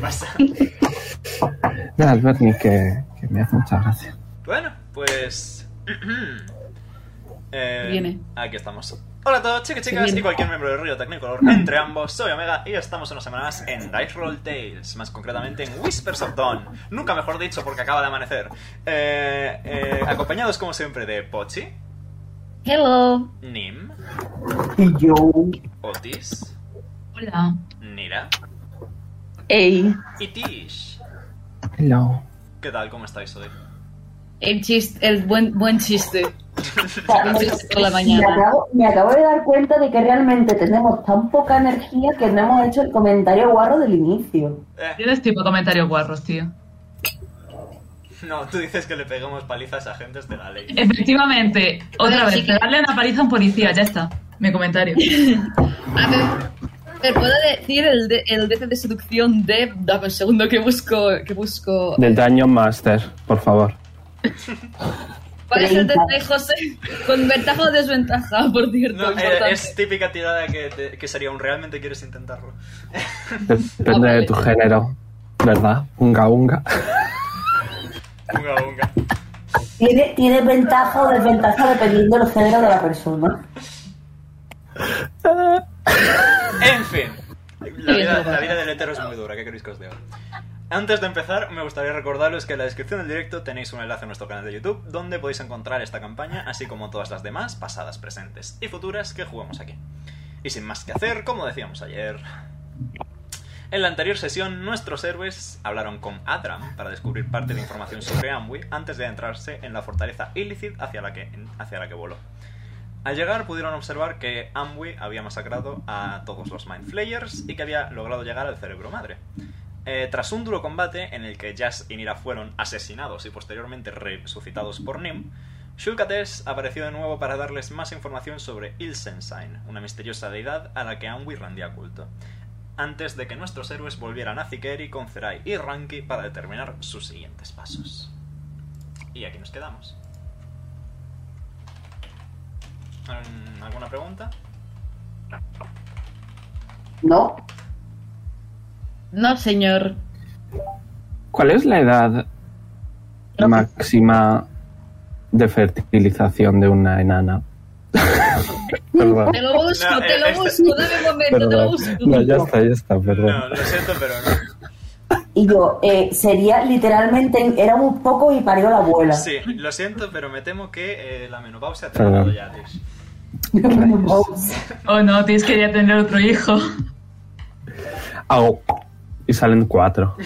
pasa? Nada, el Bernie, que, que me hace mucha gracia. Bueno, pues. Eh, Viene. Aquí estamos. Hola a todos, chicos, chicas viene. y cualquier miembro del Río Technicolor. Entre ambos, soy Omega y estamos una semana más en Dice Roll Tales, más concretamente en Whispers of Dawn. Nunca mejor dicho porque acaba de amanecer. Eh, eh, acompañados, como siempre, de Pochi, Hello. Nim, Y yo. Otis, Hola. Nira Ey. y Tish. Hello. ¿Qué tal? ¿Cómo estáis hoy? El chiste, el buen, buen chiste. Buen chiste por la Me mañana. acabo, me acabo de dar cuenta de que realmente tenemos tan poca energía que no hemos hecho el comentario guarro del inicio. Eh, Tienes tipo comentarios guarros, tío. no, tú dices que le pegamos palizas a agentes de la ley. Efectivamente, otra Bueno, vez, sí que- darle una paliza a un policía, ya está. Mi comentario. A ver, ¿te puedo decir el, de, el DC de seducción de... Dame un segundo que busco... Que busco... Del Daño Master, por favor. ¿Cuál es el DC, José? Con ventaja o desventaja, por cierto. No, eh, importante. es típica tirada que, te- que sería un realmente quieres intentarlo. Depende de tu género, ¿verdad? Unga, unga. Unga, unga. Tiene, tiene ventaja o desventaja dependiendo del género de la persona. En fin, la Sí, vida, es verdad. la vida del hetero es muy dura, ¿qué queréis que os diga? Antes de empezar, me gustaría recordaros que en la descripción del directo tenéis un enlace a nuestro canal de YouTube donde podéis encontrar esta campaña, así como todas las demás, pasadas, presentes y futuras que jugamos aquí. Y sin más que hacer, como decíamos ayer, en la anterior sesión nuestros héroes hablaron con Adram para descubrir parte de información sobre Amwi antes de adentrarse en la fortaleza Illicit hacia la que, hacia la que voló. Al llegar pudieron observar que Amwi había masacrado a todos los Mind Flayers y que había logrado llegar al cerebro madre. Eh, tras un duro combate en el que Jazz y Nira fueron asesinados y posteriormente resucitados por Nim, Shulkates apareció de nuevo para darles más información sobre Ilsenstein, una misteriosa deidad a la que Amwi rendía culto, antes de que nuestros héroes volvieran a Zikeri, Concerai y Ranki para determinar sus siguientes pasos. Y aquí nos quedamos. Mm, ¿Alguna pregunta? ¿No? No, señor. ¿Cuál es la edad máxima de fertilización de una enana? perdón. Te lo busco, No, te lo eh, este- busco. Dame un momento, te lo Perdón. busco. No, ya está, ya está, perdón. No, lo siento, pero no. Y yo, eh, sería literalmente, era un poco y parió la abuela. Sí, lo siento, pero me temo que eh, la menopausia te ha dado Perdón. ya, Tish. Oh no, tienes que ya tener otro hijo. Au. Y salen cuatro.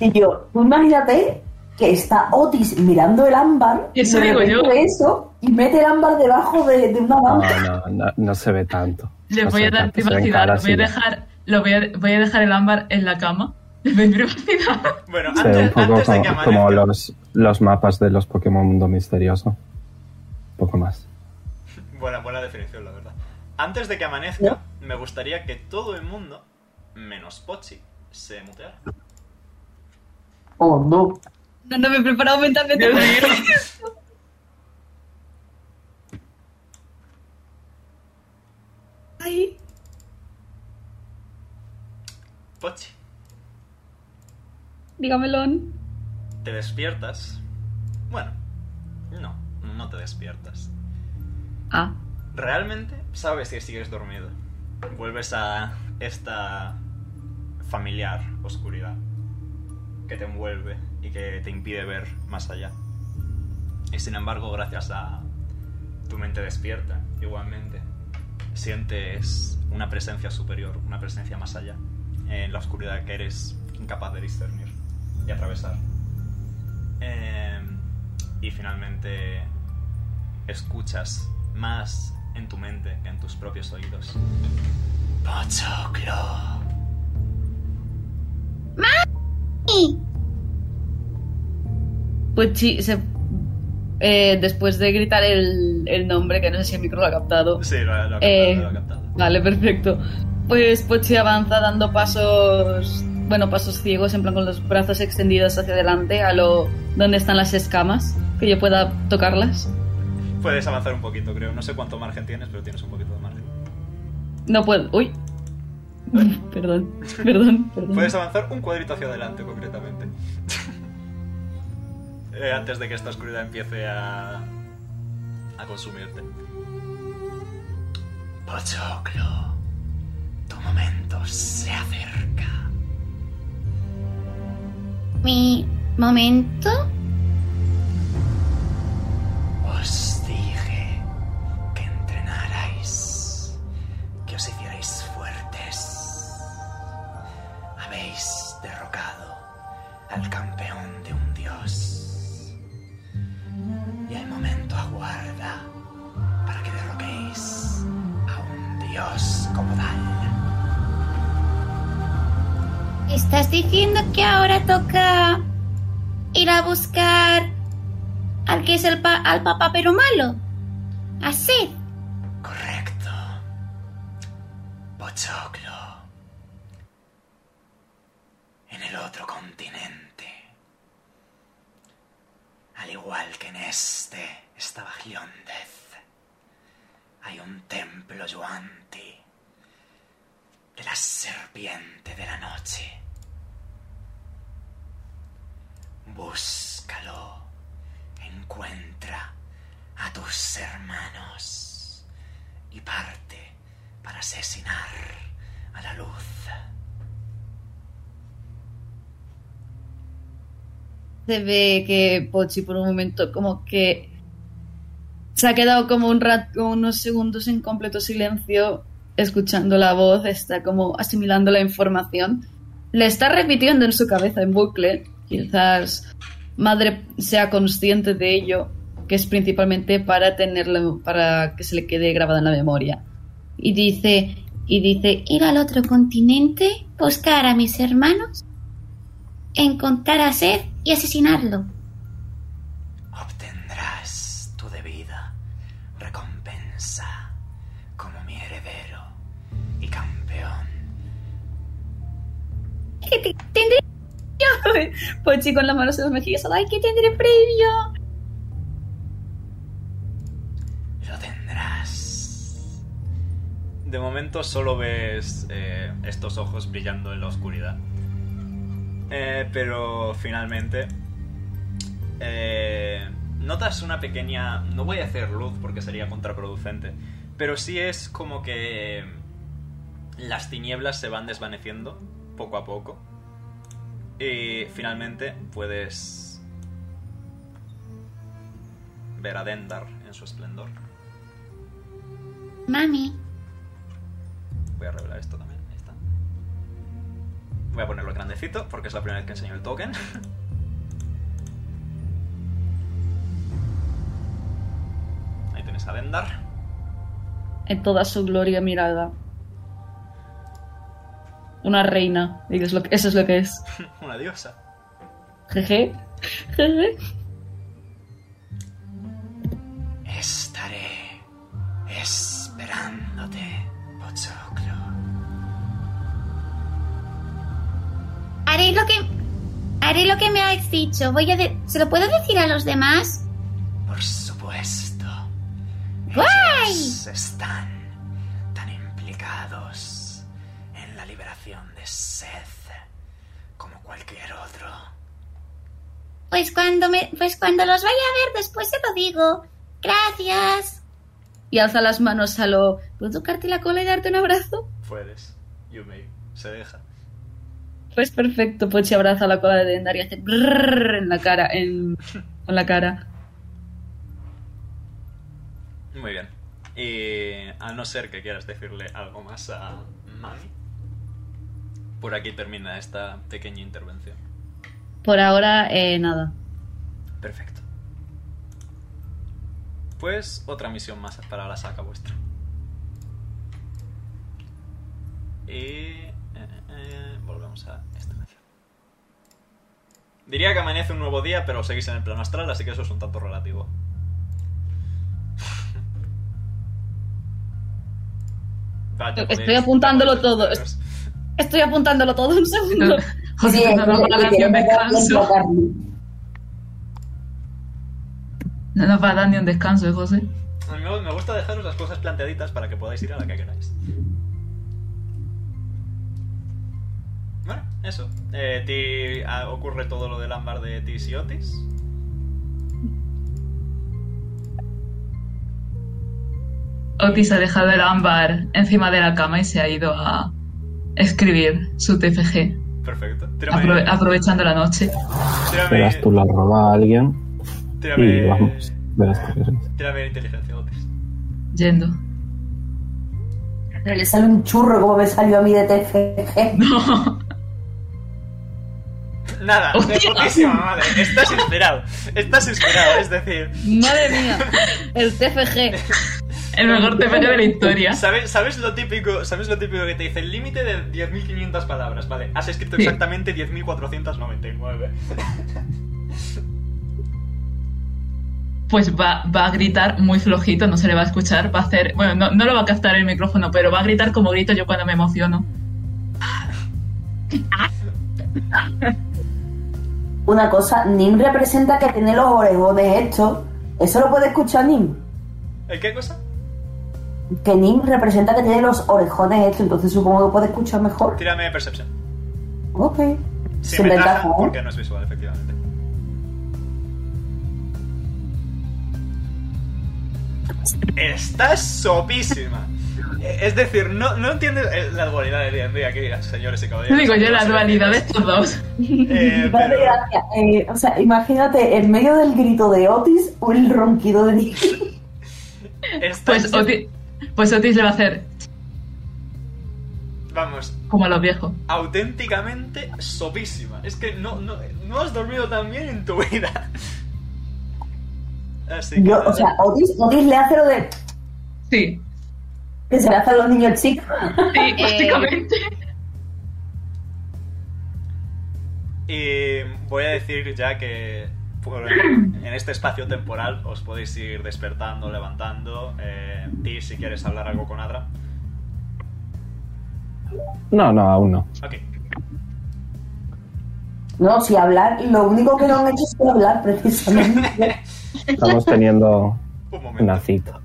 Y yo, tú imagínate que está Otis mirando el ámbar. Y eso de digo yo. repente Eso, y mete el ámbar debajo de, de una No, banca. no, no, no se ve tanto. Le No Ah. voy se a ve dar tanto, se ven privacidad, lo caras voy a y ya. dejar, lo voy a, voy a dejar el ámbar en la cama. Le doy privacidad. Bueno, Se ve un antes, poco antes de que como, como amanezca... los, los mapas de los Pokémon Mundo Misterioso. Un poco más. Buena, buena definición, la verdad. Antes de que amanezca, me gustaría que todo el mundo, menos Pochi, se muteara. Oh, no. No, no me he preparado mentalmente. Ay, Pochi, dígamelo. te despiertas... Bueno, no, no te despiertas. Ah. Realmente sabes que sigues dormido. Vuelves a esta familiar oscuridad que te envuelve y que te impide ver más allá. Y sin embargo, gracias a tu mente despierta, igualmente, sientes una presencia superior, una presencia más allá, en la oscuridad que eres incapaz de discernir y atravesar. Eh, y finalmente escuchas más en tu mente que en tus propios oídos. ¡Pochoclo! Pochi Pues se, eh, después de gritar el, el nombre, que no sé si el micro lo ha captado. Sí, lo, lo ha captado, Eh. lo ha captado. Vale, perfecto. Pues Pochi avanza dando pasos, bueno, pasos ciegos, en plan con los brazos extendidos hacia adelante, a lo donde están las escamas, que yo pueda tocarlas. Puedes avanzar un poquito, creo. No sé cuánto margen tienes, pero tienes un poquito de margen. No puedo, uy, Perdón, perdón, perdón. Puedes avanzar un cuadrito hacia adelante, concretamente. Eh, antes de que esta oscuridad empiece a. a consumirte. Pochoclo, tu momento se acerca. Mi momento. Os dije que entrenarais, que os hicierais fuertes. Habéis derrocado al campeón de un dios. Y el momento aguarda para que derroquéis a un dios como tal. ¿Estás diciendo que ahora toca ir a buscar al que es el pa- al papá pero malo? Así. Correcto. Pochoclo. En el otro continente. Al igual que en este estaba Hliondez. Hay un templo Yuanti. De la serpiente de la noche. Búscalo. Encuentra a tus hermanos y parte para asesinar a la luz. Se ve que Pochi por un momento como que se ha quedado como un rato, unos segundos en completo silencio, escuchando la voz, está como asimilando la información. Le está repitiendo en su cabeza en bucle, quizás madre sea consciente de ello, que es principalmente para tenerlo, para que se le quede grabada en la memoria. Y dice, y dice, Ir al otro continente, buscar a mis hermanos, encontrar a Seth y asesinarlo. Obtendrás tu debida recompensa como mi heredero y campeón. ¿Qué te- tendré premio? Pochi con las manos en las mejillas, Ay, que tendré premio. Lo tendrás. De momento solo ves eh, estos ojos brillando en la oscuridad. Eh, pero finalmente eh, notas una pequeña... No voy a hacer luz porque sería contraproducente. Pero sí es como que eh, las tinieblas se van desvaneciendo poco a poco. Y finalmente puedes ver a Dendar en su esplendor. Mami, Voy a revelar esto también. Ahí está. Voy a ponerlo grandecito porque es la primera vez que enseño el token. Ahí tienes a Dendar. en toda su gloria mirada. Una reina, y es lo que- eso es lo que es. Una diosa. Jeje. Jeje. Estaré esperándote, Pochoclo. haré lo que haré lo que me has dicho. Voy a de- se lo puedo decir a los demás. Por supuesto. ¡Guay! Ellos están tan implicados en la liberación de Seth como cualquier otro. Pues cuando me pues cuando los vaya a ver después se lo digo. Gracias. Y alza las manos a lo. ¿Puedo tocarte la cola y darte un abrazo? Puedes. You may. Se deja. Pues perfecto, Pochi abraza la cola de Dendar y hace brrrr en la cara, en, con la cara. Muy bien. Y a no ser que quieras decirle algo más a Mami, por aquí termina esta pequeña intervención. Por ahora, eh, nada. Perfecto. Pues otra misión más para la saca vuestra. Y eh, eh, volvemos a esta misión. Diría que amanece un nuevo día, pero seguís en el plano astral, así que eso es un tanto relativo. Vaya, Estoy podéis- apuntándolo podéis- todo. Estoy apuntándolo todo un segundo. José, Sí, no, no, que- que no, ni un no me da tiempo a descanso. darle. No nos va a dar ni un descanso, eh, José. A mí me- me gusta dejaros las cosas planteaditas para que podáis ir a la que queráis. Bueno, eso. Eh, ti ah, ocurre todo lo del ámbar de Tis y Otis. Otis ha dejado el ámbar encima de la cama y se ha ido a escribir su TFG, Perfecto. apro- ah, Tírame, aprovechando la noche. tírame, Verás tú la roba a alguien y tírame, vamos, verás qué eres. tírame inteligencia, Otis. Yendo. Pero le sale un churro como me salió a mí de TFG. No. Nada, de Hostia. putísima madre. Estás esperado. Estás esperado. Es decir, Madre mía, el TFG. El mejor TFG de la historia. ¿Sabes, ¿Sabes lo típico? ¿Sabes lo típico que te dice? El límite de 10.500 palabras, vale. Has escrito Sí. exactamente 10.499. Pues va, va a gritar muy flojito, no se le va a escuchar, va a hacer... Bueno, no, no lo va a captar el micrófono, pero va a gritar como grito yo cuando me emociono. Una cosa, Nim representa que tiene los orejones hechos. Eso lo puede escuchar Nim. ¿El qué cosa? Que Nim representa que tiene los orejones hechos, entonces supongo que puede escuchar mejor. Tírame Perception. Ok. Sin Sin ventaja, ventaja, ¿eh? porque no es visual, efectivamente. Estás sopísima. Eh, Es decir, no, no entiendes eh, la dualidad de D&D aquí, señores y caballeros. Digo yo, la Eh, dualidad de estos dos. Eh, Madre pero- gracia, eh, o sea, imagínate en medio del grito de Otis o el ronquido de Nim. estás- Pues Otis, pues Otis le va a hacer Vamos, como a los viejos. auténticamente sopísima. Es que no, no, no has dormido tan bien en tu vida. Así que. Yo, o sea, Otis, Otis le hace lo de Sí, que se le hace a los niños chicos. Eh, sí, básicamente. y voy a decir ya que por- en este espacio temporal os podéis ir despertando, levantando. Eh, ti, si quieres hablar algo con Adra. No, no, aún no. Ok. No, si hablar, lo único que no han hecho es hablar precisamente. Estamos teniendo Un momento. una cita.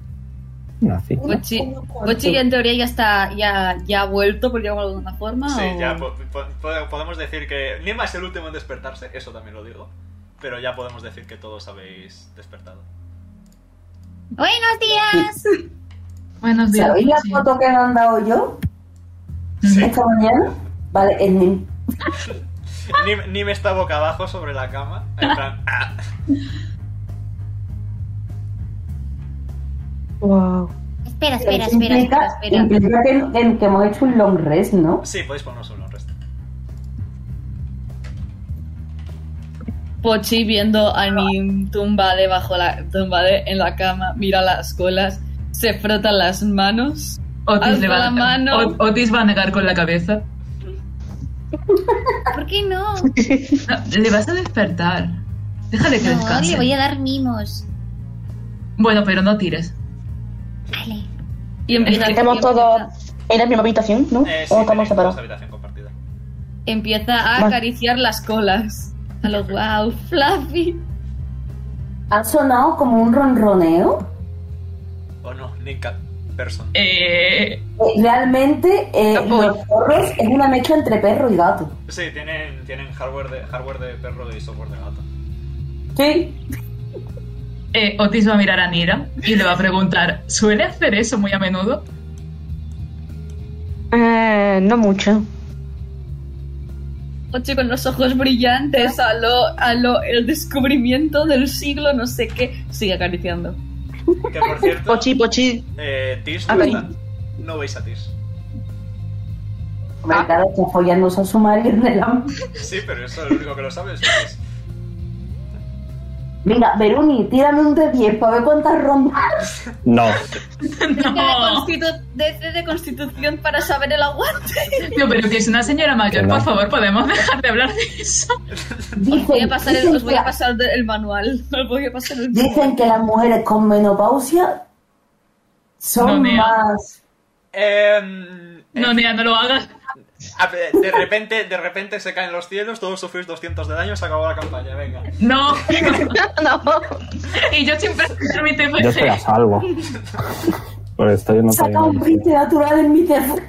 Una cita. Pochi, Pochi ya Pues en teoría ya está, ya, ya ha vuelto, por llamarlo de alguna forma. Sí, o- ya pues, po- po- po- podemos decir que Nima es el último en despertarse, eso también lo digo. Pero ya podemos decir que todos habéis despertado. Buenos días. Buenos días. ¿Sabéis la sí. foto que me han dado yo Sí. esta mañana? Vale, es Nim. Nim, Nim está boca abajo sobre la cama. En plan, ah. Wow. Espera, Eso espera, espera, espera, implica- espera. implica que, que- que hemos hecho un long rest, ¿no? Sí, podéis ponernos un resto. Pochi viendo a Nim tumbade bajo la tumbade en la cama, mira las colas, se frota las manos. Otis, le Alza va la a, mano. Ot- Otis va a negar con la cabeza. ¿Por qué no? No, le vas a despertar. Déjale que No, descanse. le voy a dar mimos. Bueno, pero no tires. Vale. Y empieza, Estamos y todos empieza- en la misma habitación, ¿no? Oh, Eh, sí, ¿O tenéis estamos separados? una habitación compartida. empieza a Vale. acariciar las colas. A lo wow, Fluffy. Ha sonado como un ronroneo. O no, Ninka Person. Eh, Eh, Realmente, eh, Apoy. los zorros es una mezcla entre perro y gato. Sí, tienen, tienen hardware, de, hardware de perro y software de gato. Sí. eh, Otis va a mirar a Nira y le va a preguntar, ¿suele hacer eso muy a menudo? Eh, no mucho. Pochi con los ojos brillantes, a lo, a lo el descubrimiento del siglo, no sé qué. Sigue acariciando. Que por cierto, Pochi, pochi. eh, Tis no Ah, está. No veis a Tis. Ah. Hombre, claro, está follándose a su marido en el am- Sí, pero eso es lo único que lo sabes. Tis. Mira, Veruni, tírame un de 10 para ver cuántas rondas. No, Cada No, constitu- DC de constitución para saber el aguante. Tío, pero que es una señora Que mayor, no. por favor, podemos dejar de hablar de eso. Dicen, Voy a pasar el, dicen os voy a que- pasar el manual. Os voy a pasar el manual. Dicen que las mujeres con menopausia son No, nea. más. Em, No, Nira, no lo hagas. a- de repente, de repente se caen los cielos, todos sufrís 200 de daño, se acabó la campaña, venga. No. no. Y yo siempre mi yo estoy a TFG. salvo. Pero estoy en otra Saca un dimensión. pinte natural en mi teléfono.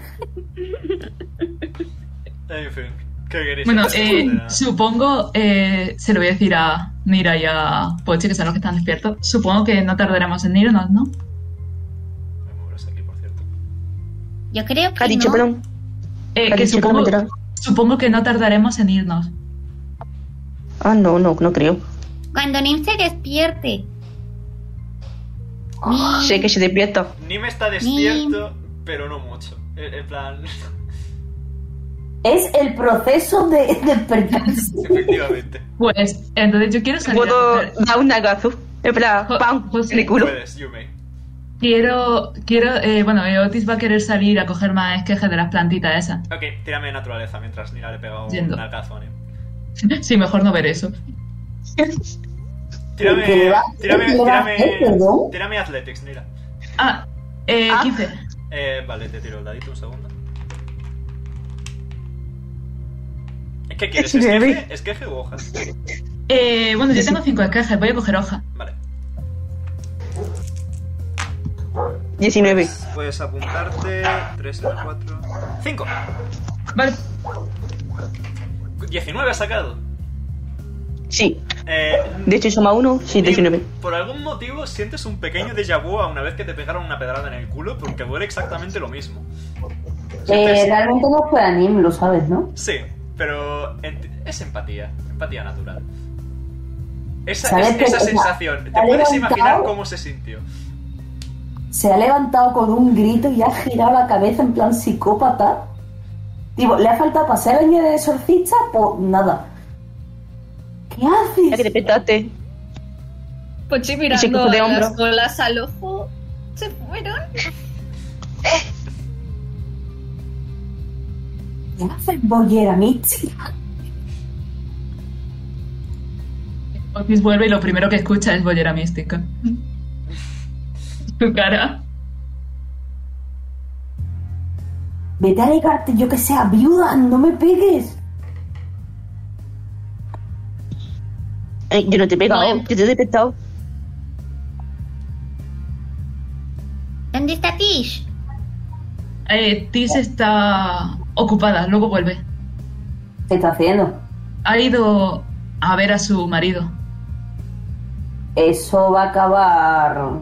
En fin. ¿Qué queréis? Bueno, hacer? eh, Era- supongo, eh, se lo voy a decir a Nira y a Pochi, que son los que están despiertos. Supongo que no tardaremos en irnos, ¿no? Me muevo los aquí, por cierto. Yo creo ¿Qué ha que dicho, no. perdón? Eh, ¿Qué ha que dicho? Que no supongo, me he enterado. supongo que no tardaremos en irnos. Ah, no, no, no creo. Cuando Nim se despierte. Sé que se despierta. Nim está despierto, pero no mucho. En en plan, Es el proceso de despertarse. efectivamente. Pues, entonces yo quiero salir. a Puedo buscar- dar un nagazo. En plan, Jo- ¡pam! José. En el culo. Puedes, Yume. Quiero, quiero, eh, bueno, eh, Otis va a querer salir a coger más esquejes de las plantitas esas. Ok, tírame de naturaleza mientras Nira le pega un Yendo. nalgazo a Nim. Sí, mejor no ver eso. Tírame, ¿Qué le va- tírame, qué le va a tírame, hacer, perdón? tírame Athletics, Nira. Ah, eh, Ah. 15. Eh, vale, te tiro el dadito un segundo. ¿Qué quieres? Sí, baby. ¿Esqueje, esqueje u hojas? Eh, bueno, yo tengo 5 esquejes, voy a coger hojas. Vale. 19. Puedes apuntarte 3, 4, 5. Vale, 19 has sacado. Sí. Eh, De hecho, suma uno, sí, Nim, 19. Por algún motivo sientes un pequeño déjà vu a una vez que te pegaron una pedrada en el culo porque duele exactamente lo mismo. Eh, Sientes- realmente no fue anime, lo sabes, ¿no? Sí, pero enti- es empatía, empatía natural. Esa, ¿Sabes es- qué? esa O sea, sensación, me te ha puedes levantado- imaginar cómo se sintió. Se ha levantado con un grito y ha girado la cabeza en plan psicópata. Digo, ¿le ha faltado pasar el año de exorcista? Pues nada. ¿Qué Ya que haces? despertaste. Pochi se mirando coge de a hombro. las bolas al ojo. ¿Se fueron? ¿Qué haces, bollera, Mitzi? Otis vuelve y lo primero que escucha es Bollera Mística. Su cara. Vete a ligarte, yo que sea viuda, no me pegues. Eh, yo no te he pegado, No. yo te he despertado. ¿Dónde está Tish? Eh, Tis está ocupada, luego vuelve. ¿Qué está haciendo? Ha ido a ver a su marido. Eso va a acabar.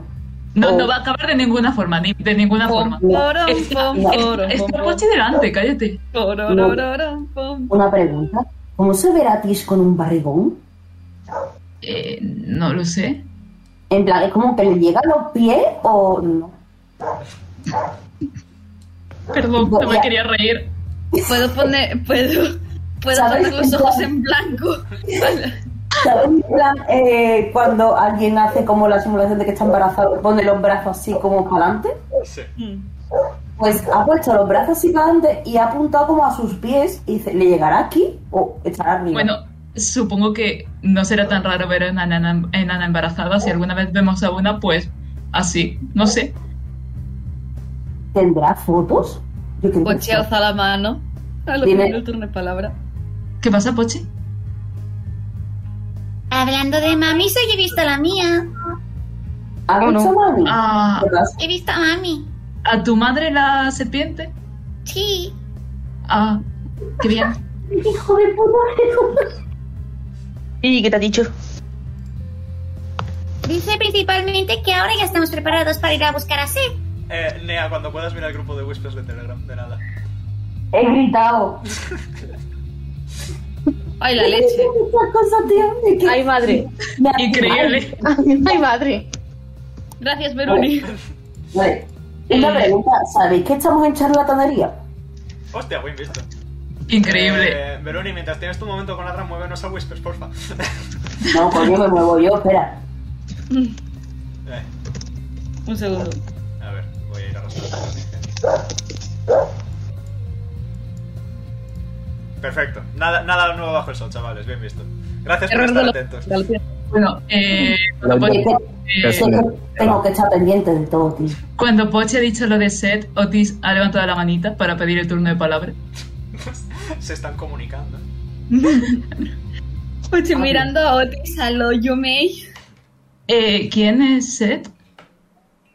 No, Oh. no va a acabar de ninguna forma, ni de Oh, ninguna forma. Pom, porón, Está, pom, porón, está pom, Pochi delante, cállate. pororororón, pom. Una pregunta. ¿Cómo se verá Tish con un barrigón? Eh, no lo sé. En plan, ¿es como que le llega a los pies o no? Perdón, no me Ya. quería reír. Puedo poner. Puedo. Puedo ¿Sabes? poner los ojos en blanco. ¿Sabes? En plan, eh, cuando alguien hace como la simulación de que está embarazado, pone los brazos así como para adelante. Sí. Mm. Pues ha puesto los brazos así para adelante y ha apuntado como a sus pies y dice, ¿le llegará aquí o estará arriba? Bueno, supongo que no será tan raro ver a una nana, enana embarazada. Si alguna vez vemos a una, pues así, no sé. ¿Tendrá fotos? Yo creo que Pochi sí. alza la mano. A lo Dime. primero turno de palabra. ¿Qué pasa, Pochi? Hablando de mami, soy he visto la mía. ¿Ha No, no. visto mami? Ah, ¿Qué pasa? He visto a mami. ¿A tu madre la serpiente? Sí. Ah, qué bien. Hijo de puta. ¿Y qué te ha dicho? Dice principalmente que ahora ya estamos preparados para ir a buscar a Seth. Eh, Nea, cuando puedas mira el grupo de whispers de Telegram, de nada. He gritado. Ay, la leche. Esta cosa, tío, de que- Ay, madre. me hace Increíble. Ay, madre. Gracias, Veroni. mal. Vale. Una Mm. pregunta, ¿sabéis que estamos en charlatanería? Hostia, buen visto. Increíble. Eh, Veroni, mientras tienes tu momento con Adra, muévenos a whispers, porfa. No, coño, me muevo yo, espera. Eh, Un segundo. a ver, voy a ir arrastrando. Perfecto. Nada, nada nuevo bajo el sol, chavales. Bien visto. Gracias por Error de estar lo- atentos. de la- Bueno, eh, cuando, Lo- Es Pochi, que- eh, es que tengo que estar pendiente de todo, tío. cuando Pochi ha dicho lo de Seth, Otis ha levantado la manita para pedir el turno de palabra. Se están comunicando. Pochi Pues mirando a Otis a lo Yumei. Eh, ¿Quién es Seth?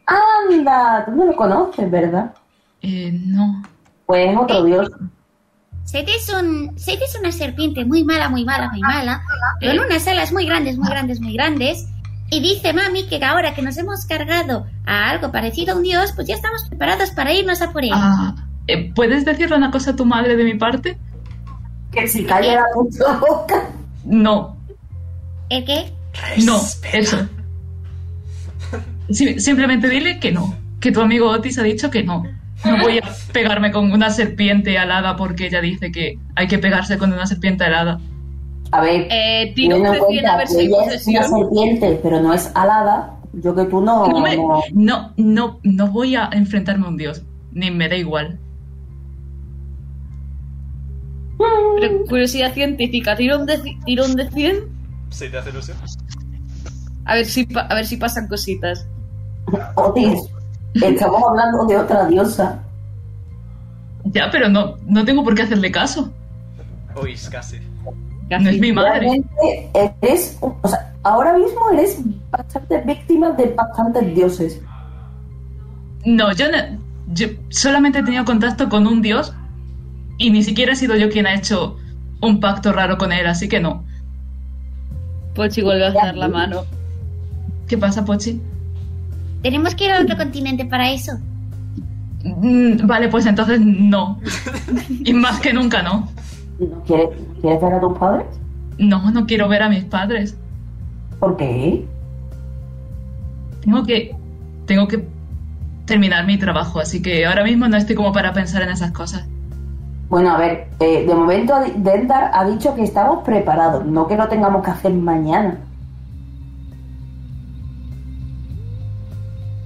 Anda, tú no lo conoces, ¿verdad? Eh, no. Pues es otro dios. Seth es, un, Seth es una serpiente muy mala, muy mala, muy mala, con unas alas muy grandes, muy grandes, muy grandes. Y dice mami que ahora que nos hemos cargado a algo parecido a un dios, pues ya estamos preparados para irnos a por él. Ah, eh, ¿Puedes decirle una cosa a tu madre de mi parte? Que eh, si calla la puta boca. No, ¿El qué? Pues no, eso. Sí, simplemente dile que no, que tu amigo Otis ha dicho que no. No voy a pegarme con una serpiente alada porque ella dice que hay que pegarse con una serpiente alada. A ver, Eh, tiro teniendo un en D100 a cuenta ver que si hay ella es una posesión. serpiente, pero no es alada, yo que tú no... No, me- no- no, no, no voy a enfrentarme a un dios, ni me da igual. Pero curiosidad científica, tiro un, de, tiro un de 100 Si te hace ilusión. a ver, si, pa- a ver si pasan cositas. Otis, estamos hablando de otra diosa. Ya, pero no, no tengo por qué hacerle caso. Oís casi. No es mi ¿eh? madre. Realmente eres, un- o sea, ahora mismo eres bastante víctima de bastantes dioses. No, yo, no- yo solamente he tenido contacto con un dios y ni siquiera he sido yo quien ha hecho un pacto raro con él, así que no. Pochi Pues vuelve a alzar la mano. ¿Qué pasa, Pochi? Tenemos que ir a otro continente para eso. Mm, vale, pues entonces no. Y más que nunca no. ¿No ¿Quieres, ¿Quieres ver a tus padres? No, no quiero ver a mis padres. ¿Por qué? Tengo que, tengo que terminar mi trabajo, así que ahora mismo no estoy como para pensar en esas cosas. Bueno, a ver, eh, de momento Dendar ha dicho que estamos preparados, no que lo tengamos que hacer mañana.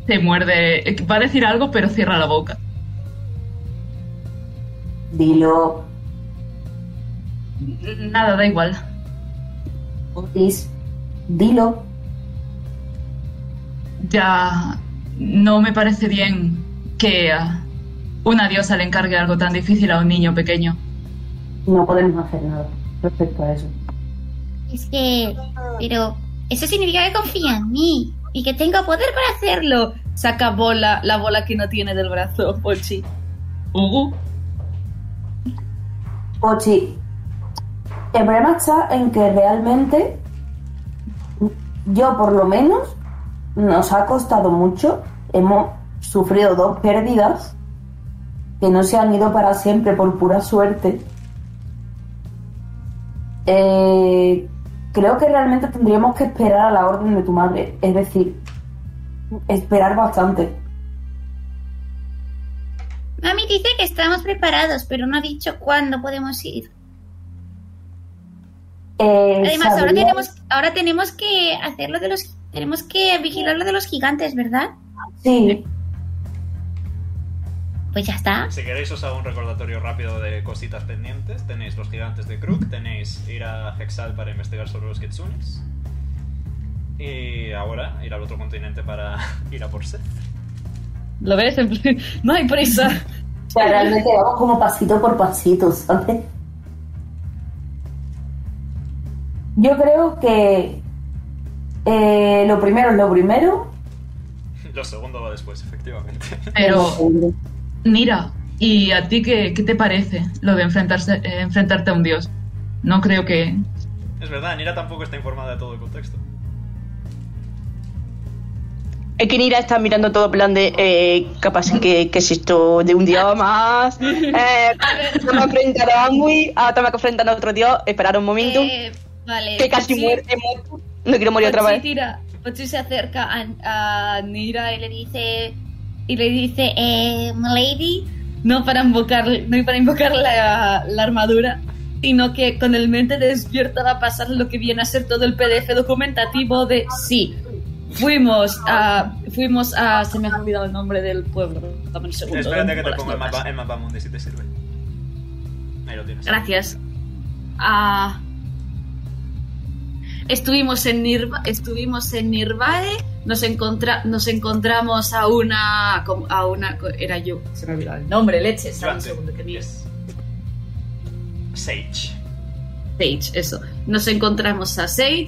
Se muerde, eh, va a decir algo, pero cierra la boca. Dilo, Nada, da igual. Otis, dilo. Ya no me parece bien que ah, una diosa le encargue algo tan difícil a un niño pequeño. No podemos hacer nada respecto a eso. Es que... Pero eso significa que confía en mí y que tengo poder para hacerlo. Saca bola, la bola que no tiene del brazo, Pochi. Ugu, Ochi, el problema está en que realmente yo por lo menos nos ha costado mucho, hemos sufrido dos pérdidas que no se han ido para siempre por pura suerte. Eh, creo que realmente tendríamos que esperar a la orden de tu madre, es decir, esperar bastante. Mami dice que estamos preparados, pero no ha dicho cuándo podemos ir. Eh, Además, ahora ¿sabrías- tenemos, ahora tenemos que hacer lo de los... Tenemos que vigilar lo de los gigantes, ¿verdad? Sí, Pues ya está. Si queréis os hago un recordatorio rápido de cositas pendientes. Tenéis los gigantes de Krug, tenéis ir a Hexal para investigar sobre los kitsunes. Y ahora ir al otro continente para ir a por Seth. ¿Lo ves? En plan, No hay prisa. o sea, realmente vamos como pasito por pasito, ¿sabes? Yo creo que eh, lo primero es lo primero. Lo segundo va después, efectivamente. pero Lo mira, ¿y a ti qué, qué te parece lo de enfrentarse, eh, enfrentarte a un dios? No creo que... Es verdad, Nira tampoco está informada de todo el contexto. Es que Nira está mirando todo en plan de eh, capaz que, que es esto de un dios más. Eh, vamos a enfrentar a Angui, ahora estamos enfrentando a otro dios. Esperar un momento. Eh, vale. que casi Pochi- muere, he muerto. No quiero morir otra Pochi vez. tira- Pochi se acerca a, a Nira y le dice... Y le dice, eh, Lady, No para invocar, no para invocar la, la armadura, sino que con el mente despierta va a pasar lo que viene a ser todo el PDF documentativo de sí. Fuimos a. Fuimos a. Se me ha olvidado el nombre del pueblo. Dame un segundo. Espérate que ¿dónde te pongo ponga el las notas? mapa, el mapa mundi si te sirve. Ahí lo tienes. Gracias. Ah, estuvimos en Nirva, estuvimos en Nirvade, nos, encontra- nos encontramos a una com- a una co- era yo, se me ha olvidado el nombre, leche, dame un Durante- segundo que mire. Yes. Sage. Sage, eso. Nos encontramos a Sage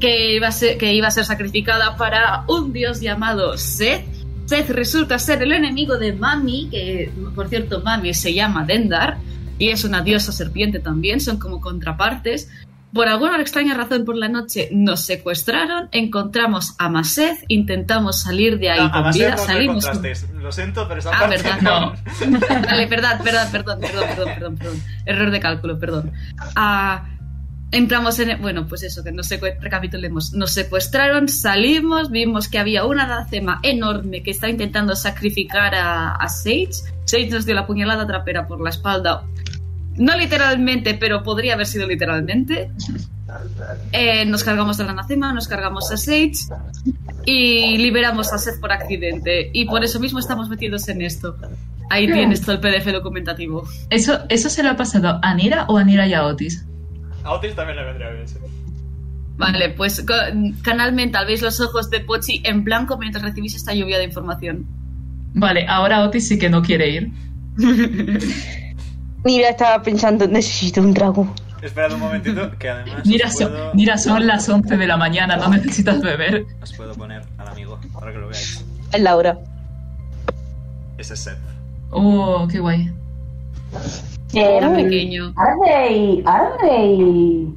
que iba a ser, que iba a ser sacrificada para un dios llamado Seth. Seth resulta ser el enemigo de Mami, que por cierto Mami se llama Dendar. y es una diosa serpiente también, son como contrapartes. Por alguna extraña razón por la noche nos secuestraron, encontramos a Maseth, intentamos salir de ahí Ah, con además, vida, no me salimos... con- contrastes. Lo siento, pero esa Ah, parte verdad, no. Vale, verdad, verdad, perdón, perdón, perdón, perdón, perdón. Error de cálculo, perdón. Ah, entramos en. Bueno, pues eso, que no sé, recapitulemos. Nos secuestraron, salimos, vimos que había una dacema enorme que está intentando sacrificar a, a Sage. Sage nos dio la puñalada trapera por la espalda. No literalmente, pero podría haber sido literalmente. Eh, nos cargamos a la Nacema, nos cargamos a Sage y liberamos a Seth por accidente. Y por eso mismo estamos metidos en esto. Ahí tienes todo el PDF documentativo. ¿Eso, ¿Eso se lo ha pasado a Nira o a Nira y a Otis? A Otis también le vendría bien. sí. Vale, pues co- canal mental, veis los ojos de Pochi en blanco mientras recibís esta lluvia de información. Vale, ahora Otis sí que no quiere ir. Mira, estaba pensando, necesito un trago. Esperad un momentito, que además Nira, os, son- puedo, Nira, son las 11 de la mañana, no necesitas beber. os puedo poner al amigo para que lo veáis. Es la hora. Ese es Seth. Oh, qué guay. Era pequeño. mm, Arde y. Arde y.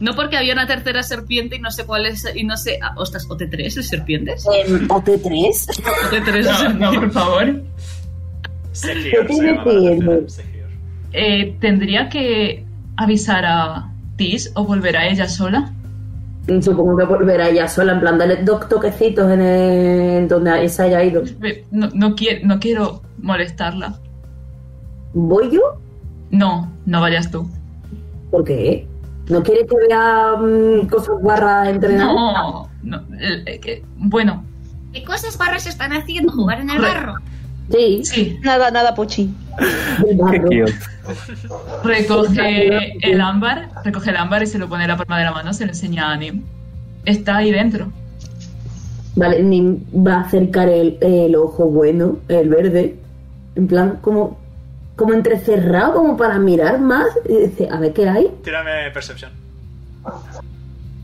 No porque había una tercera serpiente y no sé cuál es, y no sé... ah, ostras, ¿OT3 es serpientes? em, OT3. ¿OT3 es No, no, serpiente. por favor. Sekior ¿Qué se tiene llama que la ir, tercera, Bert? Sekior. Eh, ¿Tendría que avisar a Tis o volverá ella sola? Supongo que volverá ella sola, en plan, dale dos toquecitos en el- donde se haya ido. Eh, No, no, quie- no quiero molestarla. ¿Voy yo? No, no vayas tú. ¿Por qué? ¿No quieres que vea mm, cosas guarras entrenadas? No, no, eh, eh, que- bueno, ¿Qué cosas barras están haciendo jugar en el barro? Sí, sí, Nada, nada, Pochi. Qué del barro. cute. recoge el ámbar, recoge el ámbar y se lo pone en la palma de la mano, se lo enseña a Nim. Está ahí dentro. Vale, Nim va a acercar el, el ojo bueno, el verde, en plan como, como entrecerrado, como para mirar más. y dice, a ver qué hay. Tírame Perception.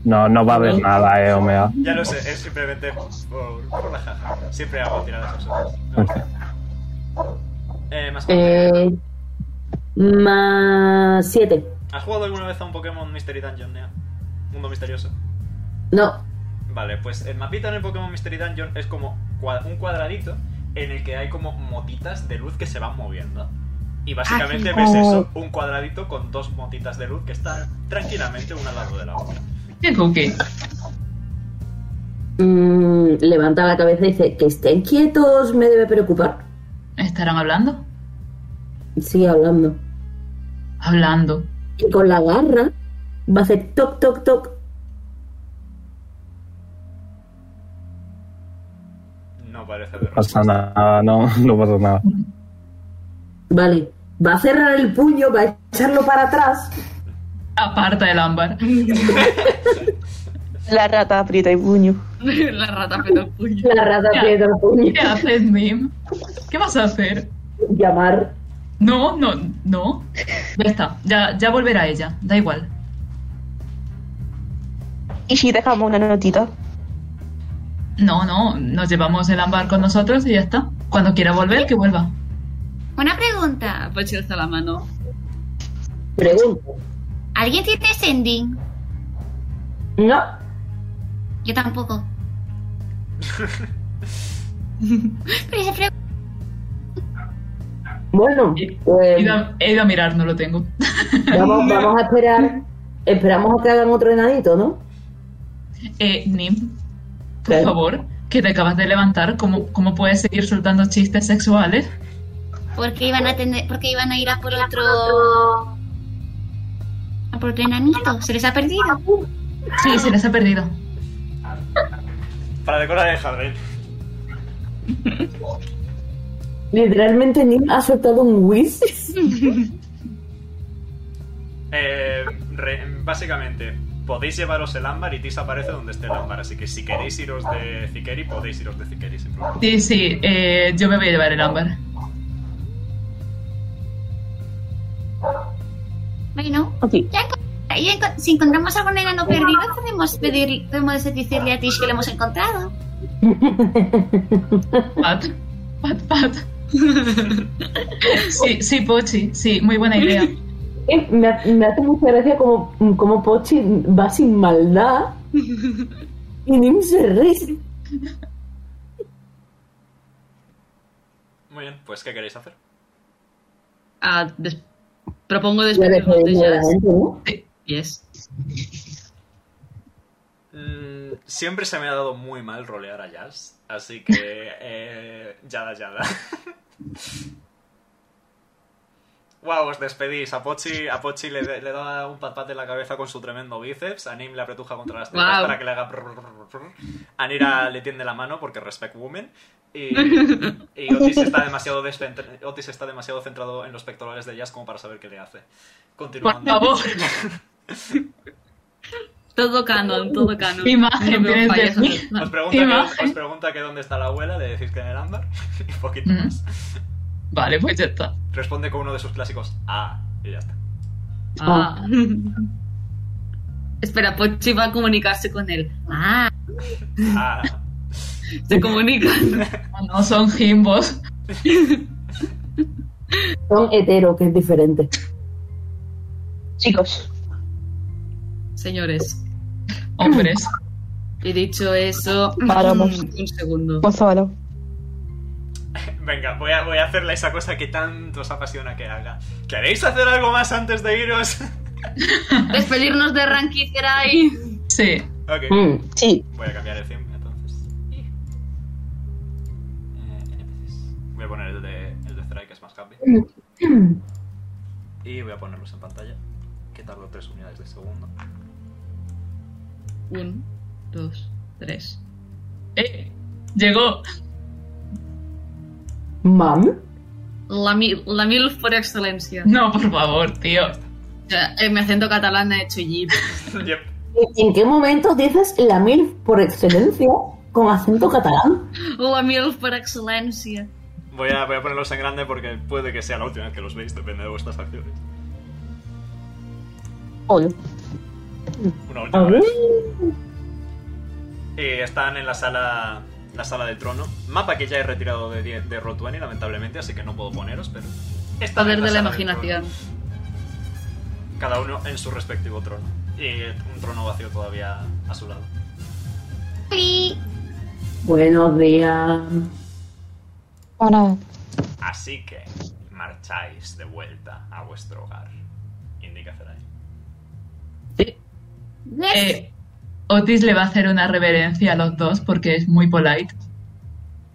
No, no va a haber nada, eh, Omega. Ya lo sé, es simplemente por, por la jaja. Siempre hago tiradas absurdas. Me Ok. gusta. Eh, más Eh, más siete. ¿Has jugado alguna vez a un Pokémon Mystery Dungeon, Nea? Mundo misterioso. No, Vale, pues el mapita en el Pokémon Mystery Dungeon es como cua- un cuadradito en el que hay como motitas de luz que se van moviendo. Y básicamente Ah, sí. ves Oh. eso, un cuadradito con dos motitas de luz que están tranquilamente una al lado de la otra. ¿Qué cookie? Mm, levanta la cabeza y dice, que estén quietos me debe preocupar. ¿Estarán hablando? Sigue hablando. Hablando. Y con la garra va a hacer toc, toc, toc. No parece de No pasa nada, no, no pasa nada. Vale, va a cerrar el puño, va a echarlo para atrás. Aparta el ámbar. La rata aprieta el puño. La rata pero el puño. La rata Ya. aprieta el puño. ¿Qué haces, Nim? ¿Qué vas a hacer? Llamar. No, no, no. Ya está, ya, ya volverá ella, da igual. ¿Y si dejamos una notita? No, no, nos llevamos el ámbar con nosotros y ya está. Cuando quiera volver, que vuelva. Una pregunta. Ah, Pochi alza la mano. Pregunta. ¿Alguien tiene sending? No. Yo tampoco. Pero se pregunta, Bueno, Y- pues Eh, He ido, a- he ido a mirar, no lo tengo. vamos, vamos a esperar. Esperamos a que hagan otro enanito, ¿no? Pues, Eh, Nim, por ¿Qué? favor, que te acabas de levantar, ¿cómo, cómo puedes seguir soltando chistes sexuales? ¿por qué iban a tener, por qué iban a ir a por otro, a por otro enanito? Se les ha perdido. Sí, se les ha perdido. Para decorar el jardín. Literalmente Nim ha soltado un whiz. Eh, re- básicamente, podéis llevaros el ámbar y Tis aparece donde esté el ámbar. Así que si queréis iros de Zikeri, podéis iros de Zikeri sin problema. Sí, sí, eh, yo me voy a llevar el ámbar. Bueno, Ok. ya enco- ya enco- si encontramos algún enano perdido, podemos pedir, podemos decirle a Tish que lo hemos encontrado. Pat, pat, pat. Sí, sí, Pochi, sí, muy buena idea. Eh, Me, ha- me hace mucha gracia como, como Pochi va sin maldad y Nim se ríe. Muy bien, pues ¿qué queréis hacer? Ah, des- propongo Ya le despedirnos de jodería la Jazz. gente, ¿no? Yes. Mm, siempre se me ha dado muy mal rolear a Jazz, así que... Eh, yada, yada. Wow, os despedís. A Pochi, a Pochi le, le da un pat pat en la cabeza con su tremendo bíceps. A Nim le apretuja contra las tripas Guau. para que le haga. prr, prr, prr. A Nira le tiende la mano porque respect woman. Y, y Otis, está demasiado descentra- Otis está demasiado centrado en los pectorales de Jazz como para saber qué le hace. Por Continuando. favor, Todo canon, todo canon. Imágenes No veo fallas, de mí. no. Os pregunta, que, Imagen. os pregunta que dónde está la abuela, le decís que en el ámbar y poquito Mm. más. vale, pues ya está. Responde con uno de sus clásicos, ah, y ya está. Ah. Espera, Pochi va a comunicarse con él. Ah, Ah, se comunican. No, No son gimbos. Son hetero, que es diferente. Chicos, Señores, Hombres. he dicho eso. Paramos. Mm, Un segundo. Gonzalo. venga, voy a, voy a hacerle esa cosa que tanto os apasiona que haga. ¿Queréis hacer algo más antes de iros? Despedirnos de Rankicerai. Sí. ok, Mm. Sí, voy a cambiar el film entonces. Eh, NPCs. Voy a poner el de, el de Zerai, que es más happy. Mm. Y voy a ponerlos en pantalla, que tardo tres unidades de segundo. Un, dos, tres. Eh, llegó. ¿Mam? La, mi- la MILF por excelencia. No, por favor, tío. O sea, en mi acento catalán he hecho jeep. Yep. ¿En qué momento dices la MILF por excelencia con acento catalán? La MILF por excelencia. Voy a, voy a ponerlos en grande porque puede que sea la última vez que los veis, depende de vuestras acciones. hola. Una A última ver. vez. Eh, están en la sala la sala del trono. Mapa que ya he retirado de, die- de Roll20, lamentablemente, así que no puedo poneros, pero... Están Poder en de la sala del imaginación. trono. cada uno en su respectivo trono. Y un trono vacío todavía a su lado. Oli. Buenos días. Hola. Así que marcháis de vuelta a vuestro hogar. Indica Zerai. Eh, Otis le va a hacer una reverencia a los dos porque es muy polite.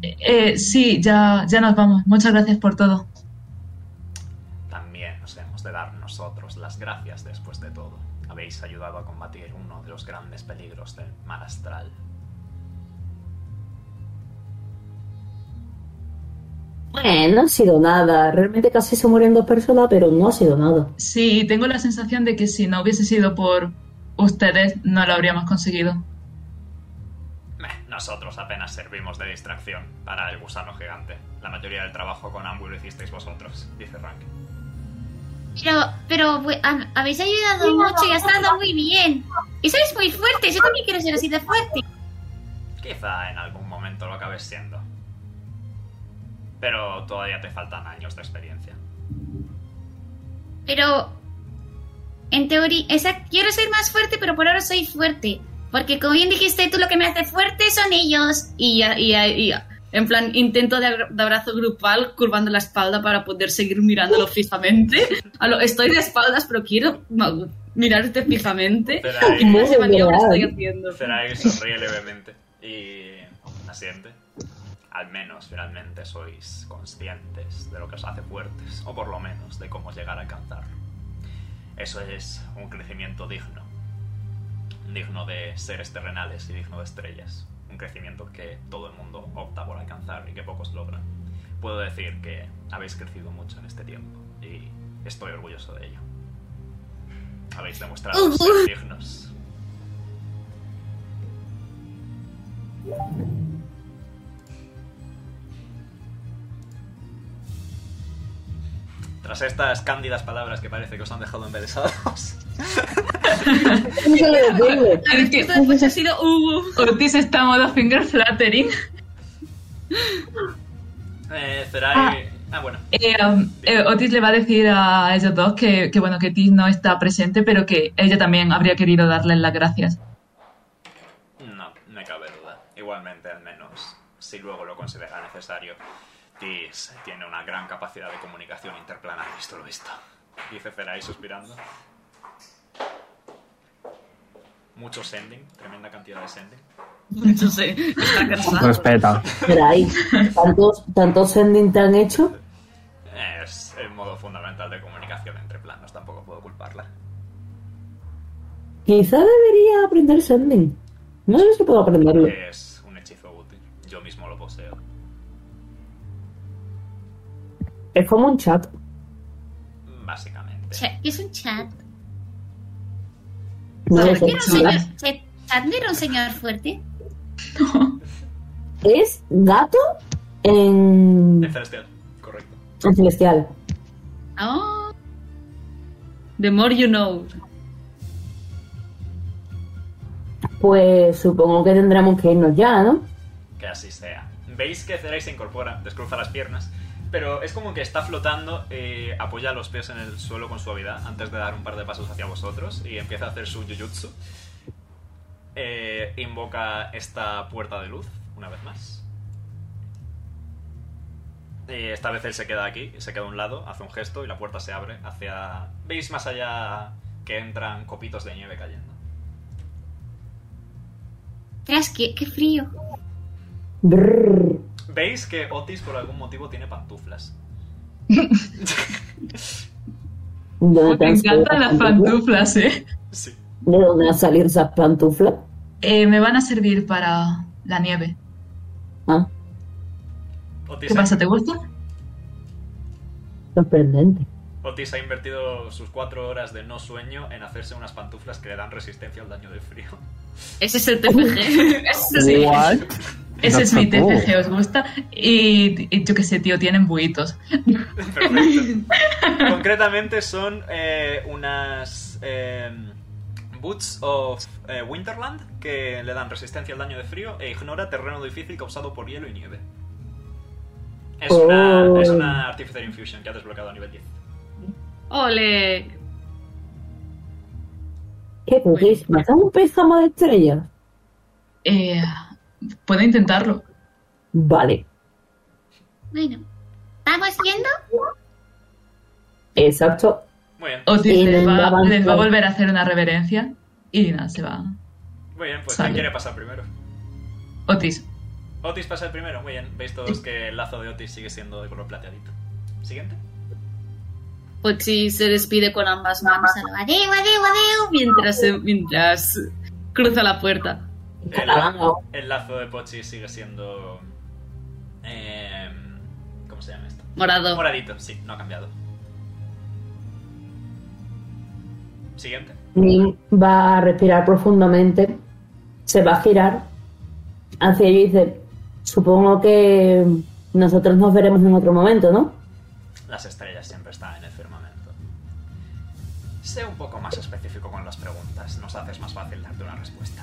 Eh, eh, sí, ya, ya nos vamos. Muchas gracias por todo. También nos hemos de dar nosotros las gracias después de todo. Habéis ayudado a combatir uno de los grandes peligros del mar astral. Bueno, no ha sido nada. Realmente casi se mueren dos personas, pero no ha sido nada. Sí, tengo la sensación de que si no hubiese sido por ustedes, no lo habríamos conseguido. Meh, Nosotros apenas servimos de distracción para el gusano gigante. La mayoría del trabajo con Ambu lo hicisteis vosotros, dice Rank. Pero, pero bu- am- habéis ayudado mucho y ha estado muy bien. Y sois muy fuertes. Yo también quiero ser así de fuerte. Quizá en algún momento lo acabes siendo. Pero todavía te faltan años de experiencia. Pero, en teoría, esa, quiero ser más fuerte, pero por ahora soy fuerte. Porque como bien dijiste tú, lo que me hace fuerte son ellos. Y, ya- y, ya- y ya. en plan, intento de, abra- de abrazo grupal, curvando la espalda para poder seguir mirándolo fijamente. A lo- estoy de espaldas, pero quiero ma- mirarte fijamente. ¿Qué Zerai, clase de maniobra Muy estoy bien. haciendo? Zerai sonríe levemente y asiente. Al menos finalmente sois conscientes de lo que os hace fuertes, o por lo menos de cómo llegar a alcanzarlo. Eso es un crecimiento digno. Digno de seres terrenales y digno de estrellas. Un crecimiento que todo el mundo opta por alcanzar y que pocos logran. Puedo decir que habéis crecido mucho en este tiempo y estoy orgulloso de ello. Habéis demostrado ser dignos. Tras estas cándidas palabras que parece que os han dejado embelesados, La respuesta Pues de Pochi ha sido "Uh". Otis está en modo finger flattering. Eh, Zerai- Ah, bueno. Eh, um, eh, Otis le va a decir a ellos dos que, que, bueno, que Tis no está presente, pero que ella también habría querido darles las gracias. No, no cabe duda. Igualmente, al menos, si luego lo considera necesario. Tis tiene una gran capacidad de comunicación interplanar, esto lo he visto. Dice Zerai suspirando. Mucho sending, tremenda cantidad de sending. Yo sé, está cansado. Respeta. Esperáis, ¿Tantos, tantos sending te han hecho? Es el modo fundamental de comunicación entre planos, tampoco puedo culparla. Quizá debería aprender sending. No sé si puedo aprenderlo. Es un hechizo útil, yo mismo lo poseo. Es como un chat. Básicamente. Cha- ¿Qué es un chat? No ¿Chat es no un era un señor, chat. chat- chat no era un señor fuerte? Es gato en, En celestial, correcto. en celestial. Oh. The more you know. Pues supongo que tendremos que irnos ya, ¿no? Que así sea. Veis que Zerai se incorpora, descruza las piernas, pero es como que está flotando, eh, apoya los pies en el suelo con suavidad antes de dar un par de pasos hacia vosotros y empieza a hacer su jujutsu. Eh, invoca esta puerta de luz una vez más. Eh, esta vez él se queda aquí, se queda a un lado, hace un gesto y la puerta se abre hacia... ¿Veis más allá que entran copitos de nieve cayendo? Tras, qué, qué frío. Brrr. Veis que Otis por algún motivo tiene pantuflas. ¿Dónde te Me han salido encantan las esas pantuflas? pantuflas, ¿eh? Sí. ¿De dónde han salido esas pantuflas? Eh, Me van a servir para la nieve. Ah, Otis ¿Qué ha- pasa? ¿Te gusta? sorprendente. Otis ha invertido sus cuatro horas de no sueño en hacerse unas pantuflas que le dan resistencia al daño del frío. Ese es el TFG. Ese es el What? Ese es mi That's a bull. TFG, ¿os gusta? Y, y yo qué sé, tío, tienen buitos. Perfecto. Concretamente son eh, unas eh, Boots of eh, Winterland que le dan resistencia al daño de frío e ignora terreno difícil causado por hielo y nieve. Es Oh. una, es una Artificer Infusion que ha desbloqueado a nivel 10. Ole. ¿Qué podéis matar un pez a más estrellas? Eh, puedo intentarlo. Vale, Bueno, ¿vamos yendo? exacto. Muy bien, Otis Sí, les, va, avanzo. les va a volver a hacer una reverencia y nada, se va. muy bien, pues ¿quién Sale. quiere pasar primero? Otis, Otis pasa el primero, muy bien. Veis todos que el lazo de Otis sigue siendo de color plateadito. Siguiente. Pochi Pues se despide con ambas manos a la- Adeu, adeu, adeu. mientras, se- mientras cruza la puerta. El, Ah. el lazo de Pochi sigue siendo. em, ¿Cómo se llama esto? Morado. Moradito, sí, no ha cambiado. Siguiente. Nim va a respirar profundamente, se va a girar hacia ella y dice, supongo que nosotros nos veremos en otro momento, ¿no? Las estrellas siempre están en el firmamento. Sé un poco más específico con las preguntas, nos haces más fácil darte una respuesta.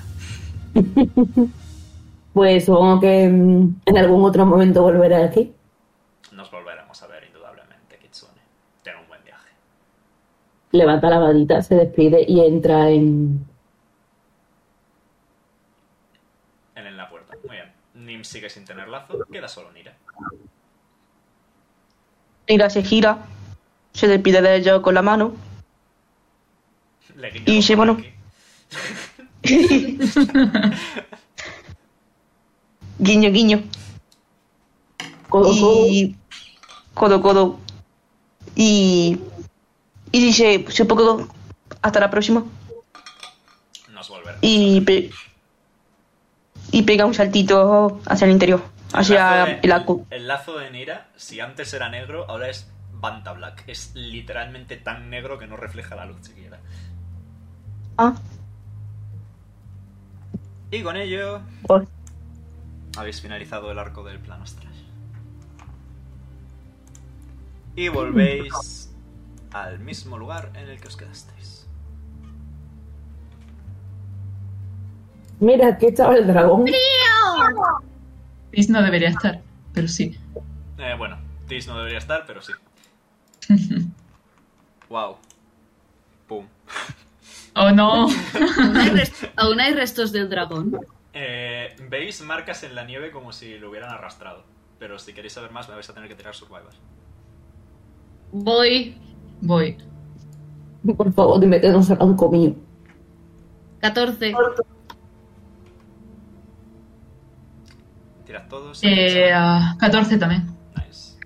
Pues supongo que mm, en algún otro momento volverá aquí. Nos volveremos a ver, indudablemente, Kitsune. Ten un buen viaje. Levanta la varita, se despide y entra en... Él en la puerta. Muy bien. Nim sigue sin tener lazo, queda solo Nira. Nira se gira, se despide de ellos con la mano. Le guiña Y ojo sí, bueno. aquí. Guiño, guiño. Codo, y codo codo y y dice supongo hasta la próxima Nos volveremos. y pe- y pega un saltito hacia el interior hacia lazo de- el arco el lazo de Nira, si antes era negro, ahora es Banta Black. Es literalmente tan negro que no refleja la luz siquiera. ah Y con ello pues, habéis finalizado el arco del plano astral. Y volvéis al mismo lugar en el que os quedasteis. codo. Mira, aquí estaba el dragón. Tis no debería estar, pero sí. Eh, bueno, Tis no debería estar, pero sí. wow. Pum. Oh no. Aún hay, rest- aún hay restos del dragón. Eh, Veis marcas en la nieve como si lo hubieran arrastrado. Pero si queréis saber más, me vais a tener que tirar survivors. Voy. Voy. Por favor, dime que no será un comillo. 14. Tirad todos. Eh, ah, 14 también. Nice.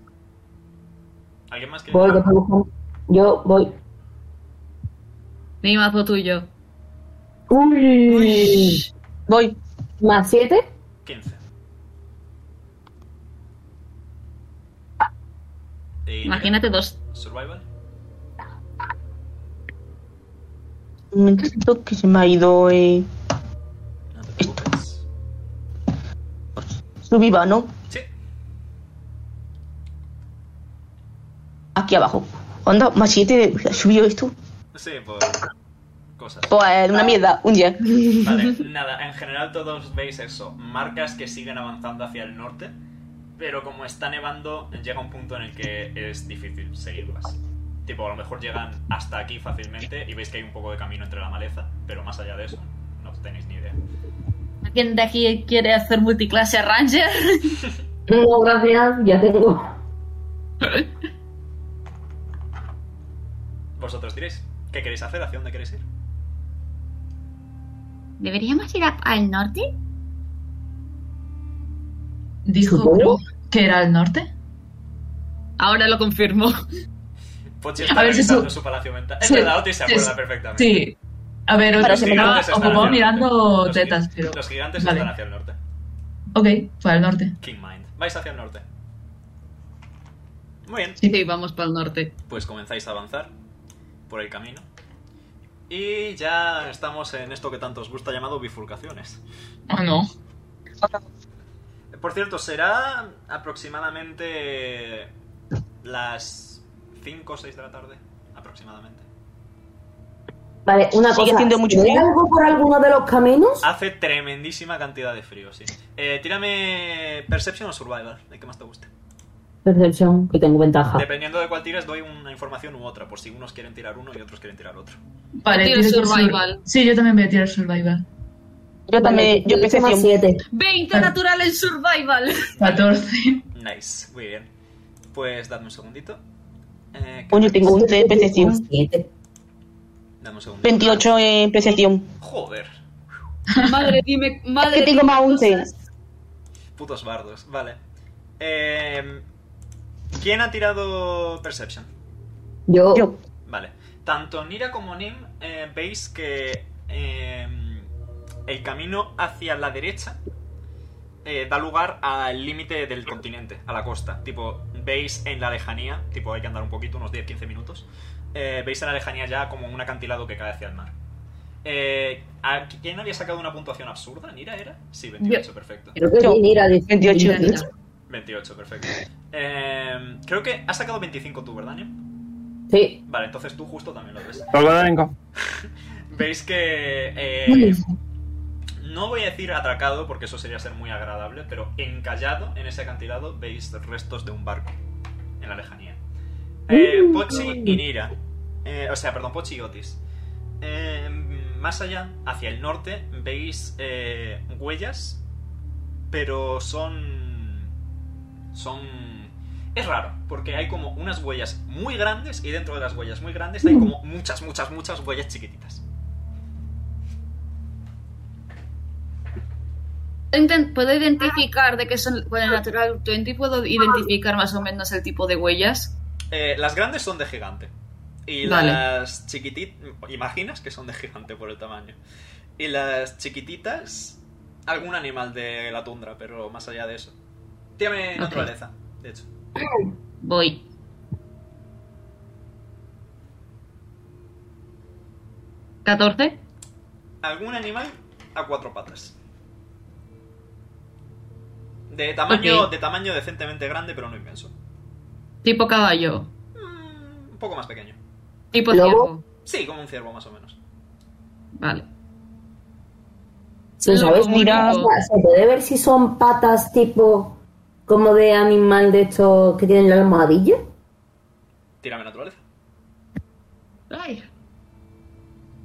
¿Alguien más quiere Voy, que tirar? estoy buscando. Yo voy. Mi mazo tuyo. Uy. Voy. Más 7. 15. Y Imagínate dos. Survival. Un momentito que se me ha ido. Eh. No te preocupes. Subí va, ¿no? Sí. Aquí abajo. Anda, más 7. ¿Subió esto? Sí, por cosas. Pues una mierda, un 10. Vale, nada, en general todos veis eso, marcas que siguen avanzando hacia el norte, pero como está nevando, llega un punto en el que es difícil seguirlas. Tipo, a lo mejor llegan hasta aquí fácilmente y veis que hay un poco de camino entre la maleza, pero más allá de eso, no tenéis ni idea. ¿Alguien de aquí quiere hacer multiclase Ranger? No, gracias, ya tengo. Vosotros diréis, ¿qué queréis hacer? ¿Hacia dónde queréis ir? ¿Deberíamos ir a- al norte? Dijo ¿Supongo? Gru que era al norte. Ahora lo confirmo. Pochi está A ver si revisando su- su palacio mental. Es Sí, verdad, Otis se sí, acuerda sí. perfectamente. Sí. A ver, Pero otro se me estaba gigantes están ocupado hacia el norte. mirando Los gi- tetas, pero. Los gigantes Vale. están hacia el norte. Ok, fue al norte. King Mind. Vais hacia el norte. Muy bien. Sí, vamos para el norte. pues comenzáis a avanzar por el camino. Y ya estamos en esto que tanto os gusta llamado bifurcaciones. Oh Ah, no. Por cierto, será aproximadamente las 5 o 6 de la tarde, aproximadamente. Vale, una Sigue cosa. siendo mucho ¿ve frío. algo por alguno de los caminos? Hace tremendísima cantidad de frío, sí. Eh, tírame Perception o Survival, el que más te guste. Percepción, que tengo ventaja. Dependiendo de cuál tires, doy una información u otra, por si unos quieren tirar uno y otros quieren tirar otro. Vale, Tiro tiro survival. sur- Sí, yo también voy a tirar survival. Yo también, yo empecé más 7. 20 natural en survival. 14. Nice, muy bien. Pues dadme un segundito. Eh, Coño, tengo un 3 en Más percepción. 7. dadme un segundito. 28 en percepción. Joder. Madre, dime, madre. Que tengo más 11. Putos bardos, vale. Eh, ¿Quién ha tirado Perception? Yo, Yo. Vale. Tanto Nira como Nim eh, veis que eh, el camino hacia la derecha eh, da lugar al límite del continente, a la costa. Tipo, veis en la lejanía, tipo hay que andar un poquito, unos 10-15 minutos, eh, veis en la lejanía ya como un acantilado que cae hacia el mar. Eh, ¿a ¿Quién había sacado una puntuación absurda? ¿Nira era? Sí, 28, perfecto. creo que Yo. sí, mira, 28. mira, mira. 28, perfecto. Eh, creo que has sacado 25 tú, ¿verdad, Nim? Sí, Vale, entonces tú justo también lo ves. Luego tengo. Veis que... eh, no voy a decir atracado, porque eso sería ser muy agradable, pero encallado en ese acantilado veis restos de un barco en la lejanía. Eh, Pochi y Nira. Eh, o sea, perdón, Pochi y Otis. Eh, más allá, hacia el norte, veis eh, huellas, pero son... Son... Es raro, porque hay como unas huellas muy grandes y dentro de las huellas muy grandes hay como muchas, muchas, muchas huellas chiquititas. Inten- puedo Ah. identificar de qué son. Con el natural 20 puedo identificar más o menos el tipo de huellas. Eh, las grandes son de gigante. Y Vale. las chiquititas. Imaginas que son de gigante por el tamaño. Y las chiquititas. Algún animal de la tundra, pero más allá de eso. Tiene Ok. naturaleza, de hecho. Voy. ¿14? Algún animal a cuatro patas. De tamaño, Ok. de tamaño decentemente grande, pero no inmenso. Tipo caballo. Mm, un poco más pequeño. Tipo ¿Lobo? ciervo. Sí, como un ciervo más o menos. Vale. sí, Lobo, ¿sabes? muy Mira, O lobo. sea, Se puede ver si son patas tipo como de animal de estos que tienen la almohadilla? Tírame naturaleza. Ay,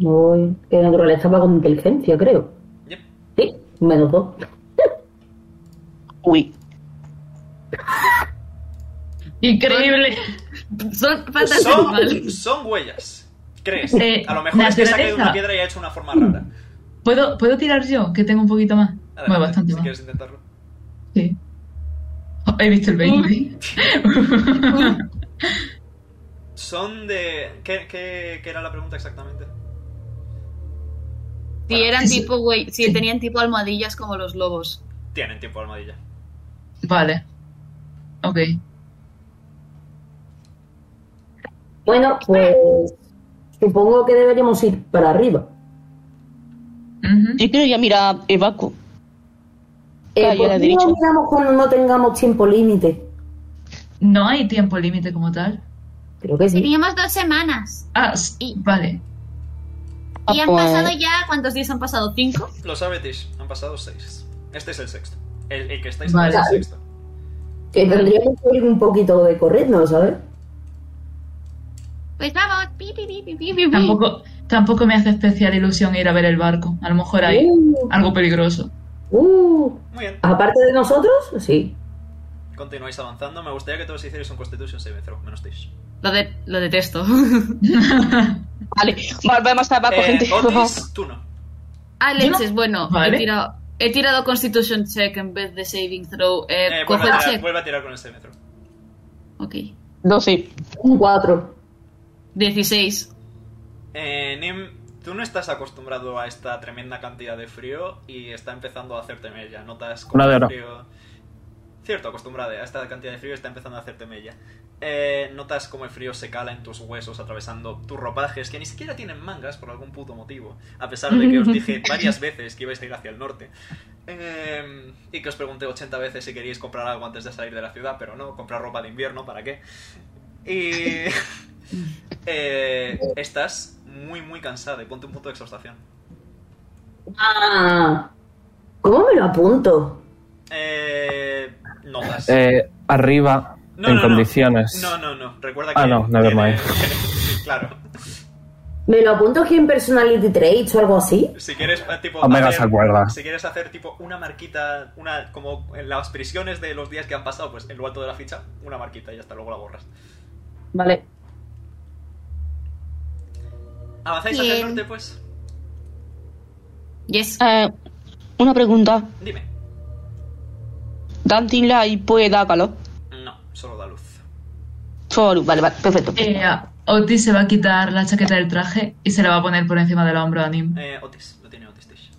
Uy, que naturaleza va con inteligencia, creo. Yep. Sí, menos dos. Uy. increíble. Son faltas de animal. Son, son huellas. ¿Crees? Eh, a lo mejor es que se ha caído naturaleza. una piedra y ha hecho una forma rara. ¿Puedo, ¿Puedo tirar yo? Que tengo un poquito más. Adelante, Bueno, bastante si más. quieres intentarlo. Sí. Oh, He visto el 20. Son de... ¿Qué, qué, qué era la pregunta exactamente? Si eran Sí, sí. tipo, güey, si tenían tipo almohadillas como los lobos. Tienen tiempo de armadilla. Vale. Ok. Bueno, pues supongo que deberíamos ir para arriba. Ujú. Yo quiero ya mirar el Baco. Eh, Claro, yo ¿por la qué derecha. no miramos cuando no tengamos tiempo límite? No hay tiempo límite como tal. Creo que sí. Teníamos dos semanas. Ah, s- Y- vale. Ah, Y han pues- pasado ya ¿Cuántos días han pasado? ¿Cinco? Los Abetish han pasado seis. Este es el sexto. El, el que estáis Vale. es el sexto. Que tendríamos que ir un poquito de corriendo, ¿sabes? Pues vamos, pi, pi, pi, pi, pi, pi, pi. Tampoco, tampoco me hace especial ilusión ir a ver el barco. A lo mejor hay Uh, algo peligroso. uh. Muy bien. Aparte de nosotros, sí. Continuáis avanzando. Me gustaría que todos hicierais un Constitution Saving Throw, menos Tish. Lo, de- lo detesto. Vale, volvemos a Baco, Eh, gente. Otis, tú no. ah, leches, bueno, Vale. he, tirado, he tirado Constitution Check en vez de Saving Throw. Eh, Eh, cojo vuelve, el a tirar, check. pues, vuelve a tirar con el Saving Throw. Ok. 12. Un cuatro. 16. Eh, Nim, tú no estás acostumbrado a esta tremenda cantidad de frío y está empezando a hacerte mella. Notas como el Verdadero. frío. Cierto, acostumbrada a esta cantidad de frío está empezando a hacerte mella. Eh, notas como el frío se cala en tus huesos atravesando tus ropajes que ni siquiera tienen mangas por algún puto motivo. A pesar de que os dije varias veces que ibais a ir hacia el norte. Eh, y que os pregunté 80 veces si queríais comprar algo antes de salir de la ciudad, pero no, comprar ropa de invierno, ¿para qué? Y... Eh, estás muy, muy cansada y ponte un punto de exhaustación. Ah, ¿Cómo me lo apunto? Eh, notas. Eh, arriba, No, en no, no. condiciones. No, no, no. Recuerda que. Ah, no, never tiene- mind. claro. ¿Me lo apunto aquí en Personality Traits o algo así? Si quieres, eh, tipo. Omega se acuerda. Si quieres hacer, tipo, una marquita. Una, como en las prisiones de los días que han pasado, pues en lo alto de la ficha, una marquita y hasta luego la borras. Vale. ¿Avanzáis hacia el Bien. norte, pues? Yes. Eh, una pregunta. Dime. ¿Dan tilda y puede dar calor? No, solo da luz. Solo, vale, vale, perfecto. Eh, Otis se va a quitar la chaqueta del traje y se la va a poner por encima del hombro a Nim. Eh, Otis, lo tiene Otis Tish.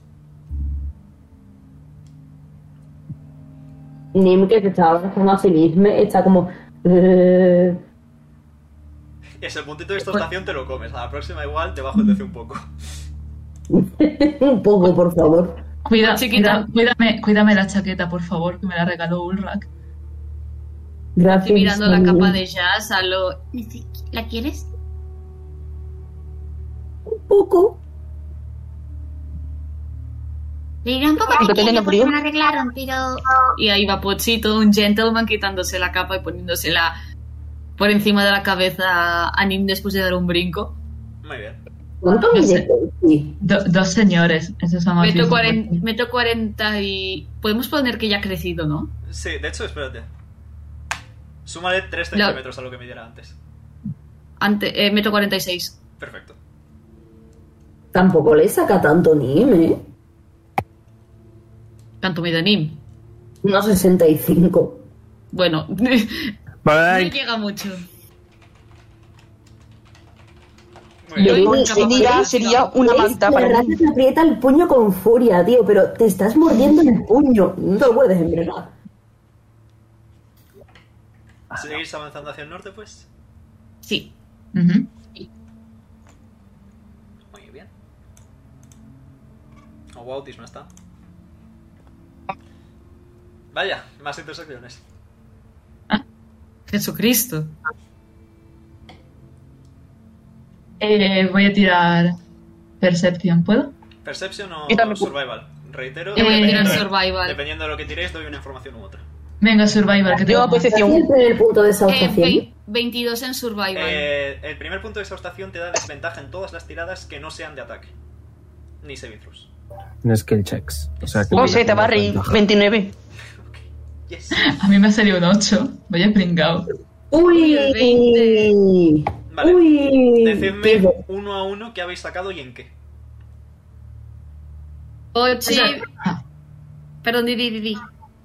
Nim, que se estaba abrazando a sí mismo, está como... eh, Es el puntito de exhaustación, te lo comes. A la próxima, igual, te bajo el DC un poco. un poco, por favor. Cuida, Chiquita. cuida- cuídame, cuídame la chaqueta, por favor, que me la regaló Ulrak. Gracias. Estoy mirando la Nim. capa de jazz a lo... ¿La quieres? Un poco. Le diré un poco Aunque pequeño tenga porque frío. me la arreglaron, pero... Y ahí va Pochito, un gentleman, quitándose la capa y poniéndosela por encima de la cabeza a Nim después de dar un brinco. Muy bien. ¿Cuánto No mide sé. Daisy? Do- dos señores, esos son Metro, Otis y cuaren- Otis. metro 40 y... Podemos poner que ya ha crecido, ¿no? Sí, de hecho, espérate. Súmale 3 La- centímetros a lo que midiera antes. Ante, eh, metro 46. Perfecto. Tampoco le saca tanto Nim, ¿eh? ¿Cuánto mide Nim? Unos 65. Bueno, no Vale, llega mucho. Muy bien. Yo- Lo nunca que sería, más- sería una Es manta la para rata mí. te aprieta el puño con furia, tío, pero te estás mordiendo el puño. No te lo puedes envenenar. Ah, ¿Seguís avanzando hacia el norte, pues? Sí. Ujú. Muy bien. Oh, wow, Otis no está. Vaya, más intersecciones. Jesucristo. Eh, voy a tirar Percepción, ¿puedo? Perception o Y también- Survival. Reitero, Yo voy a tirar dependiendo de- Survival. dependiendo de lo que tiréis, doy una información u otra. Venga, Survivor, que tengo Yo, pues, más. percepción. Siempre en el punto de Eh, exhaustación. vei- 22 en Survival. Eh, el primer punto de exhaustación te da desventaja en todas las tiradas que no sean de ataque. Ni saving throws. En skill checks. O sea, que Oh, se te va a reír. 29. Yes. A mí me ha salido un 8. Vaya pringao. ¡Uy! Vale. ¡Uy! Decidme Quince. uno a uno qué habéis sacado y en qué. Ochi. Ah. Oh, Perdón, di, di, di, di.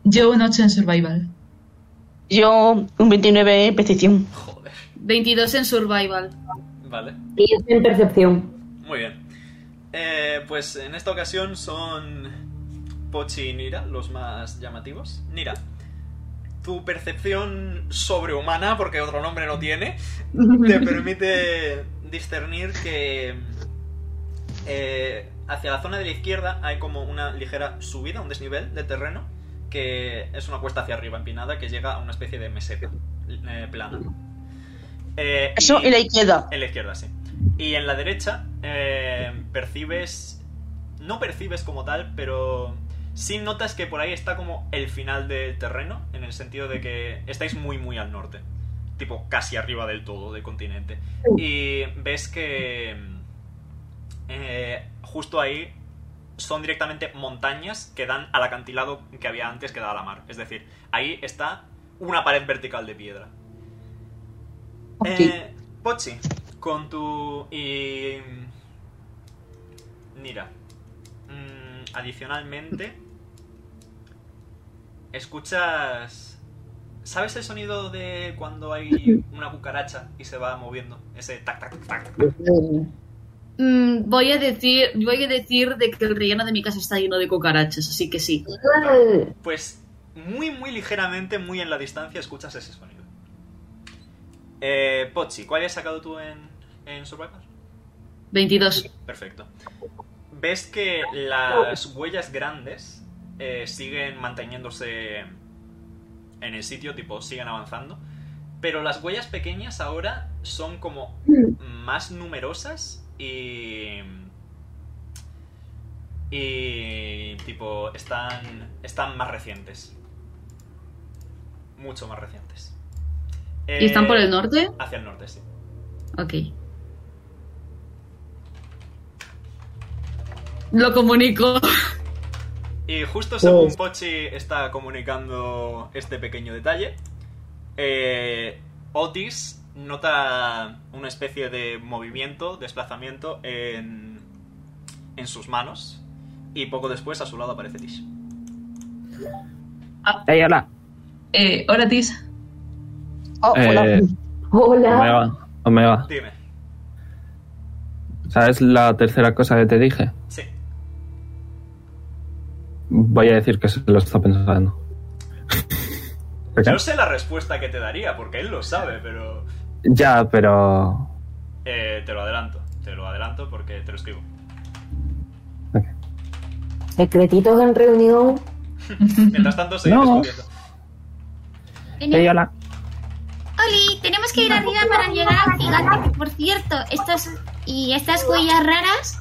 Yo un 8 en Survival. Yo, un 29 en percepción. Joder. 22 en Survival. Vale. Quince en percepción. Muy bien. Eh, pues en esta ocasión son Pochi y Nira los más llamativos. Nira, tu percepción sobrehumana, porque otro nombre no tiene, te permite discernir que eh, hacia la zona de la izquierda hay como una ligera subida, un desnivel del terreno, que es una cuesta hacia arriba empinada que llega a una especie de meseta eh, plana. Eh, Eso y la izquierda. en la izquierda, sí. Y en la derecha eh, percibes... No percibes como tal, pero sí notas que por ahí está como el final del terreno, en el sentido de que estáis muy, muy al norte. Tipo, casi arriba del todo del continente. Y ves que... eh, justo ahí son directamente montañas que dan al acantilado que había antes que daba a la mar. Es decir, ahí está una pared vertical de piedra. Eh, Pochi, con tu. Y. Mira. mm, adicionalmente. Escuchas. ¿Sabes el sonido de cuando hay una cucaracha y se va moviendo? Ese tac, tac, tac, tac. tac. Mm, voy a decir, voy a decir de que el relleno de mi casa está lleno de cucarachas, así que sí. Pues muy, muy ligeramente, muy en la distancia, escuchas ese sonido. Eh, Pochi, ¿cuál has sacado tú en, en Survivor? 22. Perfecto. Ves que las huellas grandes eh, siguen manteniéndose en el sitio, tipo, siguen avanzando. Pero las huellas pequeñas ahora son como más numerosas y. Y. tipo, están. están más recientes. Mucho más recientes. ¿Y están Eh, por el norte? Hacia el norte, sí. Ok. Lo comunico. Y justo según Pochi está comunicando este pequeño detalle, eh, Otis nota una especie de movimiento, desplazamiento en, en sus manos y poco después a su lado aparece Tish. Ey, hola. Eh, hola, Tis. Oh, hola. Eh, Hola. Omega, Omega. Dime. ¿Sabes la tercera cosa que te dije? Sí. Voy a decir que se lo está pensando. Yo sé la respuesta que te daría porque él lo sabe, pero ya, pero. eh, te lo adelanto. Te lo adelanto porque te lo escribo. Secretitos en reunión. Mientras tanto, seguimos No. Tenemos- Ey, hola. Oli, tenemos que ir arriba para llegar al gigante. que, Por cierto, estas y estas huellas raras.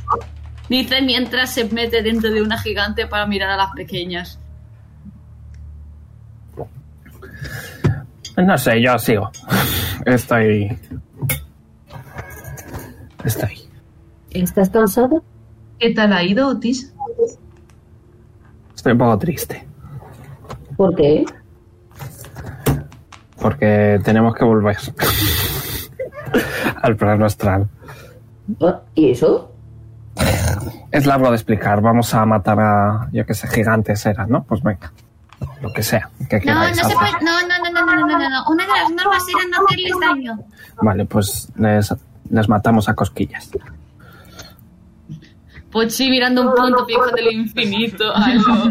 Dice mientras se mete dentro de una gigante para mirar a las pequeñas. No sé, yo sigo. Estoy. Estoy. ¿Estás cansada? ¿Qué tal ha ido, Tis? Estoy un poco triste. ¿Por qué? Porque tenemos que volver al plano astral. Ah, ¿Y eso? Es largo de explicar. Vamos a matar a. Yo que sé, gigantes eran, ¿no? Pues venga. Lo que sea. que No, no queráis se hacer. puede. No, no, no, no, no, no, no, no. Una de las normas era no hacerles daño. Vale, pues les, les matamos a cosquillas. Pochi mirando un punto fijo del infinito. Ay, no.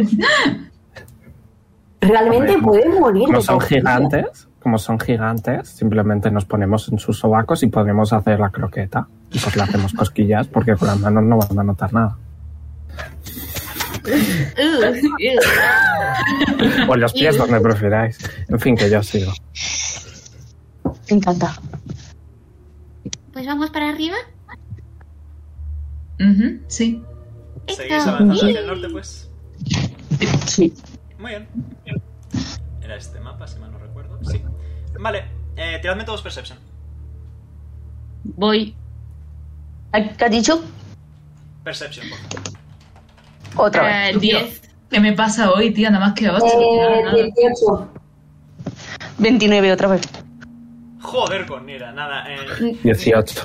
Realmente Hombre, pueden morir. Como de son cosquillas. gigantes, como son gigantes, simplemente nos ponemos en sus sobacos y podemos hacer la croqueta. Y pues le hacemos cosquillas porque con las manos no van a notar nada. O en los pies, donde prefiráis. En fin, que yo sigo. Me encanta. Pues vamos para arriba. Ujú, sí. Seguís Esto. avanzando hacia el norte, pues. Sí. Muy bien. Era este mapa, si mal no recuerdo. Sí. Vale, eh, tiradme todos Perception. Voy. eh, ¿Qué has dicho? Perception, por favor. Otra Eh, vez. 10. ¿Qué me pasa hoy, tía? Nada más que Eh, 8. Eh, 29 otra vez. Joder con Nira, nada. eh, 18.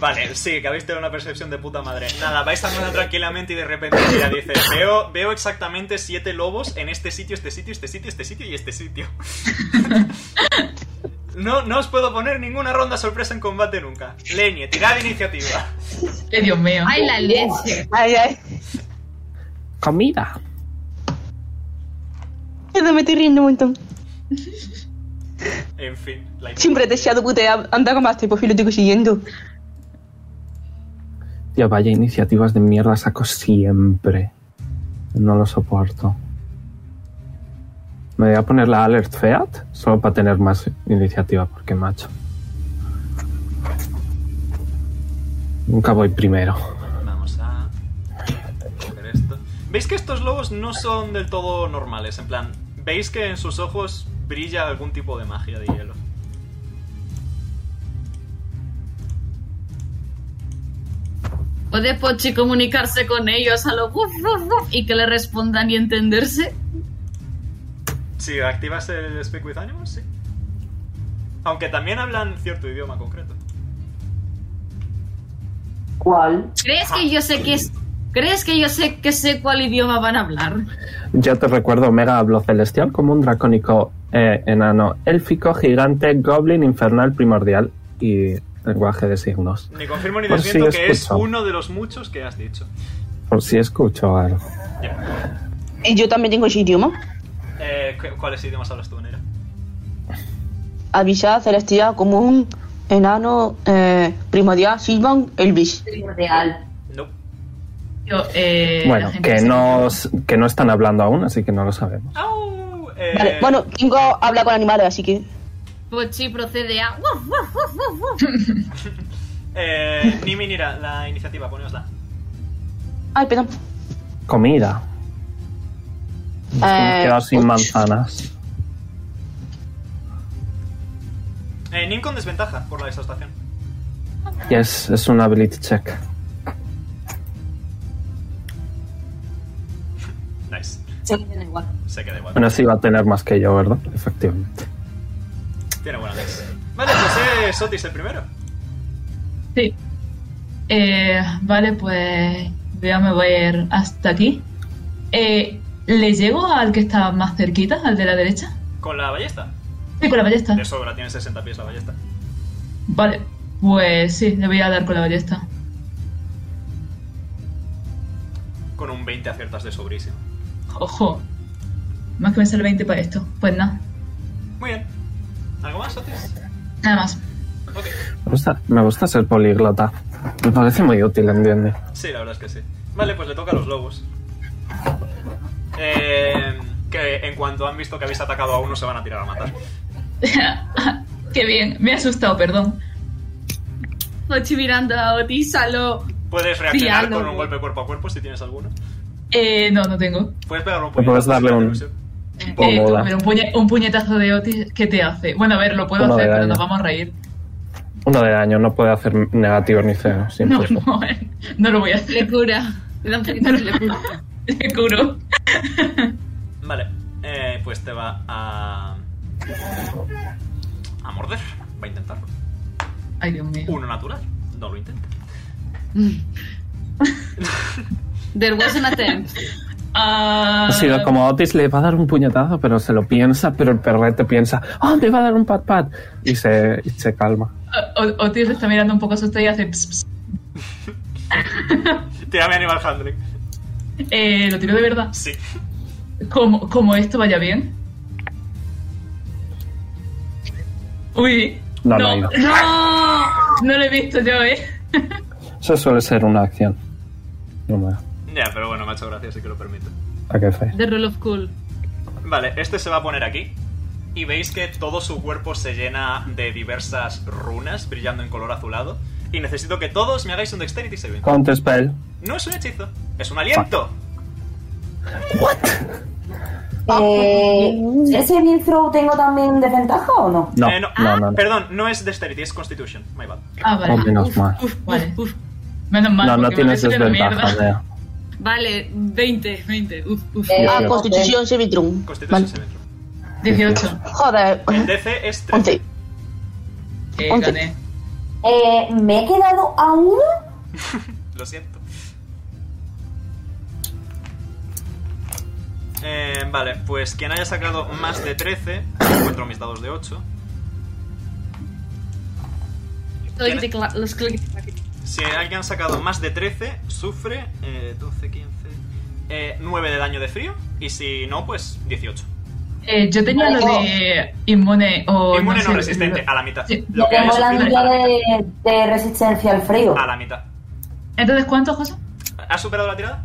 Vale, sí, que habéis tenido una percepción de puta madre. Nada, vais andando tranquilamente y de repente Nira dice: veo, veo exactamente siete lobos en este sitio, este sitio, este sitio, este sitio y este sitio. No, no os puedo poner ninguna ronda sorpresa en combate nunca. Leñe, tirad iniciativa. Eh, Dios mío. ¡Ay, la leche! Ay, ay. Comida. Yo me estoy riendo un montón. En fin, la Siempre te he deseado putear. Anda con más tiempo y lo estoy consiguiendo. Tío, vaya iniciativas de mierda saco siempre. No lo soporto. Me voy a poner la alert feat solo para tener más iniciativa, porque macho. Nunca voy primero. Vamos a coger esto. ¿Veis que estos lobos no son del todo normales? En plan, ¿veis que en sus ojos brilla algún tipo de magia de hielo? ¿Puede Pochi comunicarse con ellos a lo buf, buf, buf, y que le respondan y entenderse? Si activas el Speak with Animals, sí. Aunque también hablan cierto idioma concreto. ¿Cuál? ¿Crees que yo sé que es... ¿Crees que yo sé que sé cuál idioma van a hablar? Ya te recuerdo, Omega habló celestial como un dracónico eh, enano élfico, gigante, goblin, infernal, primordial y lenguaje de signos. Ni confirmo ni Pues sí, desmiento que es escucho. uno de los muchos que has dicho. Por si escucho algo. Ya. Y yo también tengo ese idioma. Eh, ¿cu- ¿Cuáles idiomas hablas tú, Nera? Avisar, celestial, común, enano, eh, primordial, Silvan, Elvis. Real. No. Yo, eh, bueno, la gente que se- no, s- que no están hablando aún, así que no lo sabemos. ¡Au! Eh, Vale, bueno, Kingo habla con animales, así que. Pochi procede a... "Wuf, wuf, wuf, wuf, wuf". eh, Nimi, Nira, la iniciativa, ponéosla. Ay, perdón. Comida. Nos hemos Eh, quedado sin uch. manzanas. Eh, Nim con desventaja por la exhaustación. Y es, es un ability check. Nice. Se queda igual. Bueno, sí va a tener más que yo, ¿verdad? Efectivamente. Tiene buena leche. Vale, pues es Otis el primero. Sí. Eh, vale, pues ya me voy a ir hasta aquí. Eh, ¿Le llego al que está más cerquita, al de la derecha? Con la ballesta. Sí, con la ballesta. De sobra, tiene 60 pies la ballesta. Vale, pues sí, le voy a dar con la ballesta. Con un 20 aciertas de sobrísimo. Ojo. Más que me sale 20 para esto. Pues nada, Muy bien. ¿Algo más, Otis? nada más. Ok. Me gusta, me gusta ser políglota. Me parece muy útil, ¿entiendes? Sí, la verdad es que sí. Vale, pues le toca a los lobos. Eh, que en cuanto han visto que habéis atacado a uno, se van a tirar a matar. Qué bien, me he asustado, perdón. Pochi mirando a Otis a lo... Puedes reaccionar Diablo, con un güey. golpe cuerpo a cuerpo si tienes alguno. Eh, no, no tengo. Puedes pegarle un Puedes puñetazo. si darle te hace un- ilusión. Eh, Como a ver, un, puñe- un puñetazo de Otis, ¿qué te hace? Bueno, a ver, lo puedo Uno de hacer, pero daño. nos vamos a reír. Uno de daño, no puede hacer negativo ni cero. Siempre No, es bueno. no, no lo voy a hacer. Le cura. Le da un poquito de cura. Te curo. Vale, eh, pues te va a. a morder. Va a intentarlo. Ay, Dios mío. Uno natural. No lo intenta. There was an attempt. Ah, Ha sido como Otis le va a dar un puñetazo, pero se lo piensa, pero el perrete piensa, ¡ah, me va a dar un pat pat! Y se, y se calma. O- Otis está mirando un poco asustado y hace. ps, ps. Tírame Animal Handling. Eh, lo tiro de verdad. Sí. Como, como esto vaya bien. Uy. No, no, no, no. lo he visto yo, ¿eh? Eso suele ser una acción. No me da. Ya, pero bueno, me ha hecho gracia, así que lo permito. ¿A qué fe? The rule of cool. Vale, este se va a poner aquí. Y veis que todo su cuerpo se llena de diversas runas brillando en color azulado. Y necesito que todos me hagáis un Dexterity Saving. Counter spell. No es un hechizo, es un aliento. Eh, ¿Ese Bill Throw tengo también desventaja o no? No, Eh, no, no, no. no. Perdón, no es Dexterity, es Constitution. My bad. Ah, vale. Oh, menos mal. Uf, vale, uf. Menos mal. No, no porque tienes me ha salido de desventaja, mierda. Lea. Vale, 20, 20. Uf, uf. Eh, Ah, Constitución Civitrum. Constitution Vale. se dentro. 18. Joder. El DC es 13. Once. Eh, Once. gané. eh, ¿Me he quedado a uno? Lo siento. Eh, vale, pues quien haya sacado más de 13, encuentro mis dados de 8. Los clic- Si alguien ha sacado más de 13, sufre eh, 12, 15, eh, 9 de daño de frío. Y si no, pues 18. Eh, yo tenía lo de inmune o. Oh. Inmune sé, no resistente, a la mitad. Sí. Lo que haya Tengo la sufrido es a mitad la mitad. de, de resistencia al frío. Ah. A la mitad. Entonces, ¿cuánto, José? ¿Has superado la tirada?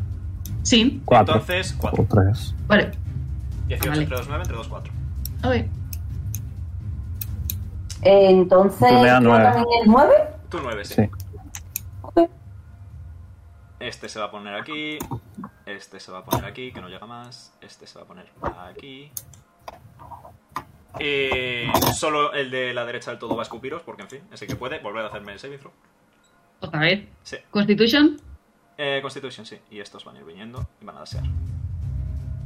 Sí. Cuatro. Entonces, O 4. tres. Vale. 18 Vale. entre 2, 9, entre 2, 4. A ver. Eh, entonces, Tú ¿tengo le das nueve. también el 9? Tú 9, sí. Sí. Este se va a poner aquí. Este se va a poner aquí, que no llega más. Este se va a poner aquí. Y solo el de la derecha del todo va a escupiros, porque en fin, ese que puede. Volver a hacerme el saving throw. Otra vez. Sí. Constitution. Eh, Constitution, sí. Y estos van a ir viniendo y van a desear.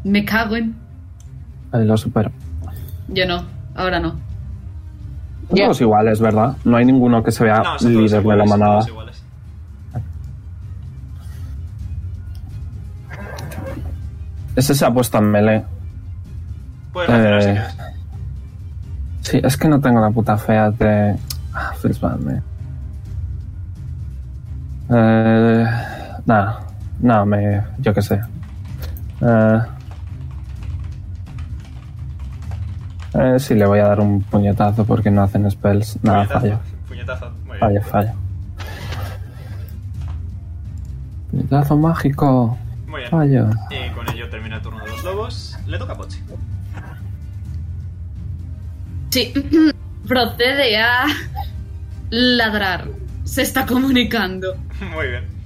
Me cago en. Ahí lo supero. Yo no. Ahora no. Ya. Todos iguales, ¿verdad? No hay ninguno que se vea son todos líder de la iguales, son manada. todos iguales. Ese se ha puesto en melee. Puedes reaccionar si Eh, quieres. Sí, es que no tengo la puta fea de. Ah, Fritz Van, me- Eh. Nada, nada, me. Yo qué sé. Eh, eh, sí, le voy a dar un puñetazo porque no hacen spells. Nada, Puñetazo, falla. Puñetazo. Muy bien. Falla, falla. Puñetazo mágico. Muy bien. Falla. Y con ello termina el turno de los lobos. Le toca a Pochi. Sí. Procede a ladrar. Se está comunicando. Muy bien.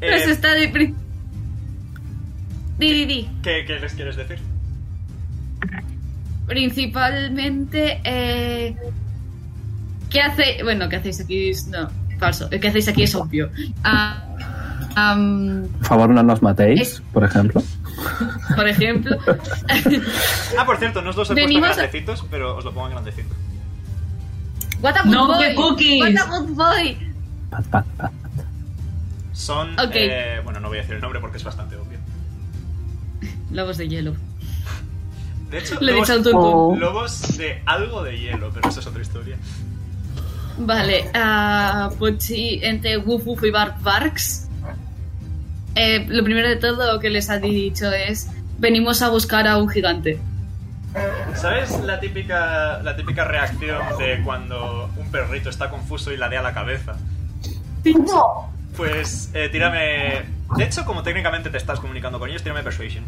Pero Eh, se está de pri- Di, di, di. ¿qué, ¿Qué les quieres decir? Principalmente, eh, ¿qué hace? Bueno, ¿qué hacéis aquí? No, falso. ¿Qué hacéis aquí es obvio. Ah, am, Por favor, no nos Es- matéis, por ejemplo. por ejemplo, Ah, por cierto, no os los he puesto Venimos a- grandecitos, pero os lo pongo en grandecito. What a good No, boy. que cookies. What a good boy. Pat, pat, pat. Son. Ok. eh, bueno, no voy a decir el nombre porque es bastante obvio. Lobos de hielo. De hecho, Le he lobos, dicho al tuntún. Oh, lobos de algo de hielo, pero eso es otra historia. Vale, ah, Pochi entre Woof Woof y Bark Barks. Eh, lo primero de todo que les ha dicho es: Venimos a buscar a un gigante. ¿Sabes la típica, la típica reacción de cuando un perrito está confuso y ladea la cabeza? No. Pues eh, tírame. De hecho, como técnicamente te estás comunicando con ellos, tírame Persuasion.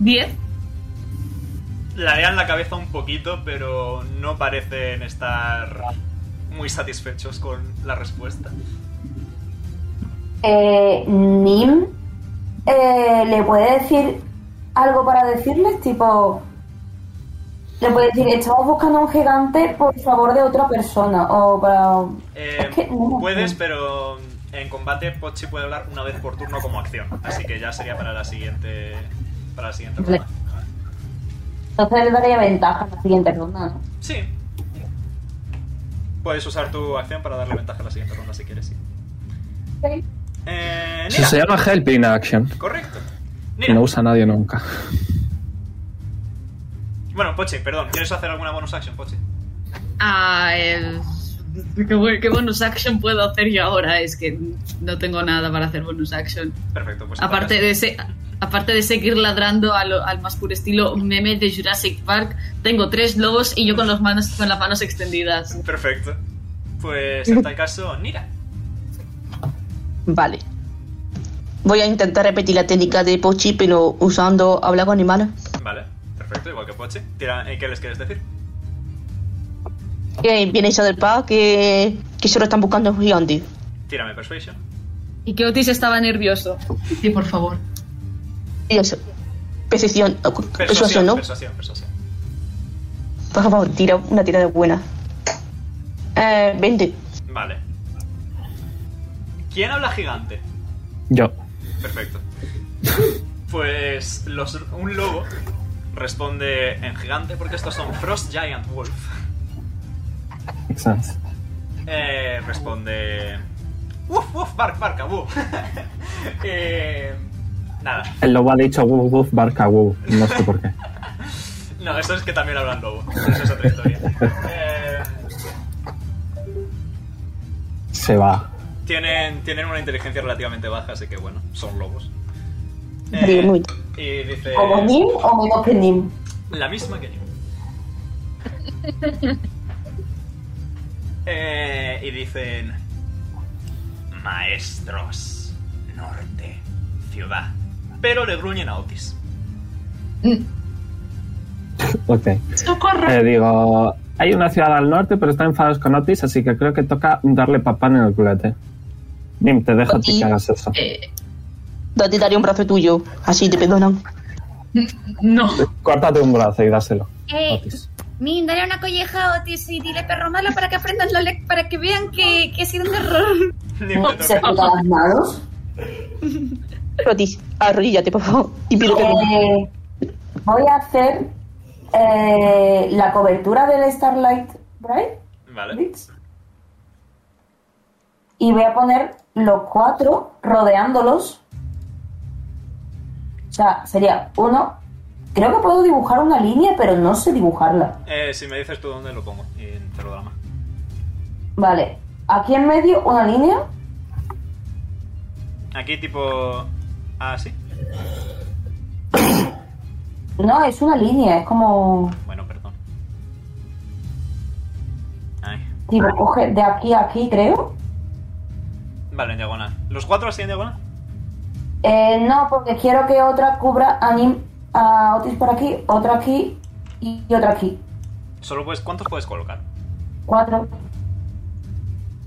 10. Ladean la cabeza un poquito, pero no parecen estar muy satisfechos con la respuesta. Eh, Nim, eh, ¿le puede decir algo para decirles? Tipo, le puede decir, estamos buscando un gigante por favor de otra persona. O para. Eh, Es que no. puedes, pero en combate Pochi puede hablar una vez por turno como acción. Así que ya sería para la siguiente. Para la siguiente ronda. Entonces le daría ventaja en la siguiente ronda. ¿no? Sí. Puedes usar tu acción para darle ventaja a la siguiente ronda si quieres, sí. Eh, Eso Nira, se llama Helping Action. correcto. Y Nira. no usa nadie nunca. Bueno, Pochi, perdón. ¿Quieres hacer alguna bonus action, Pochi? Ah, eh, qué, bu- qué bonus action puedo hacer yo ahora. Es que no tengo nada para hacer bonus action. Perfecto, pues. Aparte atacas. de, se- aparte de seguir ladrando al, al más puro estilo meme de Jurassic Park, tengo tres lobos y yo con, los manos, con las manos extendidas. Perfecto. Pues en tal caso, Nira. Vale. Voy a intentar repetir la técnica de Pochi, pero usando hablar con animales. Vale, perfecto, igual que Pochi. Tira, eh, ¿Qué les quieres decir? Eh, viene Isa del Paz, que, que solo están buscando un gigante. Tírame Persuasion. Y que Otis estaba nervioso. Sí, por favor. Y eso. Percepción. o- Persuasión, ¿no? persuasión, persuasión. Por favor, tira una tirada buena. Eh, 20. Vale. ¿Quién habla gigante? Yo. Perfecto. Pues los- un lobo responde en gigante porque estos son Frost Giant Wolf. Makes sense. Eh, responde... Woof, woof, bark, barca, woof. Eh, nada. El lobo ha dicho woof woof barca woof. No sé por qué. No, eso es que también hablan lobo. pero Eso es otra historia. Eh, Se va. tienen, tienen una inteligencia relativamente baja, así que bueno, son lobos. Eh, Sí, muy bien. Y dice... ¿Como Nim o menos que Nim? La misma que yo. Eh, y dicen... Maestros, norte, ciudad. Pero le gruñen a Otis. Ok. ¡Socorro! Eh, digo, hay una ciudad al norte, pero está enfadados con Otis, así que creo que toca darle papán en el culete. Nim, te dejo a ti Otis. que hagas eso. Eh, Date, daré un brazo tuyo. Así te perdonan. no. Córtate un brazo y dáselo. Eh, Otis. Min, dale una colleja a Otis y dile perro malo para que aprendan la lec- para que vean que, que ha sido un error. Ni me Se toca. juntan las manos. Rotis, arrodíllate, por favor. Y pide perdón. Eh, voy a hacer eh, la cobertura del Starlight Bright Vale. Blitz. y voy a poner los cuatro rodeándolos. O sea, sería uno. Creo que puedo dibujar una línea, pero no sé dibujarla. Eh, si me dices tú dónde lo pongo. Y te lo drama. Vale, aquí en medio una línea. Aquí tipo... Ah, sí. No, es una línea, es como. Bueno, perdón. Ay. Tipo, coge de aquí a aquí, creo. Vale, en diagonal. ¿Los cuatro así en diagonal? Eh, no, porque quiero que otra cubra a, Nim- a Otis por aquí, otra aquí y otra aquí. Solo puedes... ¿Cuántos puedes colocar? Cuatro.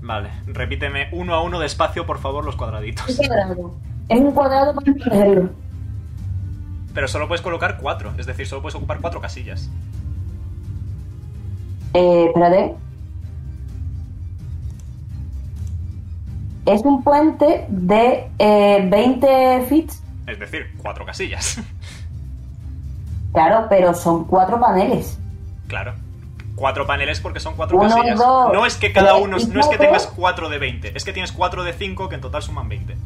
Vale. Repíteme uno a uno despacio, por favor, los cuadraditos. Es un cuadrado. Es un cuadrado para protegerlo. Pero solo puedes colocar cuatro, es decir, solo puedes ocupar cuatro casillas. Eh, espérate. Es un puente de eh, 20 feet. Es decir, cuatro casillas. Claro, pero son cuatro paneles. claro. Cuatro paneles porque son cuatro Uno, casillas. dos, no es que cada tres uno, y no es que cuatro. tengas cuatro de 20, es que tienes cuatro de 5 que en total suman 20.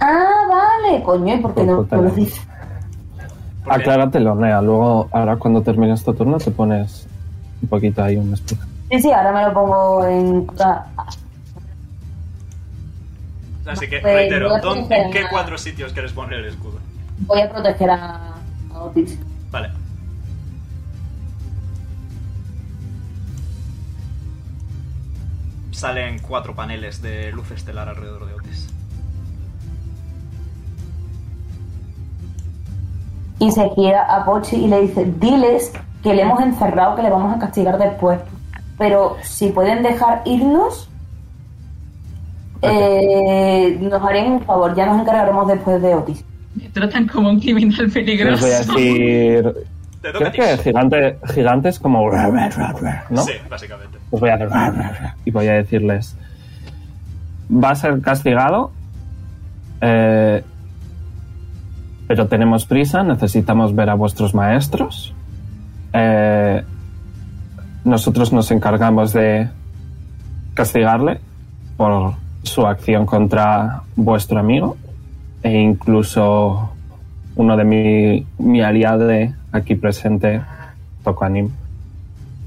Ah, vale. Coño, ¿y por qué no, Total. no lo dices? Ah, Porque- Acláratelo, Nea. Luego, ahora cuando termines tu turno, te pones un poquito ahí un espejo. Sí, sí, ahora me lo pongo en... ah, Así que Pues, reitero, no ¿dónde- tiene ¿en qué nada. cuatro sitios quieres poner el escudo? voy a proteger a, a Otis. Vale. Salen cuatro paneles de luz estelar alrededor de Otis. y se gira a Pochi y le dice, diles que le hemos encerrado, que le vamos a castigar después. Pero si pueden dejar irnos, eh, nos harían un favor, ya nos encargaremos después de Otis. Me tratan como un criminal peligroso. Les voy a decir. Te toca Creo a ti. que gigante, gigante es como. ¿No? Sí, básicamente. Pues voy a hacer y voy a decirles va a ser castigado eh, pero tenemos prisa necesitamos ver a vuestros maestros Eh, nosotros nos encargamos de castigarle por su acción contra vuestro amigo e incluso uno de mi, mi aliado aquí presente tocó a Nim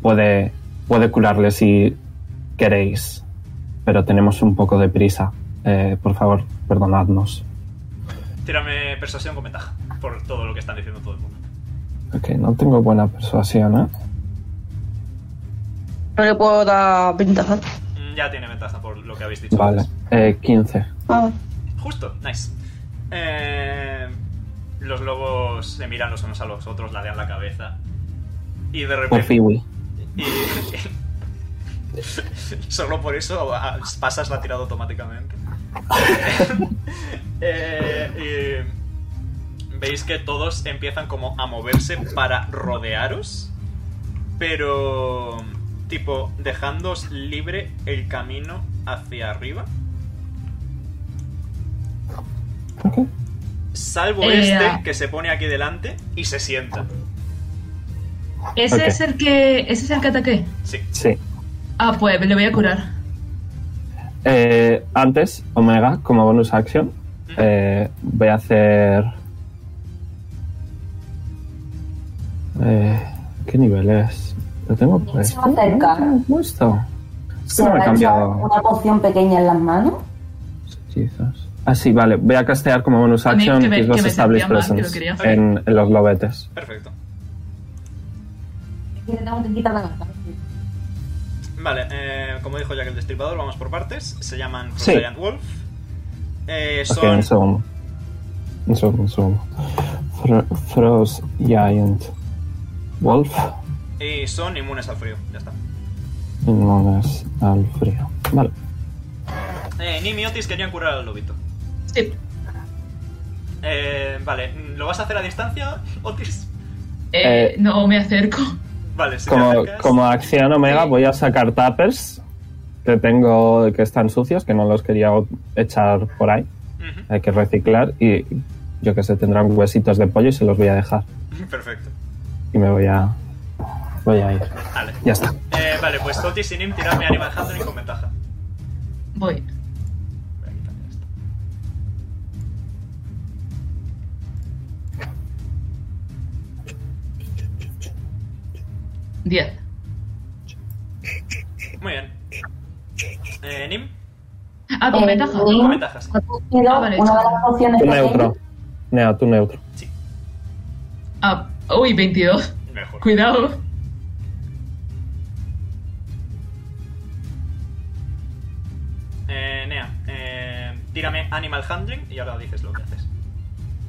puede, puede curarle si queréis, pero tenemos un poco de prisa. Eh, por favor, perdonadnos. Tírame persuasión con ventaja por todo lo que están diciendo todo el mundo. Ok, no tengo buena persuasión, ¿eh? No le puedo dar ventaja. Mm, Ya tiene ventaja por lo que habéis dicho. Vale, antes. eh, 15. Ah, Justo, nice. Eh, los lobos se miran los unos a los otros, ladean la cabeza. Y de Por repente. Fiwi. Y, Solo por eso ah, pasas la tirada automáticamente. Eh, y veis que todos empiezan como a moverse para rodearos, pero tipo dejándoos libre el camino hacia arriba. Salvo Eh, ah. este que se pone aquí delante y se sienta. Ese Ok. es el que. Ese es el que ataqué. Sí. Sí. Ah, pues le voy a curar. Eh, antes, Omega, como bonus action, eh, voy a hacer... Eh, ¿Qué nivel es? ¿Lo tengo puesto? va a acercar. ¿Lo tengo puesto? Es que ¿Se no me he va a echar cambiado una poción pequeña en las manos? hechizos. Ah, sí, vale. Voy a castear como bonus A mí action que me- y los que me Establish sentía mal, que lo Presence quería hacer. en, en los lobetes. Perfecto. Y le tengo que quitar la gata. Vale, eh, como dijo Jack el Destripador, vamos por partes. Se llaman Frost Sí. Giant Wolf. Eh, Ok, un son segundo. Un segundo, un segundo. Fro- Frost Giant Wolf Y Eh, son inmunes al frío, ya está. inmunes al frío. Vale. Eh, Nim y Otis querían curar al lobito. Sí. Eh, vale, ¿lo vas a hacer a distancia, Otis? Eh, Eh. no me acerco. Vale, si te Como, acercas- como acción Omega voy a sacar tappers que tengo que están sucios, que no los quería o- echar por ahí. Ujú, Hay que reciclar y yo que sé, tendrán huesitos de pollo y se los voy a dejar. Perfecto. Y me voy a... Voy a ir. Vale. Ya está. Eh, vale, pues Otis y Nim tiradme Animal Handling con ventaja. Voy. Voy a quitarle esto. Diez. Muy bien. Eh, Nim, Ah, con Eh, ventaja. con Nim. ventajas. Ha cogido Ah, vale, una de chaval. las pociones Tú pequeñas. neutro. Neo, tú neutro. Ah, uy, 22. Mejor. Cuidado. Eh, Nea, eh, tírame Animal Handling y ahora dices lo que haces.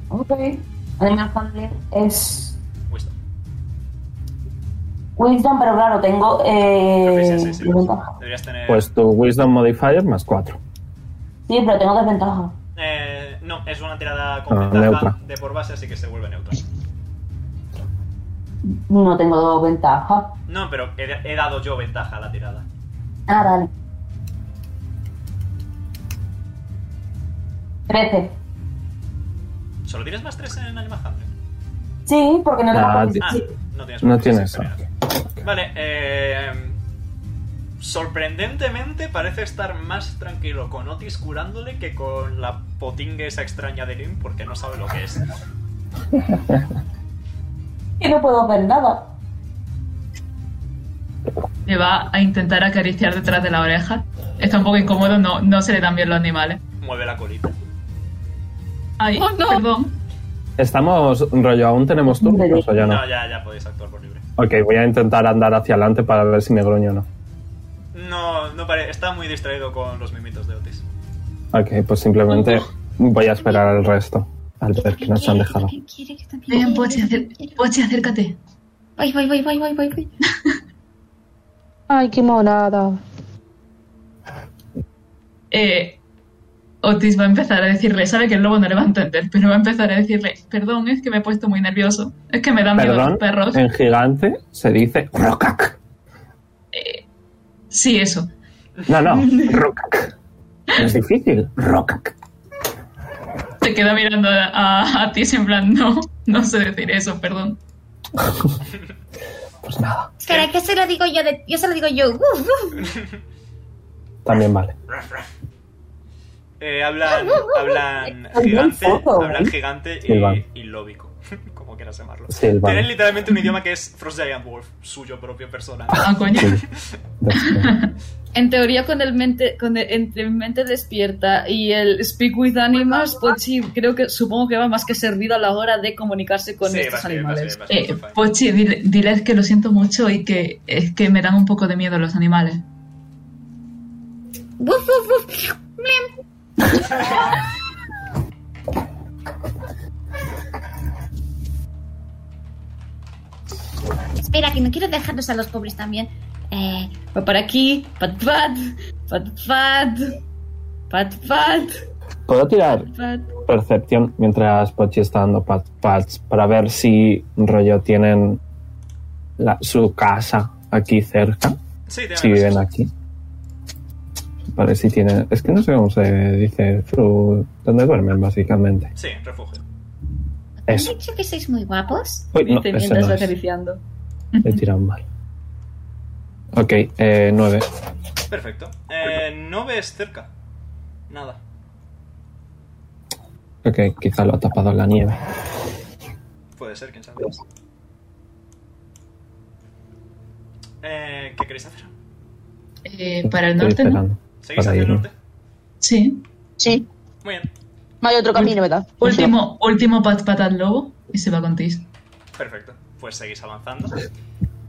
Ok. Animal Handling es Wisdom. Wisdom, pero claro, tengo... Eh, Proficiency, sí. desventaja. Deberías tener. Pues tu Wisdom Modifier más 4. Sí, pero tengo desventaja. Eh, no, es una tirada con Ah, ventaja neutra. de por base, así que se vuelve neutra. No tengo ventaja. No, pero he, he dado yo ventaja a la tirada. Ah, vale. 13. ¿Solo tienes más 3 en Animal Handling? Sí, porque no tengo Ah, profici- Ah, Sí. no tienes No más tres, tienes sí, eso. espera. Vale, eh, sorprendentemente parece estar más tranquilo con Otis curándole que con la potingue esa extraña de Lim porque no sabe lo que es. Y no puedo ver nada. Le va a intentar acariciar detrás de la oreja. Está un poco incómodo, no, no se le dan bien los animales. Mueve la colita. Ay, Oh, no. perdón. Estamos, rollo, aún tenemos turnos o ya no. No, ya, ya podéis actuar por libre. Ok, voy a intentar andar hacia adelante para ver si me gruño o no. No, no pare- está muy distraído con los mimitos de Otis. Ok, pues simplemente voy a esperar al resto. Al Yo ver que nos han quiero, dejado. yo quiero, yo también Ven, quiero, Pochi, yo pues, acer- también quiero. Pochi, acércate. Voy, voy, voy, voy, voy, voy, voy. Ay, qué monada. Eh, Otis va a empezar a decirle, sabe que el lobo no le va a entender, pero va a empezar a decirle, perdón, es que me he puesto muy nervioso. Es que me dan miedo los Perdón, Eh. perros. en gigante se dice rocac. Sí, eso. No, no, rocac. Es difícil, rocac. Se queda mirando a, a, a Otis en plan, no, no sé decir eso, perdón. Pues nada, Espera, que se lo digo yo, de- yo se lo digo yo. Uf, uf. también vale. Eh, hablan, hablan Hay gigante, buen foco, hablan ¿eh? gigante Silvan. y, y lóbico, como quieras llamarlo. Sí, Tienen el vale. literalmente un idioma que es Frost Giant Wolf, suyo propio personal. Ah, coño. En teoría, con el mente, con el- entre mente despierta y el speak with animals, Pochi creo que supongo que va más que servido a la hora de comunicarse con sí, estos va a ser, va a animales. ser, va a ser, Eh, va a ser. Pochi, dile- diles que lo siento mucho y que es que me dan un poco de miedo los animales. Uf, uf, uf. Mem. Espera, que no quiero dejarlos a los pobres también. Eh, Va para aquí, pat pat, pat pat, pat pat, ¿Puedo tirar pat. Percepción mientras Pochi está dando pat pats para ver si rollo tienen la- su casa aquí cerca? Sí, tiene Si casas. viven aquí. Vale, si tienen. Es que no sé cómo se dice. su- ¿Dónde duermen, básicamente? Sí, refugio. ¿han Eso. dicho que sois muy guapos? Uy, no, Dice ese mientras no va es. acariciando. Le he tirado mal. Ok, eh, 9. Perfecto. Eh, no ves cerca. Nada. Ok, quizá lo ha tapado la nieve. Puede ser, quién sabe. Eh, ¿Qué queréis hacer? Eh, para el Estoy norte, ¿no? esperando ¿Seguís para hacia el irme. norte? Sí. Sí, Muy bien. no hay otro camino, ¿verdad? Último, último pat pat al lobo y se va con Tis. Perfecto. Pues seguís avanzando.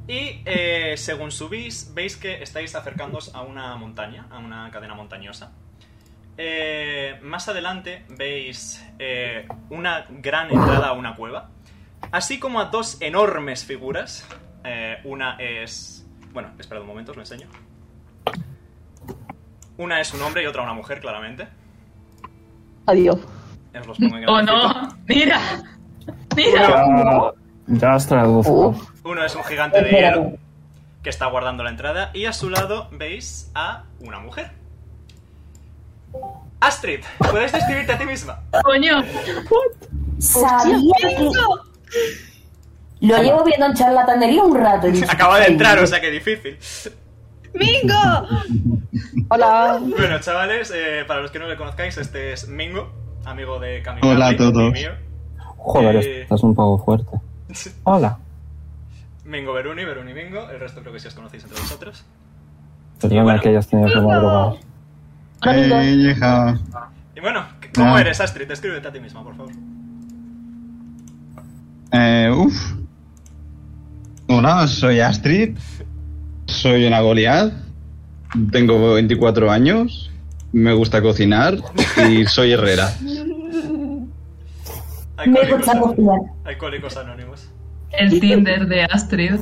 Y eh, según subís, veis que estáis acercándoos a una montaña, a una cadena montañosa. Eh, más adelante veis eh, una gran entrada a una cueva, así como a dos enormes figuras. Eh, una es... Bueno, esperad un momento, os lo enseño. Una es un hombre y otra una mujer, claramente. Adiós. Os los pongo en ¡Oh grandecito. no! ¡Mira! ¡Mira! Ya, ya os traduzco. Uf. Uno es un gigante de Espera. hielo que está guardando la entrada y a su lado veis a una mujer. Astrid, puedes describirte a ti misma. ¡Coño! Sabía que... Lo llevo viendo en charlatanería un rato. y digo, Acaba de "Ay, entrar, o Dios". sea que difícil. ¡Mingo! Hola. Bueno, chavales, eh, para los que no le conozcáis, este es Mingo, amigo de Kami Hola a Kami, todos. y mío. Joder, Eh. estás un poco fuerte. Hola. Mingo Beruni, Beruni Mingo, el resto creo que sí os conocéis entre vosotros. Perdona bueno. Pues que hayas tenido que madrugar. Hey, hija. Y bueno, ¿cómo Ah. eres, Astrid? Descríbete a ti misma, por favor. Eh, uf. Hola, soy Astrid. Soy una Goliath. Tengo 24 años. Me gusta cocinar. Y soy herrera. Me Alcohólicos, gusta Anónimos. cocinar. Alcohólicos Anónimos. El Tinder de Astrid.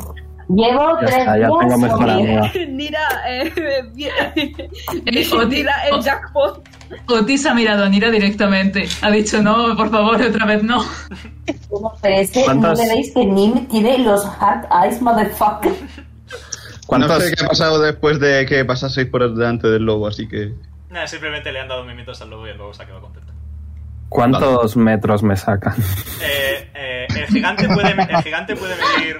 Llevo Ya tres está, ya días tengo mejor sobria. amiga. Nira, eh, bien. Eh, Oti- Nira, el jackpot. Otis ha mirado a Nira directamente. Ha dicho no, por favor, otra vez no. Pero es que ¿Cuántos? ¿eh? no le veis que Nim tiene los hard eyes, motherfucker. No ¿Cuántos, sé qué ha pasado después de que pasaseis por delante del lobo, así que. Nada, simplemente le han dado mimitos al lobo y el lobo se ha quedado contento. cuántos metros me sacan? Eh, eh, el, gigante puede, el gigante puede medir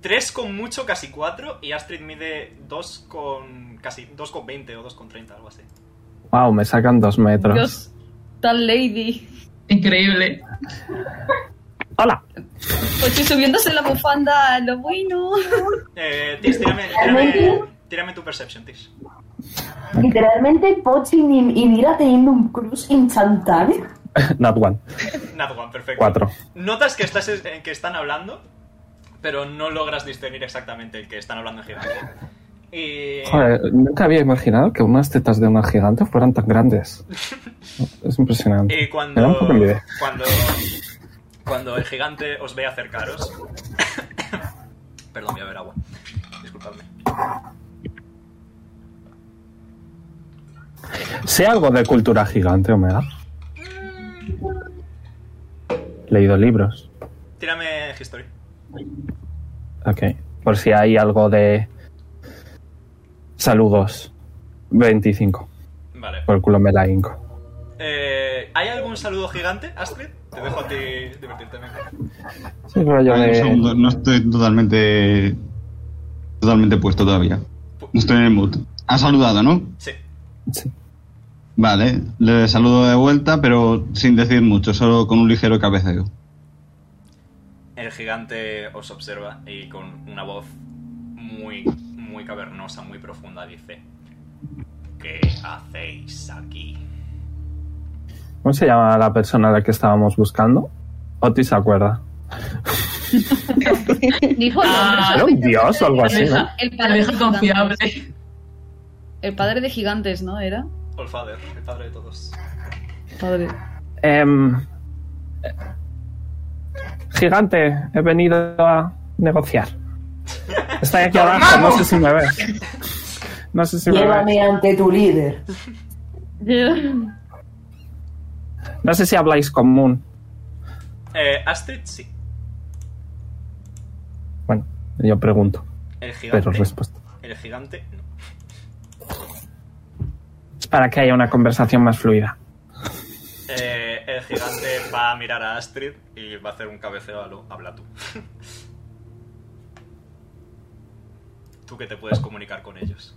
3 con mucho, casi 4, y Astrid mide 2 con casi 2 con 20 o 2 con 30, algo así. Wow, me sacan dos metros. Dios, tal lady. Increíble. Hola. Pochi subiéndose la bufanda, lo bueno. Eh, Tis, tírame, tírame, tírame tu perception, Tis. Literalmente, Pochi y Nim y Mira teniendo un cruz instantáneo. Not one. Nat one, perfecto. Cuatro. Notas que, estás, en que están hablando, pero no logras discernir exactamente el que están hablando en gigante. Y... Joder, nunca había imaginado que unas tetas de una gigante fueran tan grandes. Es impresionante. Y Me da un cuando, poco envidia. cuando, cuando el gigante os ve acercaros. Perdón, voy a beber agua. Disculpadme. Sé algo de cultura gigante, Omega. Mm. Leído libros. Tírame History. Ok. Por si hay algo de. Saludos. 25. Vale. Por el culo me la hinco. Eh, ¿Hay algún saludo gigante, Astrid? Te dejo a ti divertirte. venga. Sí, rollo Ay, un segundo, de. no estoy totalmente. Totalmente puesto todavía. No estoy en el mood. Ha saludado, ¿no? Sí. Sí. Vale, le saludo de vuelta, pero sin decir mucho, solo con un ligero cabeceo. El gigante os observa y con una voz muy, muy cavernosa, muy profunda, dice: ¿Qué hacéis aquí? ¿Cómo se llama la persona a la que estábamos buscando? Otis se acuerda. Dijo el hombre, Ah, Era un dios o algo La así, ¿no? vieja, El la padre, de vieja confiable. gigantes, el padre de gigantes, ¿no? Era. All Father, el padre de todos. Padre. Em, eh, gigante, he venido a negociar. Estoy aquí abajo, no sé si me ves. No sé si me ves. Llévame ante tu líder. No sé si habláis común. Eh, Astrid, sí. Bueno, yo pregunto. El gigante. Pero respuesta. El gigante, no. Es para que haya una conversación más fluida. Eh, el gigante va a mirar a Astrid y va a hacer un cabeceo a lo. Habla tú. tú que te puedes comunicar con ellos.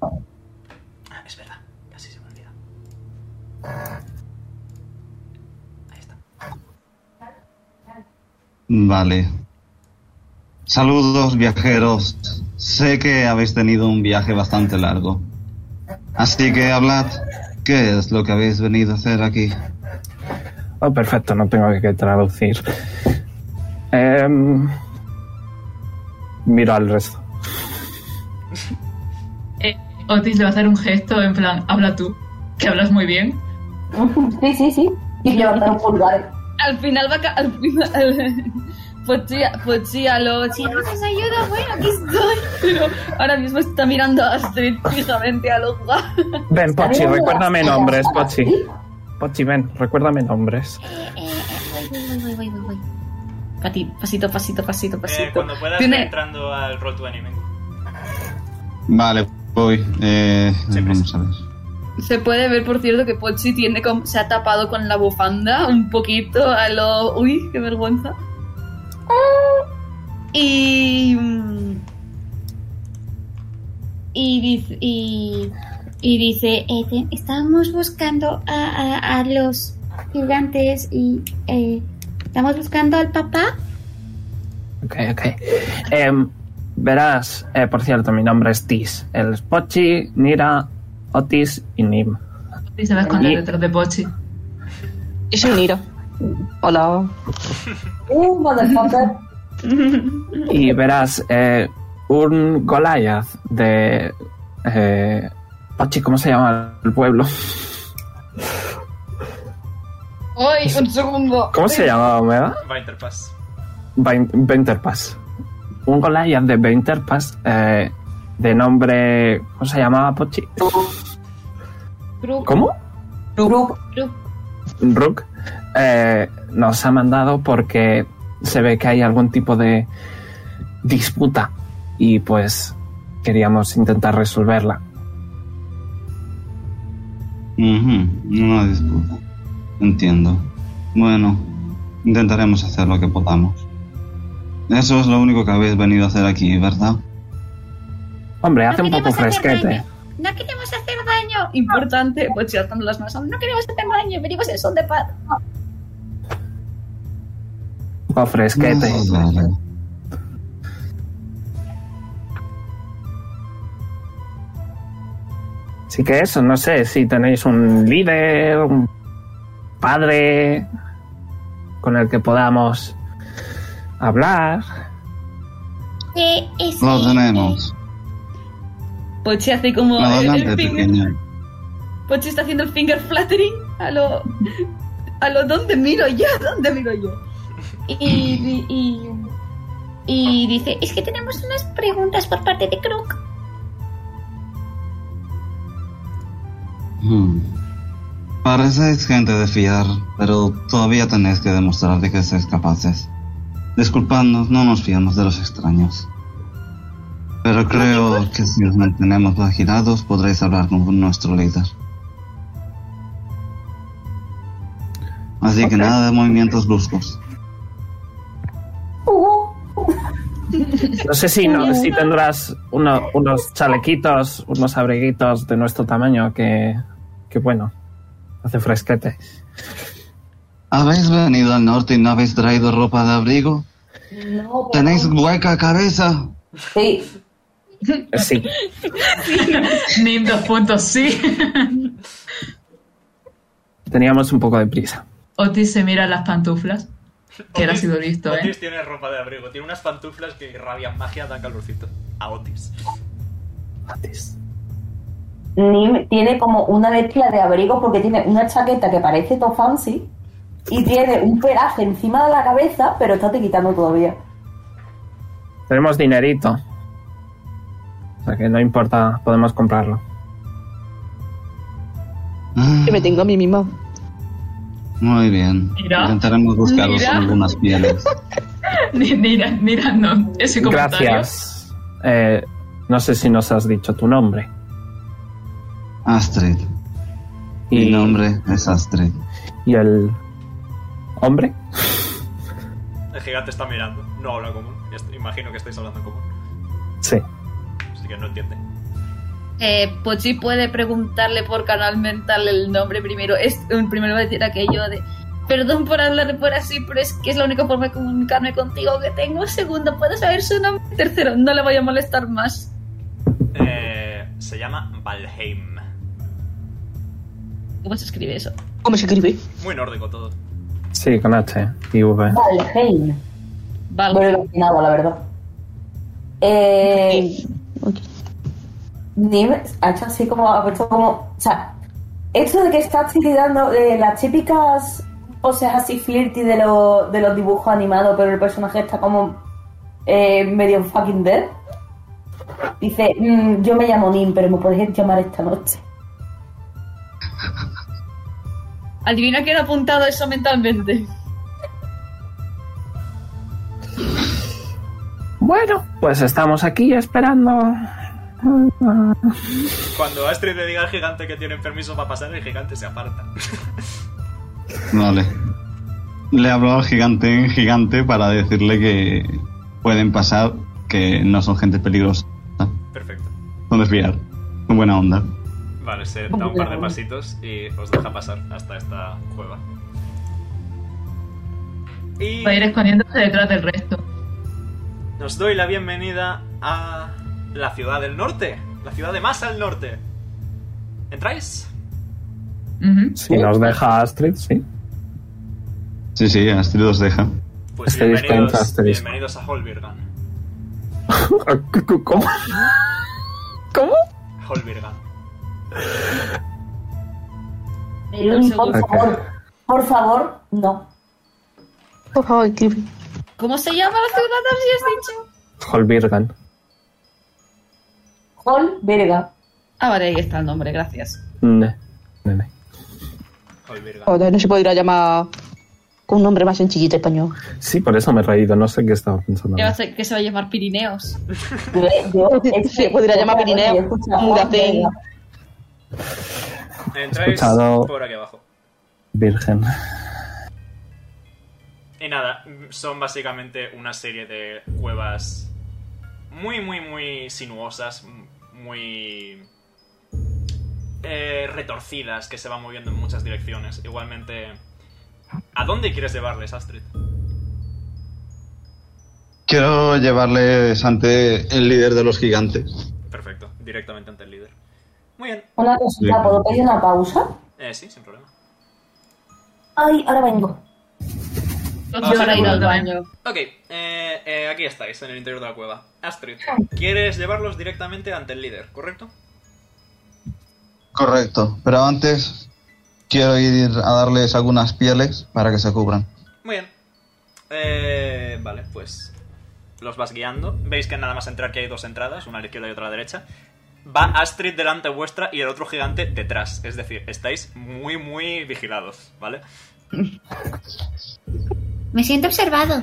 Ah, es verdad, casi se me olvida. Vale. Saludos viajeros. Sé que habéis tenido un viaje bastante largo. Así que hablad, ¿qué es lo que habéis venido a hacer aquí? Oh, perfecto, no tengo que traducir. Em, miro al resto. Eh, Otis le va a hacer un gesto en plan, habla tú, que hablas muy bien. Sí, sí, sí. Y levantar un pulgar. Al final va a... ca- Al final... Pochía, pochíalo, si no nos ayuda, bueno, aquí estoy. Pero ahora mismo está mirando a Astrid fijamente a los Ven, Pochi, recuérdame nombres, Pochi. Pochi, ven, recuérdame nombres. Pati- Pasito, pasito, pasito, Eh, pasito. cuando puedas, Tiene- ve entrando al Roll to Anime. Vale, voy. Eh, vamos a ver. Se puede ver, por cierto, que Pochi tiene como- se ha tapado con la bufanda un poquito a lo... Uy, qué vergüenza. Y. mm, Y dice. Y, y dice: eh, te- Estamos buscando a, a- a los gigantes y. eh, estamos buscando al papá. Ok, ok. Em, verás, eh, por cierto, mi nombre es Tis. El es Pochi, Nira, Otis y Nim. Otis se va a esconder Y- detrás de Pochi. Yo soy Niro. Hola. Uh, motherfucker. Y verás, eh, un Goliath de... eh, Pochi, ¿cómo se llama el pueblo? ¡Ay, un segundo! ¿Cómo se llama, Omega? Va Interpass. Vein- Veinterpass. Un Goliath de Veinterpass eh, de nombre... ¿Cómo se llamaba, Pochi? ¿Cómo? Brook, Rook eh, nos ha mandado porque se ve que hay algún tipo de disputa y pues queríamos intentar resolverla. Ujú, Una disculpa. Entiendo. Bueno, intentaremos hacer lo que podamos. Eso es lo único que habéis venido a hacer aquí, ¿verdad? Hombre, hace un poco queremos hacer fresquete. daño. No queremos hacer daño. Importante, Pochi alzando las manos. No este queremos hacer daño, venimos en son de paz. Un poco fresquete. Vale. Así que eso, no sé si tenéis un líder, un padre con el que podamos hablar. Que es- Lo eh, tenemos. Pochi hace como el, el Adelante, finger- pequeño. Pochi está haciendo el finger flattering a lo. a lo ¿dónde miro yo? ¿Dónde miro yo? Y, y- y- y dice: Es que tenemos unas preguntas por parte de Crook. Hmm. Parecéis gente de fiar, pero todavía tenéis que demostrar de que sois capaces. Disculpadnos, no nos fiamos de los extraños. Pero creo que si os mantenemos vaginados podréis hablar con nuestro líder. Así que nada de movimientos bruscos. No sé si, no, si tendrás uno- unos chalequitos, unos abriguitos de nuestro tamaño que, que bueno, hace fresquete. ¿Habéis venido al norte y no habéis traído ropa de abrigo? No, pero- ¿Tenéis hueca cabeza? Sí, Sí, Nim dos puntos, sí. teníamos un poco de prisa. Otis se mira las pantuflas. Que él ha Otis- sido listo, ¿eh? Otis tiene ropa de abrigo, tiene unas pantuflas que irradian magia, dan calorcito. A Otis. Antes. Nim tiene como una mezcla de abrigo porque tiene una chaqueta que parece todo fancy y tiene un pelaje encima de la cabeza, pero está te quitando todavía. Tenemos dinerito. O sea que no importa, podemos comprarlo. Que me tengo a mí misma. Ah. Muy bien. Mira. Intentaremos buscaros Mira. en algunas pieles. Mira, mira, no. Ese comentario. Gracias. Eh, no sé si nos has dicho tu nombre. Astrid. Mi nombre es Astrid. ¿Y el hombre? El gigante está mirando, no habla común. Est- Imagino que estáis hablando en común, Sí. así que no entiende. Eh, Pochi puede preguntarle por canal mental el nombre primero. Es, eh, primero va a decir aquello de. Perdón por hablar por así, pero es que es la única forma de comunicarme contigo que tengo. Segundo, puedo saber su nombre. Tercero, no le voy a molestar más. Eh, se llama Valheim. ¿Cómo se escribe eso? ¿Cómo se escribe? Muy nórdico todo. Sí, con H y V. Vale, Heim. Vale. Bueno, imaginaba, la verdad. Eh, Nimes ha hecho así como, ha puesto como, o sea, esto de que estás tirando eh, las típicas poses así flirty de, los de los dibujos animados, pero el personaje está como eh, medio fucking dead. Dice, "Mm, yo me llamo Nim, pero me podéis llamar esta noche. Adivina quién ha apuntado eso mentalmente. Bueno, pues estamos aquí esperando. Cuando Astrid le diga al gigante que tienen permiso para pasar, el gigante se aparta. Vale. Le hablo al gigante en gigante para decirle que pueden pasar, que no son gente peligrosa. Perfecto. No desviar. Son buena onda. Vale, se da un par de pasitos y os deja pasar hasta esta cueva. Y Va a ir escondiéndose detrás del resto. os doy la bienvenida a la ciudad del norte, la ciudad de más al norte. ¿Entráis? Ujú. Si nos deja Astrid, sí. Sí, sí, Astrid os deja. Pues Asterisco, entra, bienvenidos, asterisco. bienvenidos a Holbirgan. ¿Cómo? ¿Cómo? Holbirgan. Pero, Nim, por Ok. favor, por favor, no. Por favor, escribe. ¿Cómo se llama la ciudad? ¿Así has dicho? Holbirgan. Hol, verga. Ah, vale, ahí está el nombre, gracias. Ne. Nene. Holbirgan. Joder, no se podría llamar con un nombre más en chiquito español. Sí, por eso me he reído. No sé qué estaba pensando. Que va a ser- que se va a llamar Pirineos. Yo, yo, este Se podría llamar Pirineo, yo he escuchado Hol, Muracén. verga. Entráis Escuchado. por aquí abajo. Virgen. Y nada, son básicamente una serie de cuevas muy, muy, muy sinuosas, m- muy eh, retorcidas que se van moviendo en muchas direcciones. Igualmente, ¿a dónde quieres llevarles, Astrid? Quiero llevarles ante el líder de los gigantes. Perfecto, directamente ante el líder. Muy bien. Una cosita, ¿puedo pedir una pausa? Eh, sí, sin problema. Ay, ahora vengo. Ah, Yo para sí, ir al bueno. baño. Ok, eh, eh, aquí estáis, en el interior de la cueva. Astrid, quieres llevarlos directamente ante el líder, ¿correcto? Correcto, pero antes quiero ir a darles algunas pieles para que se cubran. Muy bien. Eh, vale, pues los vas guiando. Veis que nada más entrar que hay dos entradas, una a la izquierda y otra a la derecha. Va Astrid delante vuestra y el otro gigante detrás. Es decir, estáis muy, muy vigilados, ¿vale? Me siento observado.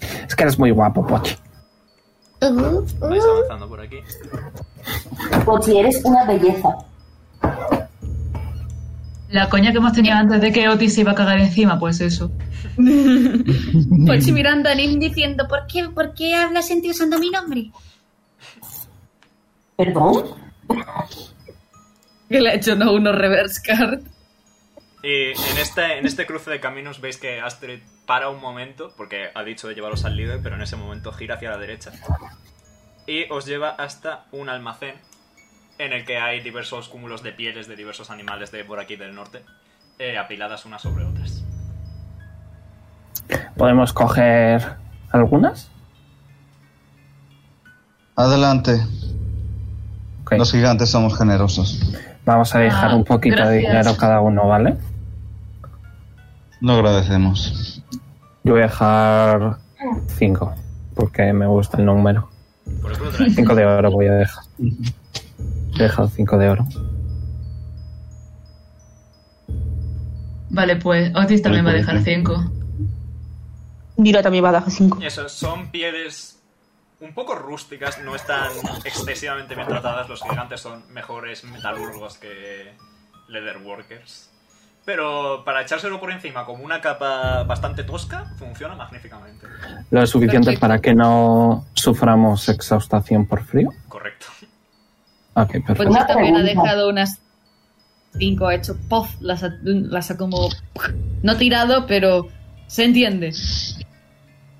Es que eres muy guapo, Pochi. Uh, Vais uh. avanzando por aquí. Pochi, eres una belleza. La coña que hemos tenido antes de que Otis se iba a cagar encima, pues eso. Pochi mirando a Nim Diciendo, ¿por qué, ¿por qué hablas en ti usando mi nombre? ¿Perdón? que le ha hecho no uno reverse card. Y en este, en este cruce de caminos veis que Astrid para un momento, porque ha dicho de llevaros al líder, pero en ese momento gira hacia la derecha. Y os lleva hasta un almacén en el que hay diversos cúmulos de pieles de diversos animales de por aquí del norte, eh, apiladas unas sobre otras. ¿Podemos coger algunas? Adelante, Ok. los gigantes somos generosos. Vamos a dejar Ah, un poquito de gracias. dinero cada uno, ¿vale? Lo agradecemos. Yo voy a dejar 5, porque me gusta el número. Por eso lo traes. 5 de oro voy a dejar. He dejado 5 de oro. Vale, pues Otis también va a dejar 5. Dira también va a dejar 5. Eso, son pieles un poco rústicas, no están excesivamente bien tratadas. Los gigantes son mejores metalurgos que leatherworkers. Pero para echárselo por encima como una capa bastante tosca, funciona magníficamente. Lo es suficiente para que no suframos exhaustación por frío. Correcto. Ok, Pues- perfecto. Pochi Pues también ha dejado unas cinco, ha hecho puff, las ha, las ha como. No tirado, pero se entiende.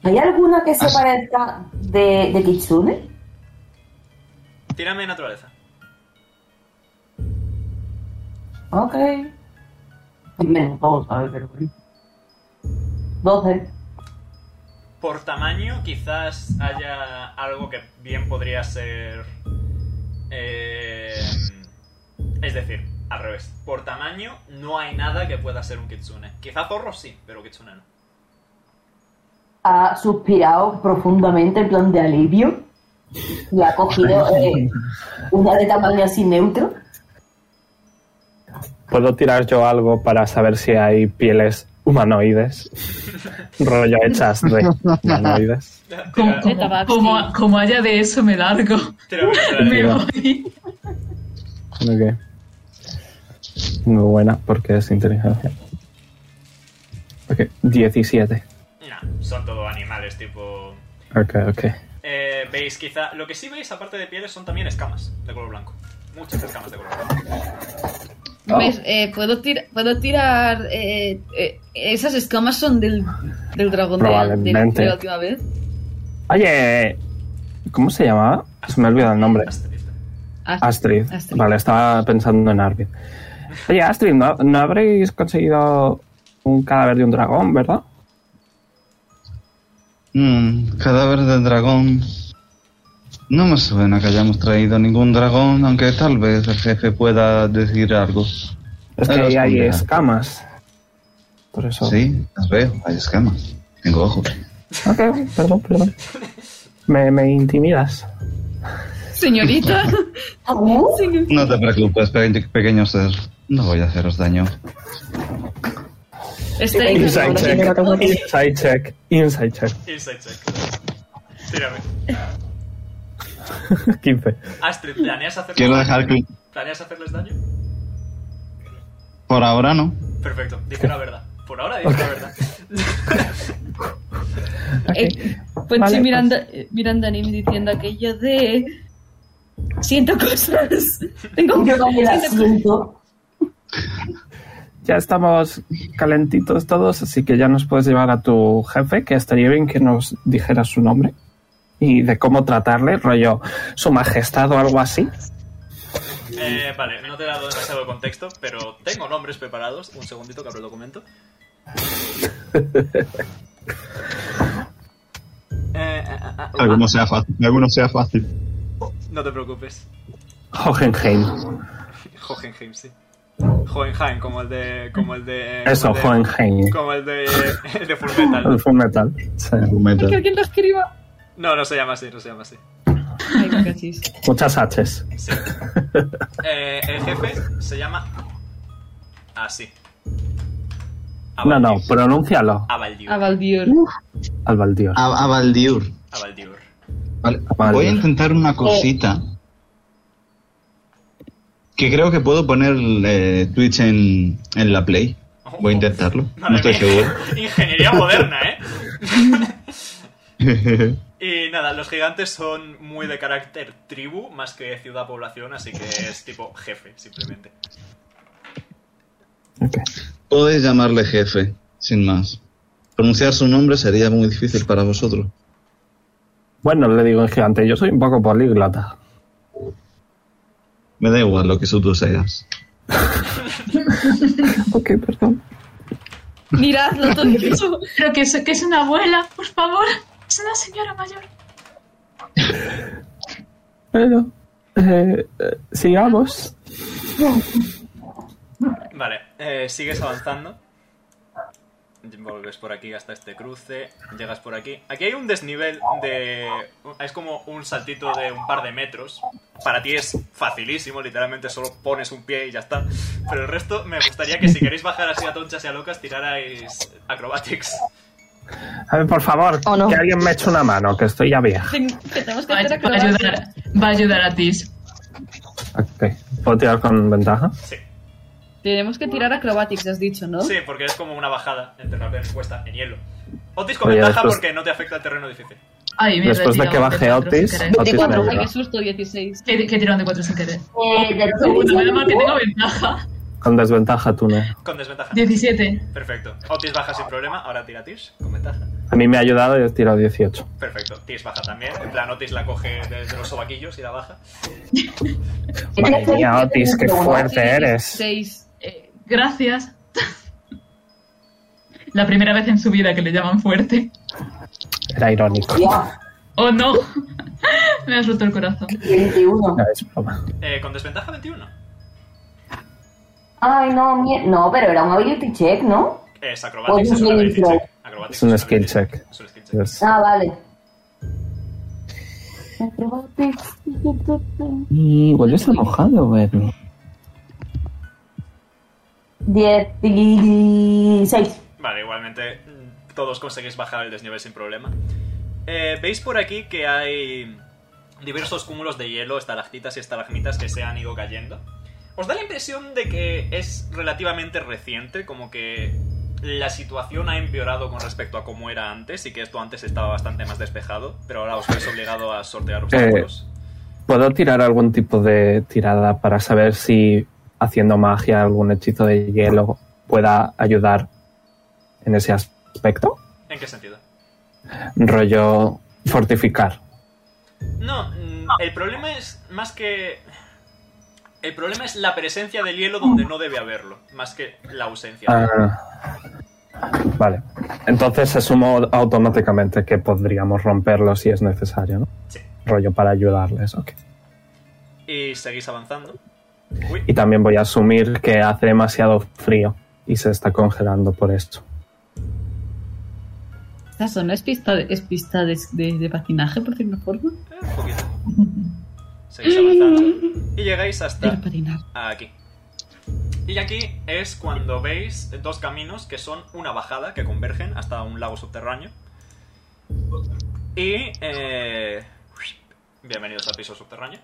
¿Hay alguna que se parezca de, de Kitsune? Tírame naturaleza. Ok. Menos dos, ¿sabes? Pero bueno. 12. Por tamaño, quizás haya algo que bien podría ser. eh, es decir, al revés. Por tamaño, no hay nada que pueda ser un kitsune. Quizá zorro sí, pero kitsune no. Ha suspirado profundamente en plan de alivio y ha cogido eh, una de tamaño así neutro. ¿Puedo tirar yo algo para saber si hay pieles humanoides? Rollo hechas de humanoides. Como, De tabaco, como- como haya de eso, me largo. Tírame Me naturaleza. voy. Ok. Muy buena, porque es inteligencia. Ok, 17. No, son todo animales, tipo. Ok, ok. Eh, veis, quizá. Lo que sí veis, aparte de pieles, son también escamas de color blanco. Muchas escamas de color blanco. ¿Ves? Eh, ¿puedo, tir- puedo tirar. eh, eh, esas escamas son del, del dragón de- de, Probablemente. de la última vez. Oye, ¿cómo se llamaba? Se me ha olvidado el nombre. Astrid. Astrid. Astrid. Vale, estaba pensando en Arvid. Oye, Astrid, ¿no, no habréis conseguido un cadáver de un dragón, verdad? Mm, cadáver de dragón. No me suena que hayamos traído ningún dragón, aunque tal vez el jefe pueda decir algo. Es Ah, que ahí los hay condenados. escamas. Por eso. Sí, las veo, hay escamas. Tengo ojos. Ok, perdón, perdón. Me, me intimidas. Señorita. No te preocupes, pe- pequeño ser. No voy a haceros daño. Está ahí. Inside check. Inside check. Inside check. Inside check. Tírame. 15. Astrid, ¿planeas hacerles Quiero daño? dejar que ¿Planeas hacerles daño? por ahora no. Perfecto, dice la verdad. Por ahora dice la verdad. Eh, Pochi Vale, pues. mirando, eh, mirando a Nim diciendo aquello de. Siento cosas. Tengo Yo también la siento- siento. Ya estamos calentitos todos, así que ya nos puedes llevar a tu jefe, que estaría bien que nos dijera su nombre y de cómo tratarle, rollo su majestad o algo así. Eh, vale, no te he dado demasiado contexto, pero tengo nombres preparados. Un segundito que abro el documento. Eh, ah, ah, ah, Alguno sea fácil. Alguno sea fácil. no te preocupes. Hohenheim. Hohenheim, sí. Hohenheim, como el de. Como el de Eso, como el de- Hohenheim. Como el de. El de Full Metal. El full metal. Sí. Que alguien lo escriba. No, no se llama así, no se llama así. Ay, cachis. Muchas H's. Sí. Eh, el jefe se llama. Así. Ah, No, no, pronúncialo, Avaldiur. A Valdior. Albaldios. A, a Baldur. Avaldiur. Vale, Vale. Voy a intentar una cosita. Que creo que puedo poner eh, Twitch en, en la Play. Voy a intentarlo. No Madre estoy mía. seguro. Ingeniería moderna, ¿eh? Yo Y nada, los gigantes son muy de carácter tribu más que ciudad-población, así que es tipo jefe, simplemente. Ok. Podéis llamarle jefe, sin más. Pronunciar su nombre sería muy difícil para vosotros. Bueno, le digo en gigante, yo soy un poco políglota. Me da igual lo que tú seas. Ok, perdón. Miradlo todo eso. Pero que es, que es una abuela, por favor. Es una señora mayor. Bueno, eh, eh, sigamos. Vale, eh, sigues avanzando. Volves por aquí hasta este cruce, llegas por aquí. Aquí hay un desnivel de... Es como un saltito de un par de metros. Para ti es facilísimo, literalmente solo pones un pie y ya está. Pero el resto me gustaría que si queréis bajar así a tonchas y a locas, tirarais acrobatics. A ver, por favor, que alguien me eche una mano, que estoy ya vieja. Tenemos que Va hacer a ayudar, acrobacias. va a, ayudar a Tis. Ok. ¿Puedo tirar con ventaja? Tenemos que tirar acrobatics, has dicho, ¿no? Sí, porque es como una bajada entre una pierna puesta en hielo. Otis con Oye, ventaja después- porque no te afecta el terreno difícil. Ay, mierda, Después de tirado que baje cuatro sin Otis, querer. Otis me Ay, ayuda. qué susto, 16. Que, que tiraron de cuatro sin querer. Eh, de Bueno, menos todo- mal que tengo ventaja. Con desventaja tú, ¿no? Con desventaja. 17. Perfecto. Otis baja sin problema, ahora tira Tis con ventaja. A mí me ha ayudado y he tirado 18. Perfecto. Tis baja también. En plan, Otis la coge de, de los sobaquillos y la baja. Madre mía, Otis, qué fuerte eres. 16. Eh, gracias. La primera vez en su vida que le llaman fuerte. Era irónico. Ya, ¡Oh, no! Me has roto el corazón. 21. No, es broma. Eh, con desventaja 21. Ay, no, mier- No, pero era un ability check, ¿no? Es acrobatics, Otis es un ability Wilson. check. Acrobatics Es un una skill ability check. Es un skill check. Es- Ah, vale. Y vuelves a mojado, Bernie. 16. Vale, igualmente mm, todos conseguís bajar el desnivel sin problema. Eh, Veis por aquí que hay diversos cúmulos de hielo, estalactitas y estalagmitas que se han ido cayendo. Os da la impresión de que es relativamente reciente, como que la situación ha empeorado con respecto a cómo era antes y que esto antes estaba bastante más despejado, pero ahora os veis obligado a sortear obstáculos. ¿Puedo tirar algún tipo de tirada para saber si haciendo magia, algún hechizo de hielo, pueda ayudar en ese aspecto? ¿En qué sentido? Rollo fortificar. No, mm, el problema es más que... El problema es la presencia del hielo donde no debe haberlo, más que la ausencia. Ah, vale. Entonces se sumo automáticamente que podríamos romperlo si es necesario, ¿no? Sí. Rollo para ayudarles, ok. Y seguís avanzando. Uy, Y también voy a asumir que hace demasiado frío y se está congelando por esto. Esta zona es pista, de, es pista de, de- de patinaje, por decirlo de una forma. eh, un poquito. Seguís avanzando. Y llegáis hasta Pero patinar. aquí. Y aquí es cuando veis dos caminos que son una bajada que convergen hasta un lago subterráneo. Y. eh, bienvenidos al piso subterráneo.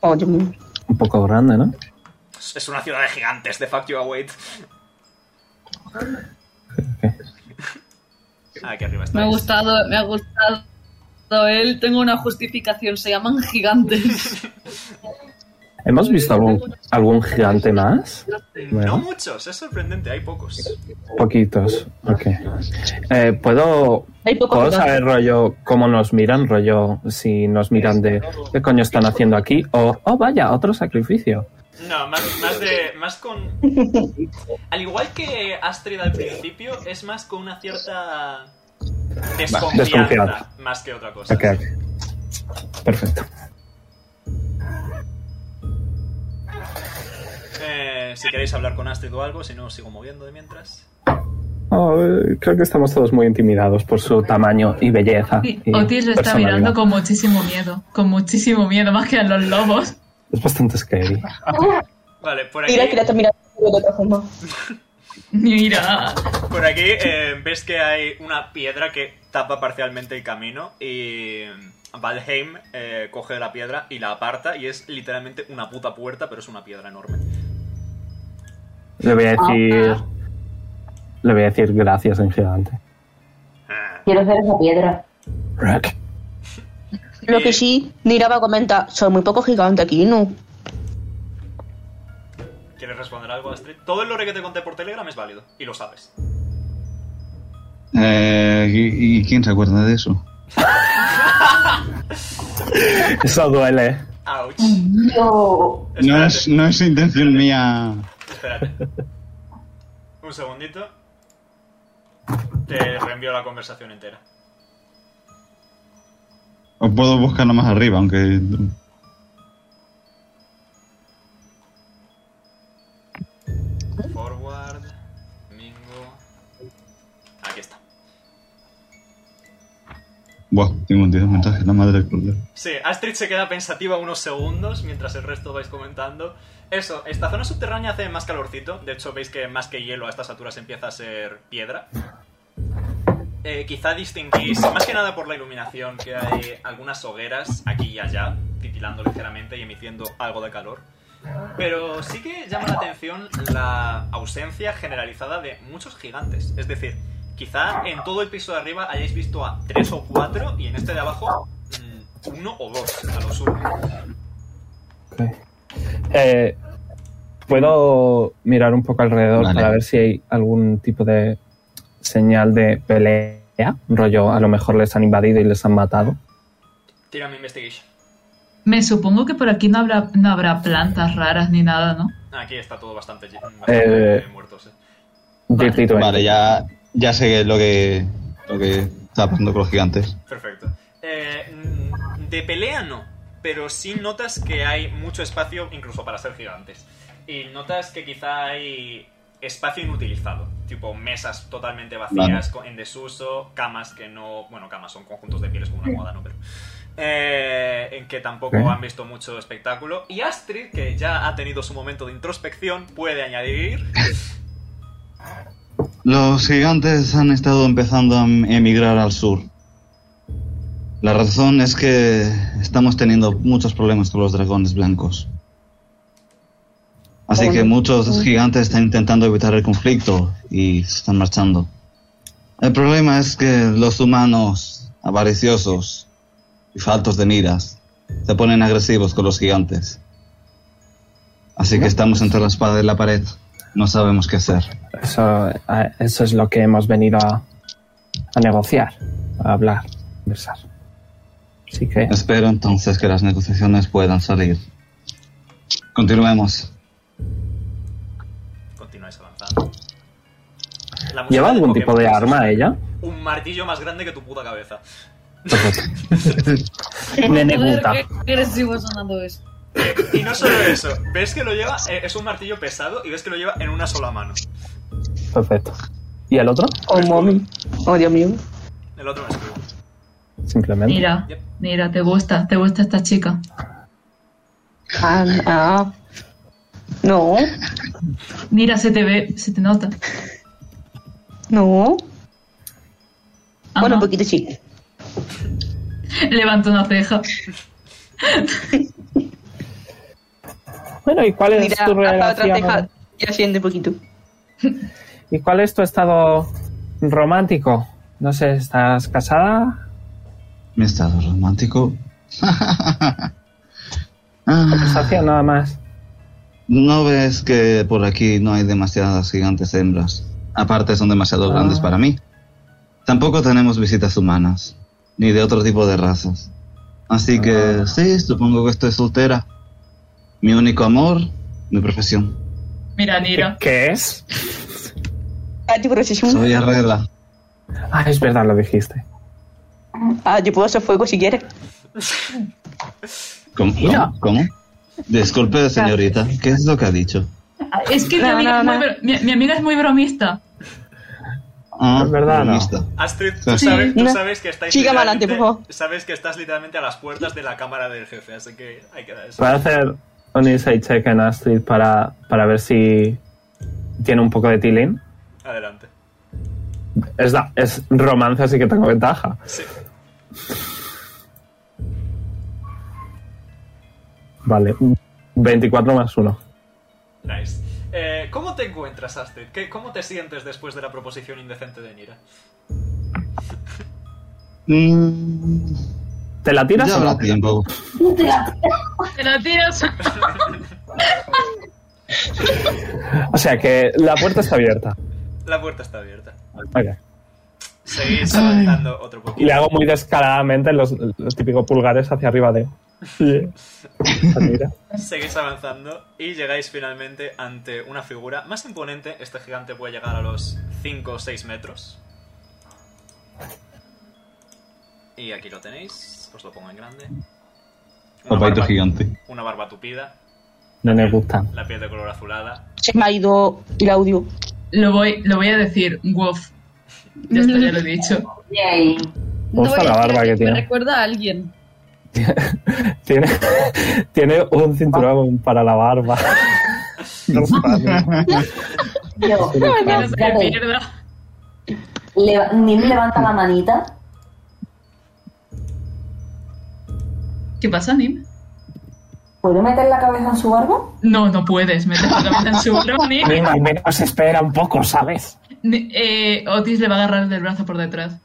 Oh, Dios mío. Un poco grande, ¿no? Pues Es una ciudad de gigantes, de Fuck You Await. Ah, Aquí arriba está. Me ha gustado, me ha gustado él. Tengo una justificación, se llaman gigantes. ¿Hemos visto algún, algún gigante más? No Bueno. muchos, es sorprendente, hay pocos. Poquitos. Ok. Eh, ¿Puedo, Hay poco ¿Puedo lugar. saber, rollo, cómo nos miran? Rollo, si nos miran de qué coño están haciendo aquí o, oh, vaya, otro sacrificio. No, más, más de. más con. Al igual que Astrid al principio, es más con una cierta desconfianza, desconfianza. más que otra cosa. Ok. Perfecto. Eh, si queréis hablar con Astrid o algo, si no os sigo moviendo de mientras. Oh, eh, creo que estamos todos muy intimidados por su tamaño y belleza. Sí, y Otis lo está personalidad. mirando con muchísimo miedo. Con muchísimo miedo, más que a los lobos. Es bastante scary. Vale, por aquí, Mira que la está mirando de otra forma. Mira. por aquí eh, ves que hay una piedra que tapa parcialmente el camino y. Valheim eh, coge la piedra y la aparta y es literalmente una puta puerta, pero es una piedra enorme. Le voy a decir. Le voy a decir gracias en gigante. Ah. Quiero hacer esa piedra. Rack. Lo que sí, Nira va a comentar, son muy poco gigantes aquí, ¿no? ¿Quieres responder algo, Astrid? Todo el lore que te conté por Telegram es válido, y lo sabes. Eh, ¿y, y quién se acuerda de eso? Eso duele. Ouch. Yo. No Espérate, es, no es intención mía. espérate. Un segundito. Te reenvío la conversación entera. O puedo buscarlo más arriba, aunque. Forward, Mingo. 52 mensajes, la madre del cordero. Sí, Astrid se queda pensativa unos segundos mientras el resto vais comentando. Eso, esta zona subterránea hace más calorcito. De hecho, veis que más que hielo a estas alturas empieza a ser piedra. Eh, quizá distinguís, más que nada por la iluminación, que hay algunas hogueras aquí y allá, titilando ligeramente y emitiendo algo de calor. Pero sí que llama la atención la ausencia generalizada de muchos gigantes. Es decir, quizá en todo el piso de arriba hayáis visto a tres o cuatro y en este de abajo mm, uno o dos a lo sumo. Eh, ¿Puedo mirar un poco alrededor Vale. para ver si hay algún tipo de señal de pelea? Rollo, a lo mejor les han invadido y les han matado. Tira mi investigation. Me supongo que por aquí no habrá, no habrá plantas raras ni nada, ¿no? Aquí está todo bastante, lle- bastante Eh, muertos. eh. Dirty Twenty. Vale, ya, ya sé lo que, lo que está pasando con los gigantes. Perfecto. Eh, mm, de pelea no, pero sí notas que hay mucho espacio incluso para ser gigantes. Y notas que quizá hay espacio inutilizado, tipo mesas totalmente vacías, Vale. co- en desuso, camas que no... Bueno, camas son conjuntos de pieles como una moda, ¿no? Pero... eh, en que tampoco Ok. han visto mucho espectáculo. Y Astrid, que ya ha tenido su momento de introspección, puede añadir... Los gigantes han estado empezando a emigrar al sur. La razón es que estamos teniendo muchos problemas con los dragones blancos. Así que muchos gigantes están intentando evitar el conflicto y se están marchando. El problema es que los humanos avariciosos y faltos de miras se ponen agresivos con los gigantes. Así que estamos entre la espada y la pared. No sabemos qué hacer. Eso, eh, eso es lo que hemos venido a, a negociar, a hablar, a conversar. Así que Espero entonces que las negociaciones puedan salir. Continuemos. Continuáis avanzando. La música ¿lleva del algún tipo de Pokémon es arma eh. ella? Un martillo más grande que tu puta cabeza. Nene Joder, puta. qué agresivo sonando eso. Y no solo eso, ves que lo lleva, eh, es un martillo pesado y ves que lo lleva en una sola mano. Perfecto. ¿Y el otro? Oh, Pues mami. Oh, Dios mío. El otro no escudo. Simplemente. Mira, mira, te gusta, te gusta esta chica. Ah, ah. No, Mira, se te ve, se te nota. no. Ajá. Bueno, pues- un poquito sí. Levanto una ceja. Bueno, ¿y cuál es Mira, tu hasta otra ceja relación? y asciende un poquito. ¿Y cuál es tu estado romántico? No sé, ¿estás casada? Mi estado romántico. Conversación nada más. ¿No ves que por aquí no hay demasiadas gigantes hembras? Aparte son demasiado grandes para mí. Tampoco tenemos visitas humanas, ni de otro tipo de razas. Así que sí, supongo que estoy soltera. Mi único amor, mi profesión. Mira, Nira. ¿Qué es? Ah, tipo procesión. Soy arregla. Ah, es verdad, lo dijiste. Ah, yo puedo hacer fuego si quieres. ¿Cómo? Mira. ¿Cómo? Disculpe, señorita, ¿qué es lo que ha dicho? Ah, Es que mi, No, amiga no, es muy no. bro- mi- mi amiga es muy bromista. Ah, Es verdad, no. lista. Astrid, tú Sí, sabes, tú no. sabes que estáis Siga para literalmente- adelante, por favor. Sabes que estás literalmente a las puertas de la cámara del jefe, así que hay que dar eso. Voy a hacer un insight check en Astrid para, para ver si tiene un poco de tilín. Adelante. Es, da- es romance, así que tengo ventaja. Sí. Vale. 24 más 1. Nice. Eh, ¿Cómo te encuentras, Astrid? ¿Qué, ¿Cómo te sientes después de la proposición indecente de Nira? Mm, ¿Te la tiras ya o no? habrá tiempo. Te la tiras. O sea que la puerta está abierta. La puerta está abierta. Ok. Seguís avanzando otro Y le poquito. hago muy descaradamente los, los típicos pulgares hacia arriba de. Mira. Seguís avanzando y llegáis finalmente ante una figura más imponente. Este gigante puede llegar a los 5 o 6 metros. Y aquí lo tenéis, os lo pongo en grande. Una Papaito barba- gigante. Una barba tupida, No me gusta. la piel de color azulada. Se me ha ido el audio. Lo voy, lo voy a decir, Wolf. Ya está, ya lo he dicho. No Gusta voy a la decir barba a que quién, tiene. Me recuerda a alguien. Tiene, tiene un cinturón para la barba. No vale. Yo, no se ya te- pierda. leva- Nim levanta la manita. ¿Qué pasa, Nim? ¿Puedo meter la cabeza en su barba? No, no puedes meter la cabeza en su hombro, Nim. Nim, al menos espera un poco, ¿sabes? Ni- eh, Otis le va a agarrar del brazo por detrás.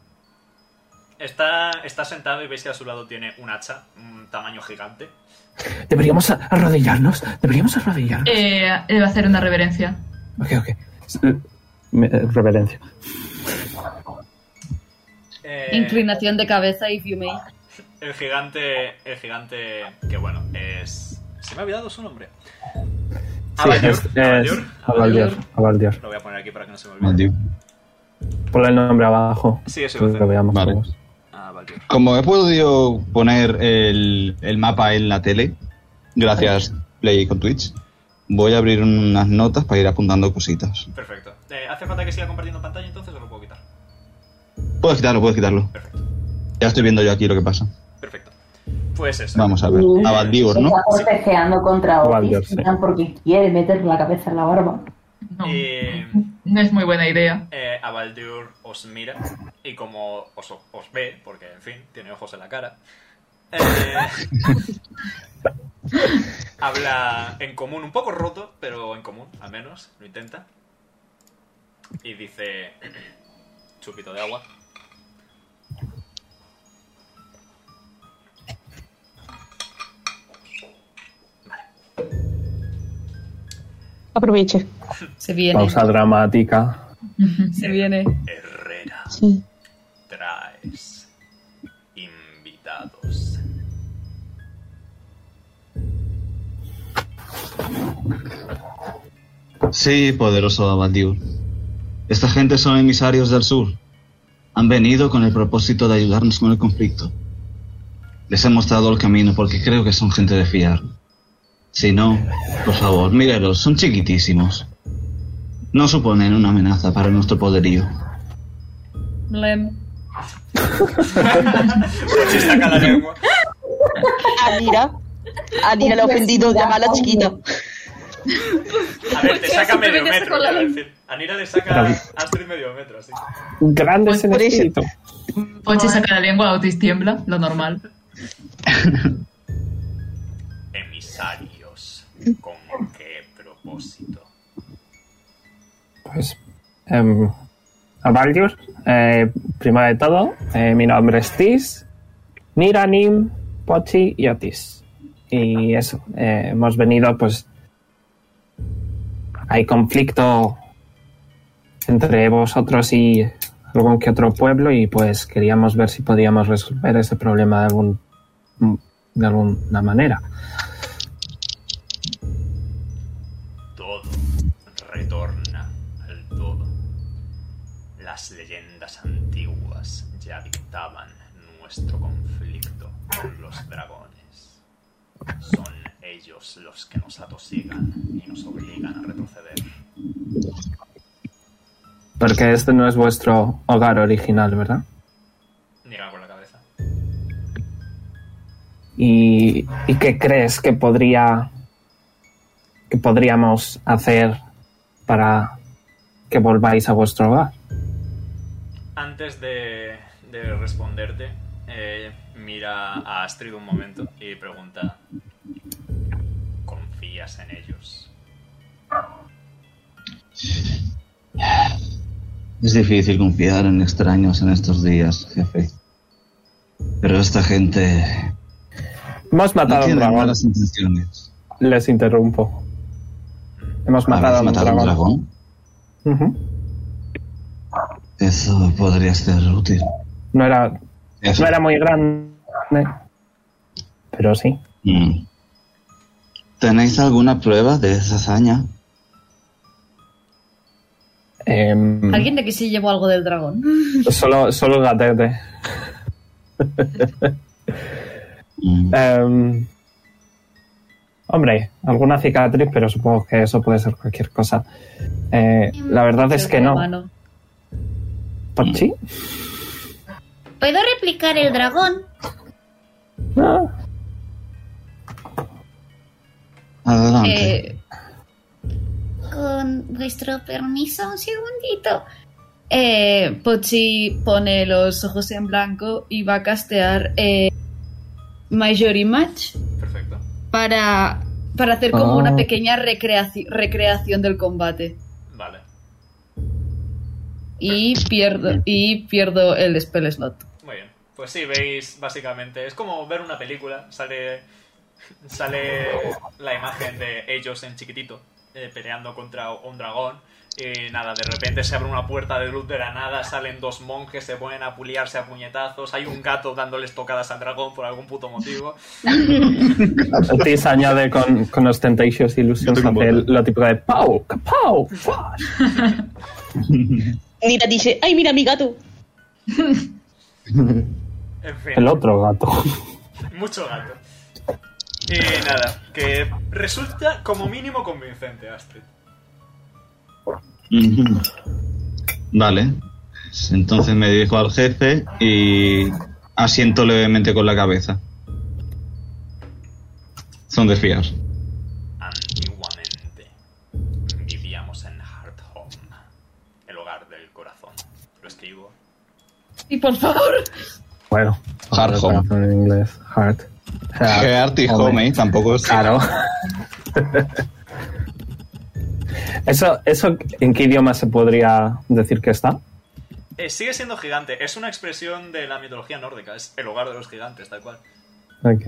Está, está sentado y veis que a su lado tiene un hacha, un tamaño gigante. Deberíamos a- arrodillarnos. Deberíamos arrodillarnos. Eh, le va a hacer una reverencia. Ok, ok. S- eh, me- eh, Reverencia. Eh, Inclinación de cabeza, if you may. El gigante. El gigante. Que bueno, es. Se me ha olvidado su nombre. Sí, Avalur, es- es- Avalur, Avaldior, Avalur. Avaldior. Lo voy a poner aquí para que no se me olvide. Maldigo. Ponle el nombre abajo. Sí, eso que iba a hacer. lo veamos Vale. todos. Avalur. Como he podido poner el, el mapa en la tele, gracias Play con Twitch, voy a abrir unas notas para ir apuntando cositas. Perfecto. Eh, ¿Hace falta que siga compartiendo pantalla entonces o lo puedo quitar? Puedo quitarlo, puedo quitarlo. Perfecto. Ya estoy viendo yo aquí lo que pasa. Perfecto. Pues eso. Vamos a ver. Mm. A Valdivor, ¿no? Está cortejeando contra Valder, Otis sí. porque quiere meter la cabeza en la barba. No, Eh, no es muy buena idea. eh, Avaldur os mira y como os, os ve, porque en fin, tiene ojos en la cara, eh, habla en común, un poco roto, pero en común, al menos, lo intenta. Y dice, chupito de agua. Aproveche. Se viene. Pausa dramática. Se viene. Herrera, Sí. traes invitados. Sí, poderoso Valdiur. Esta gente son emisarios del sur. Han venido con el propósito de ayudarnos con el conflicto. Les he mostrado el camino porque creo que son gente de fiar. Si no, por favor, mírelos, son chiquitísimos. No suponen una amenaza para nuestro poderío. Lem. Se saca la lengua. Adira. Adira le ha ofendido llamarla chiquita. A ver, te saca medio Simplemente metro. sacó la quiero lengua. decir. Anira le saca a Astrid medio metro, así. Grandes Pues en por eso- espíritu. Pochi saca la lengua, Otis tiembla, lo normal. Emisarios. ¿Con qué propósito? Pues, em, a Valdius, eh, primero de todo, eh, mi nombre es Tis, Mira, Nim, Pochi y Otis. Y eso, eh, hemos venido, pues. Hay conflicto entre vosotros y algún que otro pueblo, y pues queríamos ver si podíamos resolver ese problema de, algún, de alguna manera. Todo retorna al todo. Las leyendas antiguas ya dictaban nuestro conflicto con los dragones. Son ellos los que nos atosigan y nos obligan a retroceder. Porque este no es vuestro hogar original, ¿verdad? Niega con la cabeza. ¿Y, y qué crees que podría que podríamos hacer para que volváis a vuestro hogar? Antes de, de responderte, eh, mira a Astrid un momento y pregunta, ¿confías en ellos? Es difícil confiar en extraños en estos días, jefe. Pero esta gente Hemos no matado a un tiene dragón. malas intenciones. Les interrumpo. Hemos matado a ¿Habrás un matado a un dragón. dragón? Ujú. Eso podría ser útil. No era Eso. no era muy grande, pero sí. Mm. ¿Tenéis alguna prueba de esa hazaña? Em, ¿Alguien de aquí se llevó algo del dragón? solo solo gatete. Mm. Em, hombre, alguna cicatriz, pero supongo que eso puede ser cualquier cosa. Eh, la verdad es que no. Hermano. ¿Pochi? ¿Puedo replicar el dragón? Ah. Ah, Adelante. Eh, con vuestro permiso, un segundito. Eh, Pochi pone los ojos en blanco y va a castear eh, Major Match Perfecto. para, para hacer como Ah. Oh. una pequeña recreaci- recreación del combate. Vale. Y pierdo, y pierdo el spell slot. Muy bien. Pues sí, veis, básicamente, es como ver una película. Sale, sale la imagen de ellos en chiquitito, eh, peleando contra un dragón. Y nada, de repente se abre una puerta de luz de la nada, salen dos monjes, se ponen a puliarse a puñetazos, hay un gato dándoles tocadas al dragón por algún puto motivo. Otis añade con, con ostentatious illusions hace el- lo típico de ¡Pau! ¡Pau! Nira dice, ay, mira mi gato. En fin. El otro gato. Mucho gato. Y nada, que resulta como mínimo convincente, Astrid. Ujú. Vale. Entonces me dirijo al jefe y asiento levemente con la cabeza. Son de fiar. Antiguamente vivíamos en Hardhome, el hogar del corazón. Lo escribo. Y por favor, Bueno. Hard Hard En inglés. Hard. Heart y home, ¿eh? tampoco es. Claro. eso, ¿Eso en qué idioma se podría decir que está? Eh, sigue siendo gigante, es una expresión de la mitología nórdica, es el hogar de los gigantes, tal cual. Ok.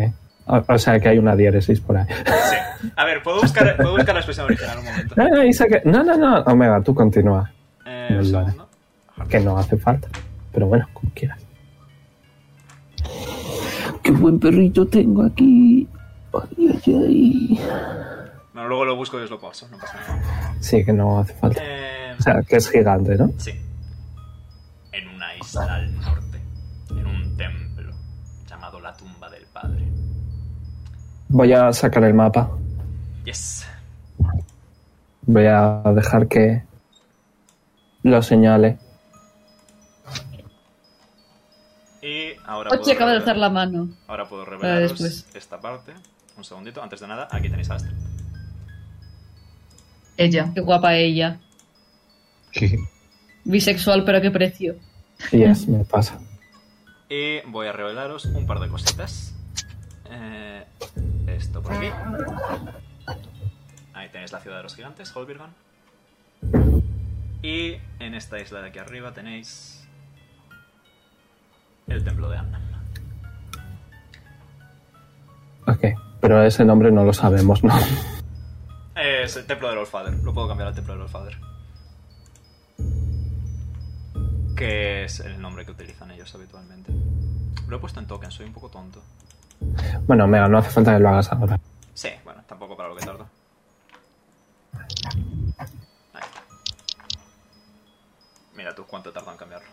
O, o sea que hay una diéresis por ahí. Sí. A ver, puedo buscar, puedo buscar la expresión original un momento. No, no, Isaac, no, no, no. Omega, tú continúa. Eh, un segundo. Que no hace falta. Pero bueno, como quieras. Qué buen perrito tengo aquí. Bueno, luego lo busco y os lo paso, no pasa nada. Sí, que no hace falta. Eh, O sea, que es gigante, ¿no? Sí. En una isla al norte, en un templo llamado la tumba del padre. Voy a sacar el mapa. Yes. Voy a dejar que lo señale. Y ahora Pochi puedo acaba de revelar- alzar la mano. Ahora puedo Para revelaros después. esta parte. Un segundito, antes de nada, aquí tenéis a Astrid. Ella. Qué guapa ella. Bisexual, pero qué precio. Y es, me pasa. Y voy a revelaros un par de cositas. Eh, esto por aquí. Ahí tenéis la ciudad de los gigantes, Holbirgan. Y en esta isla de aquí arriba tenéis el templo de Amnam. Ok. Pero ese nombre no lo sabemos, ¿no? Eh, Es el templo del Allfather. Lo puedo cambiar al templo del Allfather. Que es el nombre que utilizan ellos habitualmente. Lo he puesto en token, soy un poco tonto. Bueno, Omega, no hace falta que lo hagas ahora. Sí, bueno, tampoco para lo que tardo. Ahí. Mira tú cuánto tarda en cambiarlo.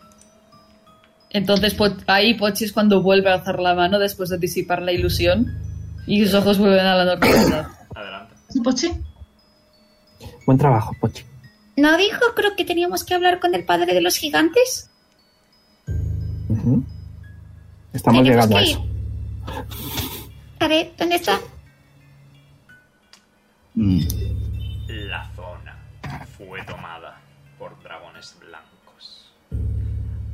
Entonces po- ahí Pochi es cuando vuelve a alzar la mano después de disipar la ilusión y sus ojos vuelven a la normalidad. Adelante. Pochi? Buen trabajo, Pochi. ¿No dijo creo que teníamos que hablar con el padre de los gigantes? Ujú. Estamos Tenemos llegando a que eso. A ver, ¿dónde está? Mm. La zona fue tomada por dragones blancos.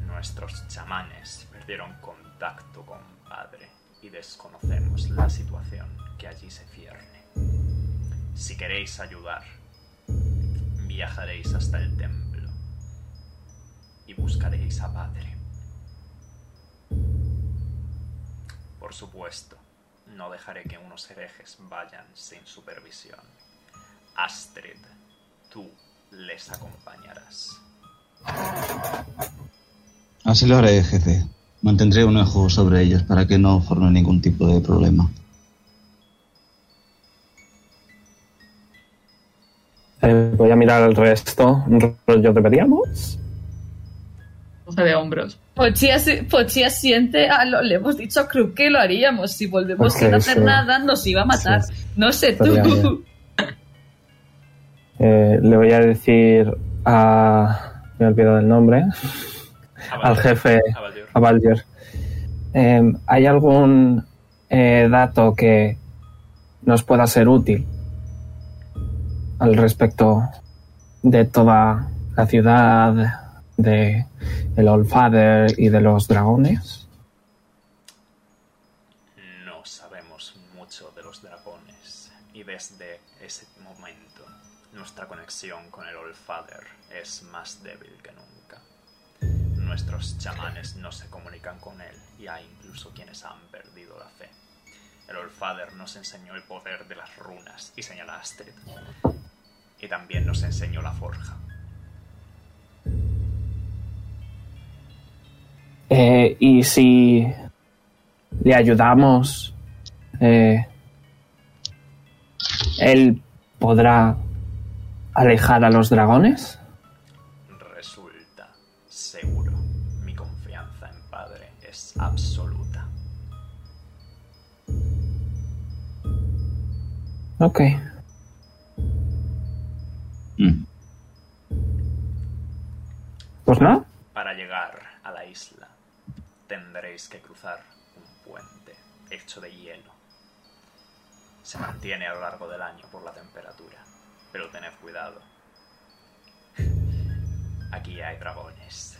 Nuestros chamanes perdieron contacto con Padre y desconocemos la situación que allí se cierne. Si queréis ayudar, viajaréis hasta el templo y buscaréis a Padre. Por supuesto, no dejaré que unos herejes vayan sin supervisión. Astrid, tú les acompañarás. Así lo haré, jefe. Mantendré un ojo sobre ellos para que no formen ningún tipo de problema. Eh, voy a mirar el resto. ¿Rollo deberíamos? Cosa de hombros. Pochi, asi- Pochi asiente a lo le hemos dicho a Krug que lo haríamos. Si volvemos Ok, sin hacer sí. nada, nos iba a matar. Sí. No sé tú. Estaría bien. Eh, le voy a decir a... Me he olvidado el nombre. A Al Baldur. jefe. A Baldur. A Baldur. eh, ¿hay algún eh, dato que nos pueda ser útil al respecto de toda la ciudad, de el Allfather y de los dragones? No sabemos mucho de los dragones y desde ese momento nuestra conexión con el Allfather es más débil que nunca. Nuestros chamanes no se comunican con él y hay incluso quienes han perdido la fe. El Allfather nos enseñó el poder de las runas y señala a Astrid. Y también nos enseñó la forja. Eh, y si le ayudamos, eh, él podrá alejar a los dragones. Resulta seguro. Mi confianza en padre es absoluta. Ok. Mm. Pues no. Para llegar a la isla tendréis que cruzar un puente hecho de hielo. Se mantiene a lo largo del año por la temperatura, pero tened cuidado. Aquí hay dragones.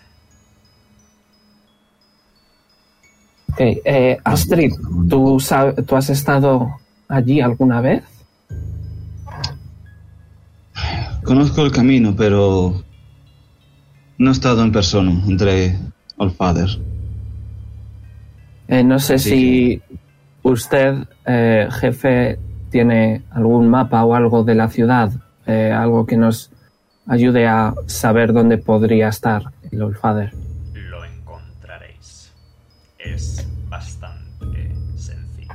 Ok, eh, Astrid, ¿tú, sab- ¿tú has estado allí alguna vez? Conozco el camino, pero no he estado en persona entre Allfather. Eh, no sé si usted, eh, jefe, tiene algún mapa o algo de la ciudad, eh, algo que nos ayude a saber dónde podría estar el Olfader. Lo encontraréis. Es bastante sencillo.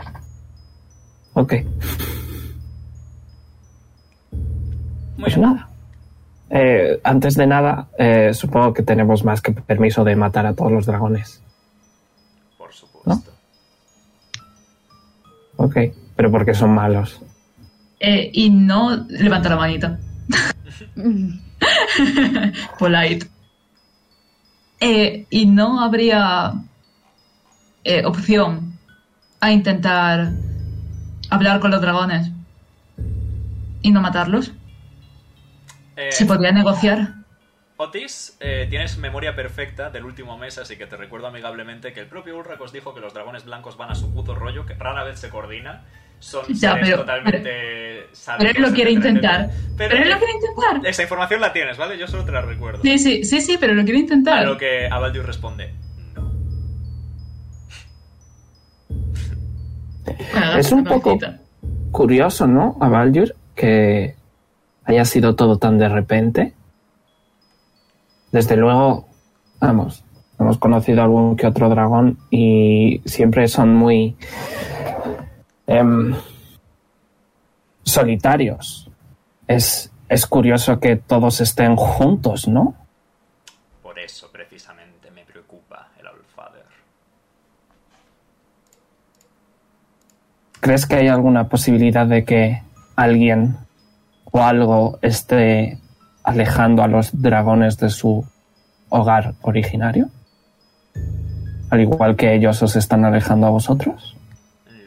Ok. Pues nada. Eh, antes de nada, eh, supongo que tenemos más que permiso de matar a todos los dragones. Por supuesto. Ok, pero porque son malos. Eh, y no levanta la manita. Polite. Eh, y no habría eh, opción a intentar hablar con los dragones y no matarlos. Eh, Se podría negociar. Otis, eh, tienes memoria perfecta del último mes, así que te recuerdo amigablemente que el propio Ulrak os dijo que los dragones blancos van a su puto rollo, que rara vez se coordina. Son Ya, seres pero- totalmente Pero él lo quiere intentar. Pero él lo quiere intentar. Esa información la tienes, ¿vale? Yo solo te la recuerdo. Sí, sí, sí, sí, pero lo quiere A intentar. lo que Abaldius responde. es un poco curioso, ¿no? A Valjur que haya sido todo tan de repente. Desde luego, vamos, hemos conocido algún que otro dragón y siempre son muy em, solitarios. Es, es curioso que todos estén juntos, ¿no? Por eso, precisamente, me preocupa el Allfather. ¿Crees que hay alguna posibilidad de que alguien o algo esté alejando a los dragones de su hogar originario? Al igual que ellos os están alejando a vosotros.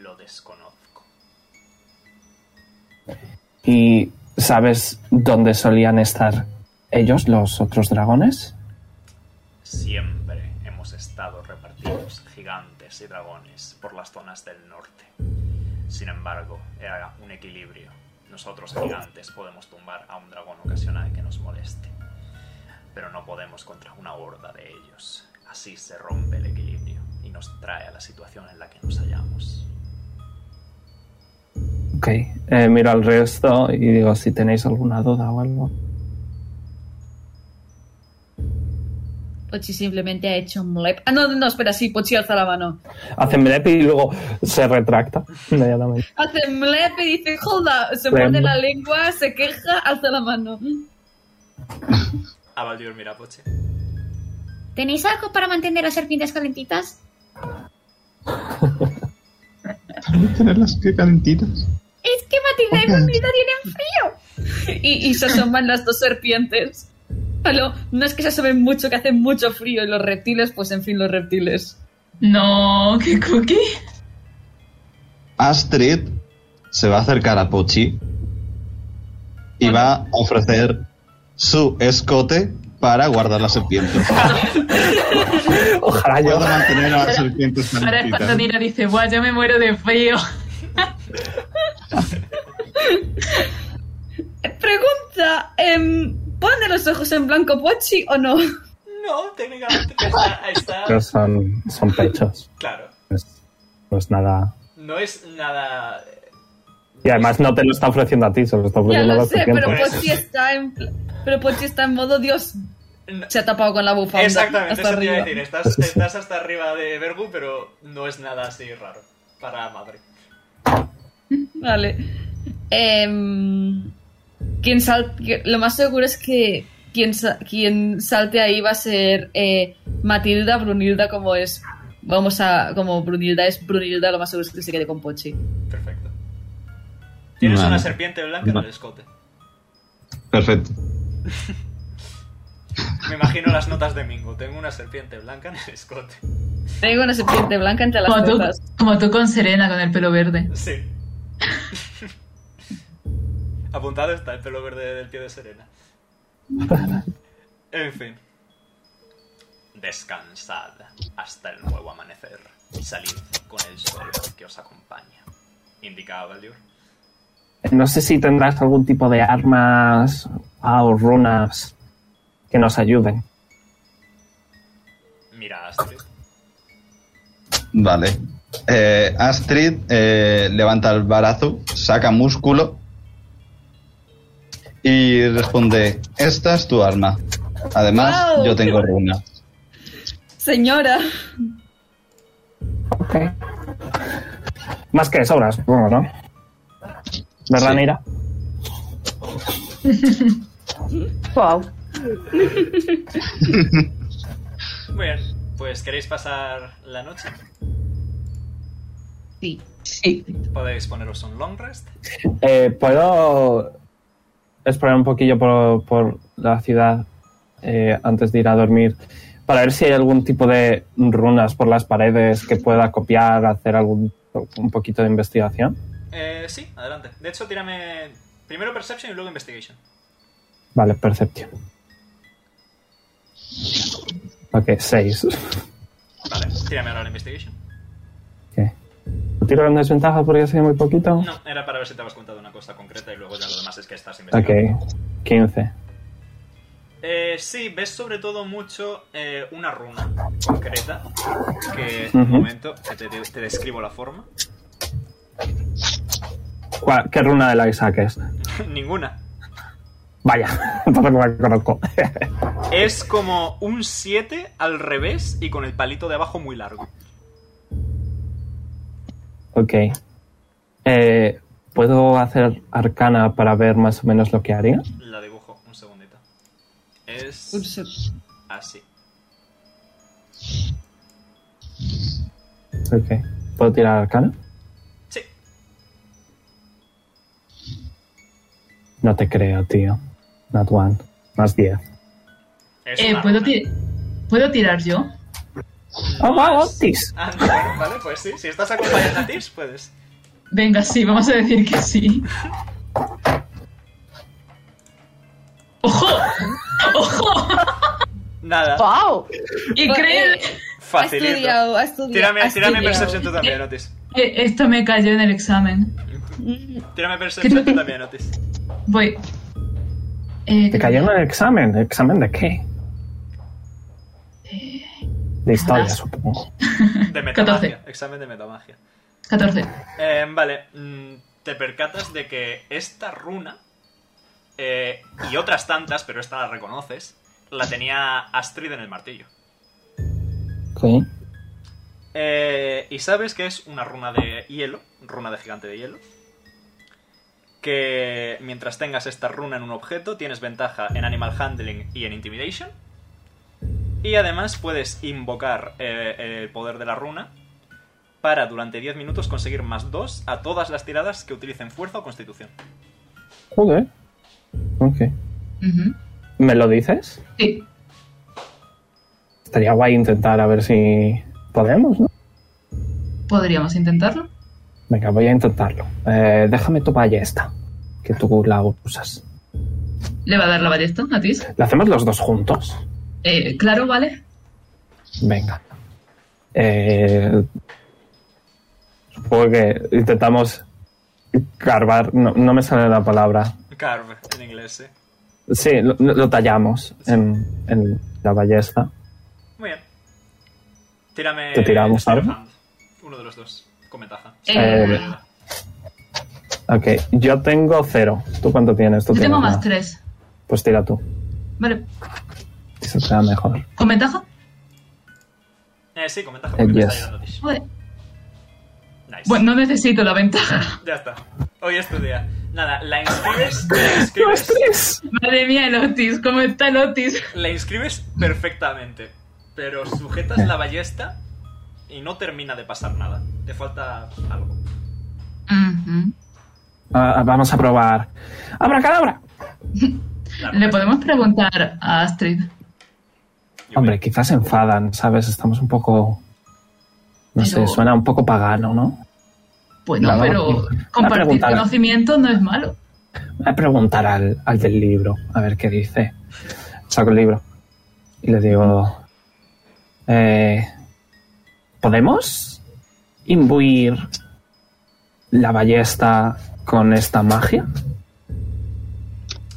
Lo desconozco. ¿Y sabes dónde solían estar ellos, los otros dragones? Siempre hemos estado repartidos, gigantes y dragones, por las zonas del norte. Sin embargo, era un equilibrio. Nosotros gigantes podemos tumbar a un dragón ocasional que nos moleste, pero no podemos contra una horda de ellos. Así se rompe el equilibrio y nos trae a la situación en la que nos hallamos. Ok, eh, miro al resto y digo si tenéis alguna duda o algo. Pochi simplemente ha hecho un mlep. Ah, no, no, espera, sí, Pochi alza la mano. Hace mlep y luego se retracta inmediatamente. Hace mlep y dice, joda, se Mlep. pone la lengua, se queja, alza la mano. Abaldior Mirapoche. ¿Tenéis algo para mantener las serpientes calentitas? Tener las pies calentitas. Es que Matilda y Matilda tienen frío. Y, y se asoman las dos serpientes. Pero no es que se asomen mucho, que hace mucho frío. Y los reptiles, pues en fin, los reptiles. No, qué cookie. Astrid se va a acercar a Pochi y va a ofrecer su escote para guardar las serpientes. Ojalá yo. Pueda mantener a las serpientes tan Ahora es cuando limpitas. Nina dice, guau, ya me muero de frío. Eh, Pregunta, em, ¿pone los ojos en blanco Pochi o no? No, técnicamente está, está- Pero son, son pechos. Claro, No es- no es nada. no es nada... eh, Y además no te lo está ofreciendo a ti, se lo está Ya ofreciendo a lo los sé, pero clientes. Pochi está en... pl- Pero Pochi está en modo Dios. no- Se ha tapado con la bufanda. Exactamente, hasta eso te iba a arriba. decir. Estás, estás hasta arriba de Vergu, pero no es nada así raro para Madrid. Vale. Em, quien sal- que- lo más seguro es que quien, sa- quien salte ahí va a ser eh, Matilda, Brunilda, como es. Vamos a. Como Brunilda es Brunilda, lo más seguro es que se quede con Pochi. Perfecto. Tienes Vale. una serpiente blanca en el escote. Perfecto. Me imagino las notas de Mingo. Tengo una serpiente blanca en el escote. Tengo una serpiente blanca entre las Como tú, notas. como tú con Serena, con el pelo verde. Sí. Apuntado está el pelo verde del pie de Serena. En fin. Descansad hasta el nuevo amanecer y salid con el sol que os acompaña. Indica Valior. pues- No sé si tendrás algún tipo de armas ah, o runas que nos ayuden. Mira a Astrid. Vale. Eh, Astrid eh, levanta el brazo, saca músculo y responde: Esta es tu arma. Además, Wow. yo tengo runa. Señora. Ok. Más que sobras, supongo, ¿no? ¿Verdad, Sí. Neira? Wow. Muy bien, pues queréis pasar la noche. Sí. Sí. Podéis poneros un long rest. Eh, ¿Puedo explorar un poquillo por, por la ciudad eh, antes de ir a dormir? Para ver si hay algún tipo de runas por las paredes que pueda copiar, hacer algún un poquito de investigación. Eh, sí, adelante. De hecho, tírame primero Perception y luego Investigation. Vale, Perception. Ok, 6. Vale, tírame ahora la Investigation. ¿Tiro en desventaja porque soy muy poquito? No, era para ver si te habías contado una cosa concreta y luego ya lo demás es que estás Ok, investigando. 15. Eh, sí, ves sobre todo mucho eh, una runa concreta. Que, Ujú. un momento, que te, te- te describo la forma. ¿Cuál- ¿Qué runa de la que saques? Ninguna. Vaya, entonces no la conozco. Es como un 7 al revés y con el palito de abajo muy largo. ok. Eh, ¿Puedo hacer arcana para ver más o menos lo que haría? La dibujo, un segundito. Es... Un se- Así. Ok. ¿Puedo tirar arcana? Sí. No te creo, tío. Not one. Más 10. Es Eh, una ¿puedo, runa. ti- ¿Puedo tirar yo? ¡Oh, wow, es- Otis! Ah, bueno, vale, pues sí. Si estás acompañando a Tis, puedes. Venga, sí, vamos a decir que sí. ¡Ojo! ¡Ojo! Nada, Wow. Increíble. Ha facilito. estudiado, ha estudiado. Tírame, ha tírame estudiado. Perception tú también, Otis. Eh, Esto me cayó en el examen. Tírame Perception tú también, Otis. Voy. Eh, ¿Te cayó en el examen? ¿Examen de qué? De historia, nada. supongo. De metamagia. 14. Examen de metamagia. 14. Eh, vale, mm, te percatas de que esta runa eh, y otras tantas, pero esta la reconoces, la tenía Astrid en el martillo. Ok. Eh, y sabes que es una runa de hielo, runa de gigante de hielo. Que mientras tengas esta runa en un objeto, tienes ventaja en Animal Handling y en Intimidation. Y además puedes invocar eh, el poder de la runa para durante 10 minutos conseguir más 2 a todas las tiradas que utilicen fuerza o constitución. Joder. Ok. Ujú. ¿Me lo dices? Sí. Estaría guay intentar a ver si podemos, ¿no? Podríamos intentarlo. Venga, voy a intentarlo. Eh, déjame tu ballesta, que tú la usas. ¿Le va a dar la ballesta a Tis? ¿La hacemos los dos juntos? Eh, claro, vale. Venga. Eh, supongo que intentamos carvar. No, no me sale la palabra. Carve, en inglés, sí. Sí, lo, lo tallamos en, en la ballesta. Muy bien. Tírame. ¿Te tiramos tira algo? hand. Uno de los dos. Con ventaja. Eh, ok, yo tengo cero. ¿Tú cuánto tienes? Tú Yo tienes tengo más nada. tres. Pues tira tú. Vale. Eso será mejor. ¿Con ventaja? Eh, sí, con ventaja. Eh, Porque me está yes. ayudando Tish. Vale. Nice. Bueno, no necesito la ventaja. Ya está. Hoy es tu día. Nada, la inscribes, la inscribes, Madre mía, el Otis. ¿Cómo está el Otis? la inscribes perfectamente. Pero sujetas la ballesta y no termina de pasar nada. Te falta algo. Ujú. Ah, vamos a probar. ¡Abracadabra! Le podemos preguntar a Astrid. Hombre, quizás se enfadan, ¿sabes? Estamos un poco. No sé, Pero- suena un poco pagano, ¿no? Bueno, La vamos- pero la compartir preguntará. conocimiento no es malo. Voy a preguntar al, al del libro, a ver qué dice. Saco el libro y le digo, eh, ¿podemos imbuir la ballesta con esta magia?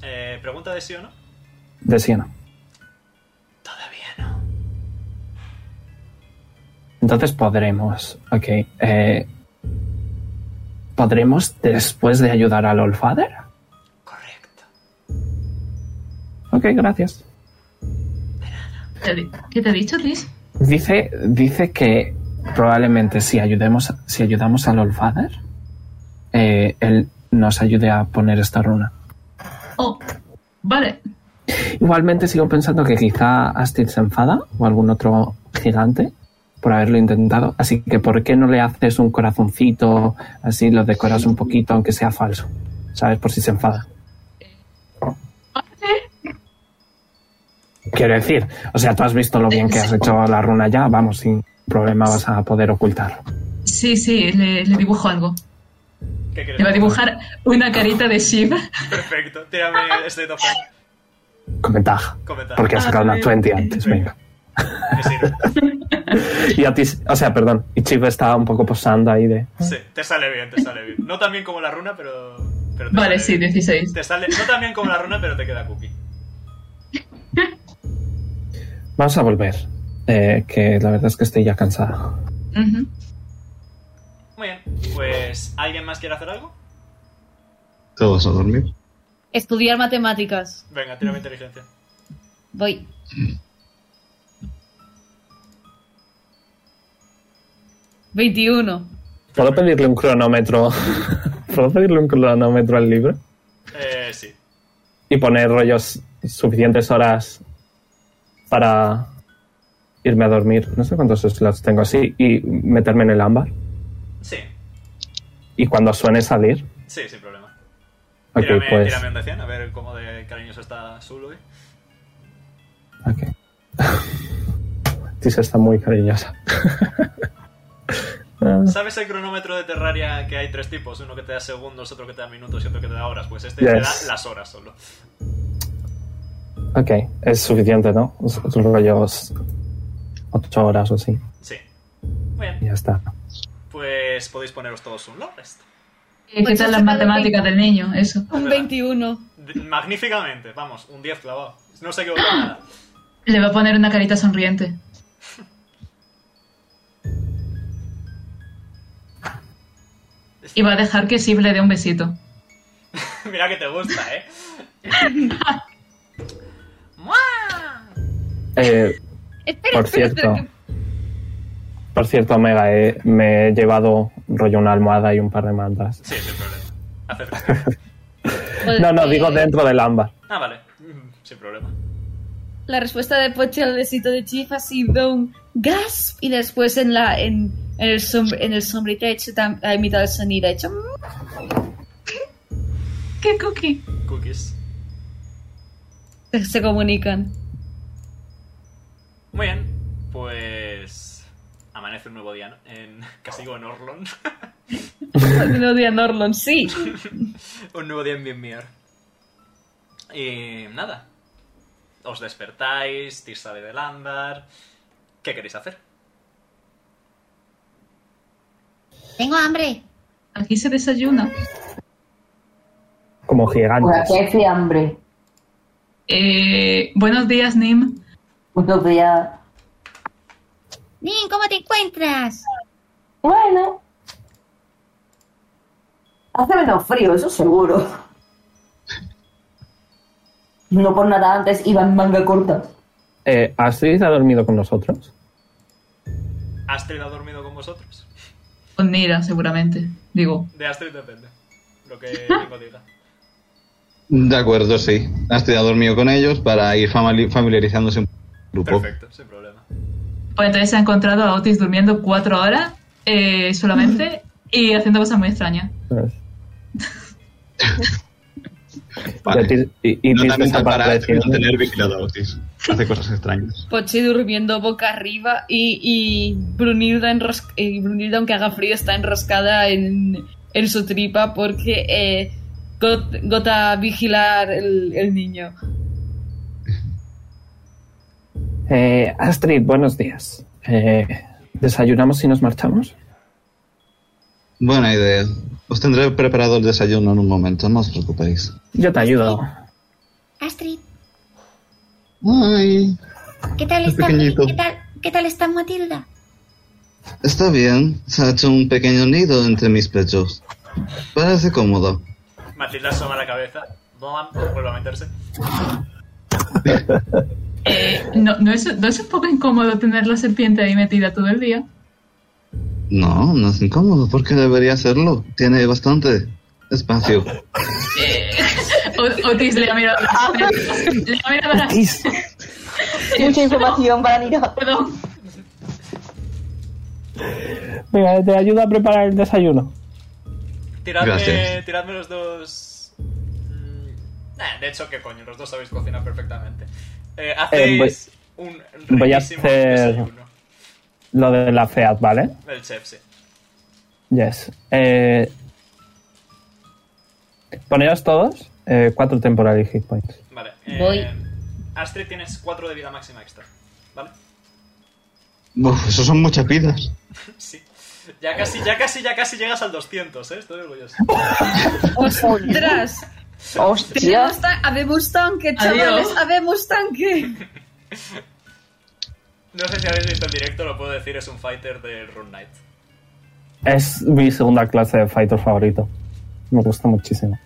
Eh, pregunta de sí o no. De sí o no. Todavía no. Entonces podremos, ok. eh, ¿Podremos después de ayudar al Olfader? Correcto. Ok, gracias. ¿Te- ¿Qué te he dicho, Tis? Dice, dice que probablemente si, ayudemos, si ayudamos al Olfader, eh, él nos ayude a poner esta runa. Oh, vale. Igualmente sigo pensando que quizá Astrid se enfada o algún otro gigante por haberlo intentado. Así que ¿por qué no le haces un corazoncito? Así lo decoras un poquito, aunque sea falso. ¿Sabes? Por si se enfada. Quiero decir, o sea, tú has visto lo bien que has hecho la runa ya, vamos, sin problema vas a poder ocultarlo. Sí, sí, le, le dibujo algo. ¿Qué quieres? Le va a dibujar una carita de Shiva. Perfecto. Tírame State of Mind. Con ventaja. Comenta. Porque has sacado una 20 antes, venga. Te sirve. Y a ti, o sea, perdón, y Chip estaba un poco posando ahí de... Sí, te sale bien, te sale bien. No tan bien como la runa, pero. pero te Vale, sale sí, bien. 16. Te sale, no tan bien como la runa, pero te queda cookie. Vamos a volver. eh, que la verdad es que estoy ya cansado. Ujú. Eh, Muy bien, pues ¿alguien más quiere hacer algo? Todos a dormir. Estudiar matemáticas. Venga, tírame inteligencia. Voy. ¿21? ¿Puedo pedirle un cronómetro? ¿Puedo pedirle un cronómetro al libro? Eh, sí. Y poner rollos suficientes horas para irme a dormir. No sé cuántos slots tengo así. Y meterme en el ámbar. Sí, Y cuando suene salir. sí, sin problema. Ok, tírame, pues. tírame un de 100, a ver cómo de cariñoso está Zulu. hoy. Ok. Tis está muy cariñosa. Ah, ¿Sabes el cronómetro de Terraria que hay tres tipos? Uno que te da segundos, otro que te da minutos y otro que te da horas. Pues este te Yes. da las horas solo. ok, es suficiente, ¿no? Es- es Rollos. Ocho horas o así. Sí. Muy Y bien, ya está. pues podéis poneros todos un long rest. Eh, ¿Qué Pues tal he las sacado matemáticas del niño? Eso. Un 21. D- Magníficamente, vamos, un 10 clavado. No sé qué otra nada. Le va a poner una carita sonriente. Y va a dejar que Sib le dé un besito. Mira que te gusta, ¿eh? Eh, Espera, Por espera, espera, cierto. Por cierto, Omega, eh, me he llevado rollo una almohada y un par de mantas. Sí, sin problema. Hace frío. Pues, No, no, eh, digo dentro del ámbar. Ah, vale. Mm, Sin problema. La respuesta de Pochi al besito de Chief ha sido un gasp y después en la en, en el som- en el sombrero ha hecho tam- ha imitado el sonido ha hecho "Mm". ¡Qué cookie! Cookies. se, se comunican. Muy bien, pues amanece Amanece un nuevo día, ¿no? En, casi digo en Orlon. Un nuevo día en Orlon, sí. un nuevo día en Bienmier. Y nada. Os despertáis, Tir sale del ámbar. ¿Qué queréis hacer? Tengo hambre. Aquí se desayuna. Como Pues gigantes. aquí hay fiambre. Eh, buenos días, Nim. Buenos días. Nin, ¿cómo te encuentras? Bueno. Hace menos frío, eso seguro. No por nada antes iba en manga corta. Eh, Astrid ha dormido con nosotros. ¿Astrid ha dormido con vosotros? Con Nira, seguramente. Digo, De Astrid depende. Lo que Nico diga. De acuerdo, sí. Has tirado dormido con ellos para ir famili- familiarizándose un grupo. Perfecto, sin problema. pues entonces se ha encontrado a Otis durmiendo cuatro horas eh, solamente y haciendo cosas muy extrañas. Pues, Y Otis- Y, y no Tis también para desaparecido. tener vigilado a Otis. Hace cosas extrañas. Pochi durmiendo boca arriba y, y Brunilda, enros- y Brunilda, aunque haga frío, está enroscada en, en su tripa porque eh, Got- Gota vigilar el, el niño. Eh, Astrid, buenos días. Eh, ¿Desayunamos y nos marchamos? Buena idea. Os tendré preparado el desayuno en un momento, no os preocupéis. Yo te ayudo. Astrid, Ay, ¿qué tal Es está, pequeñito. ¿qué tal, qué tal está Matilda? está bien, se ha hecho un pequeño nido entre mis pechos. Parece cómodo. Matilda asoma la cabeza. Blam, Vuelve a meterse. Eh, no, no, es, ¿No es un poco incómodo tener la serpiente ahí metida todo el día? No, no es incómodo, porque debería serlo. Tiene bastante espacio. O- Otis le ha mirado, le ha mirado la- Tis, Mucha información para Nira. Perdón. venga, te ayudo a preparar el desayuno. Tiradme, Gracias. tiradme los dos. Mm, nah, de hecho, ¿qué coño? Los dos sabéis cocinar perfectamente. Eh, hacéis un voy a riquísimo hacer- desayuno. Lo de la FEAT, ¿vale? El chef, sí. Yes. Eh, poneos todos eh, cuatro temporal hit points. Vale. eh, Voy. Astrid, tienes 4 de vida máxima extra. ¿Vale? Uf, eso son muchas vidas. Sí. Ya casi, ya casi, ya casi llegas al 200, ¿eh? Estoy orgulloso. ¡Ostras! Hostia. Tenemos tan- Habemos tanque, chavales, Adiós. habemos tanque. No sé si habéis visto el directo, lo puedo decir, es un fighter del Rune Knight. Es mi segunda clase de fighter favorito. Me gusta muchísimo.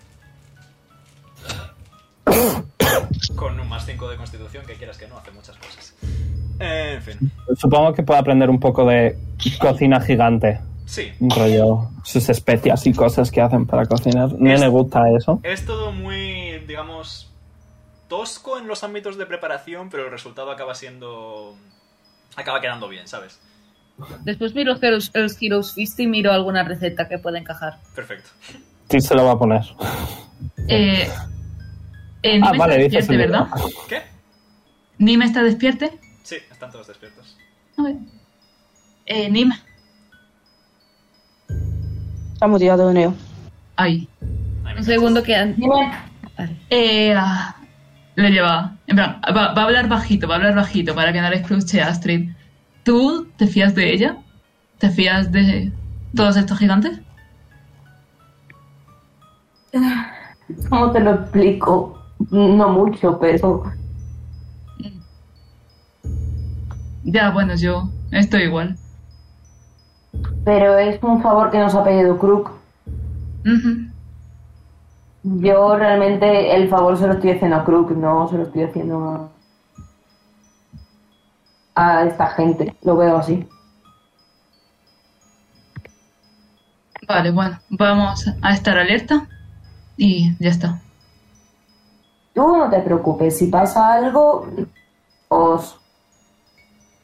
Con un más 5 de constitución, que quieras que no, hace muchas cosas. Eh, en fin. Supongo que puedo aprender un poco de cocina gigante. Sí, Un rollo, sus especias y cosas que hacen para cocinar. No Es- me gusta eso. Es todo muy, digamos, tosco en los ámbitos de preparación, pero el resultado acaba siendo... Acaba quedando bien, ¿sabes? Después miro Heroes, Heroes, Heroes Fist y miro alguna receta que pueda encajar. Perfecto. Sí, se lo va a poner. Eh, eh, Ah, Nim vale, está dices despierte, el ¿verdad? libro. ¿Qué? Nim está despierte. Sí, están todos despiertos. Eh, Nim. Está mutilado de nuevo. Ay. Ay, me Un segundo que... an- Eh, ah, le lleva. En plan, va, va a hablar bajito, va a hablar bajito para que no le escuche a Astrid. ¿Tú te fías de ella? ¿Te fías de todos estos gigantes? ¿Cómo te lo explico? No mucho, pero Ya, bueno, yo estoy igual. pero es un favor que nos ha pedido Crook. Ujú. Yo realmente el favor se lo estoy haciendo a Crook, no se lo estoy haciendo a, a esta gente. Lo veo así. Vale, bueno, vamos a estar alerta y ya está. Tú no te preocupes, si pasa algo, os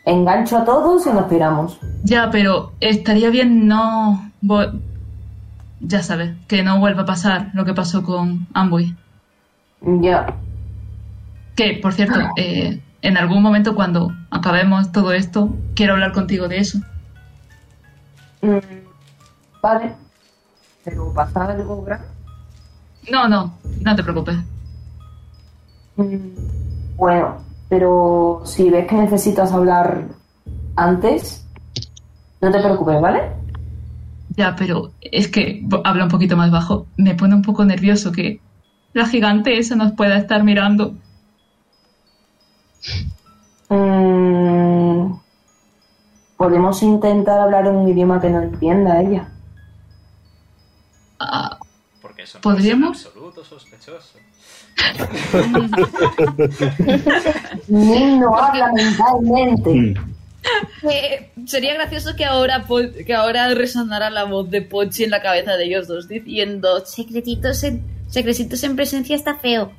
engancho a todos y nos tiramos. Ya, pero estaría bien no... vo- Ya sabes, que no vuelva a pasar lo que pasó con Amboy. Ya. Que, por cierto, eh, en algún momento cuando acabemos todo esto, quiero hablar contigo de eso. Mm, vale. Pero pasa algo grave. No, no, no te preocupes. Mm, Bueno, pero si ves que necesitas hablar antes, no te preocupes, ¿vale? Ya, pero es que bo- habla un poquito más bajo. Me pone un poco nervioso que la gigante esa nos pueda estar mirando. Mm, podemos intentar hablar en un idioma que no entienda ella. Ah, Porque eso ¿Podríamos? no es en absoluto sospechoso. Ni no habla mentalmente. Eh, sería gracioso que ahora, Po- que ahora resonara la voz de Pochi en la cabeza de ellos dos diciendo secretitos en, secretitos en presencia está feo.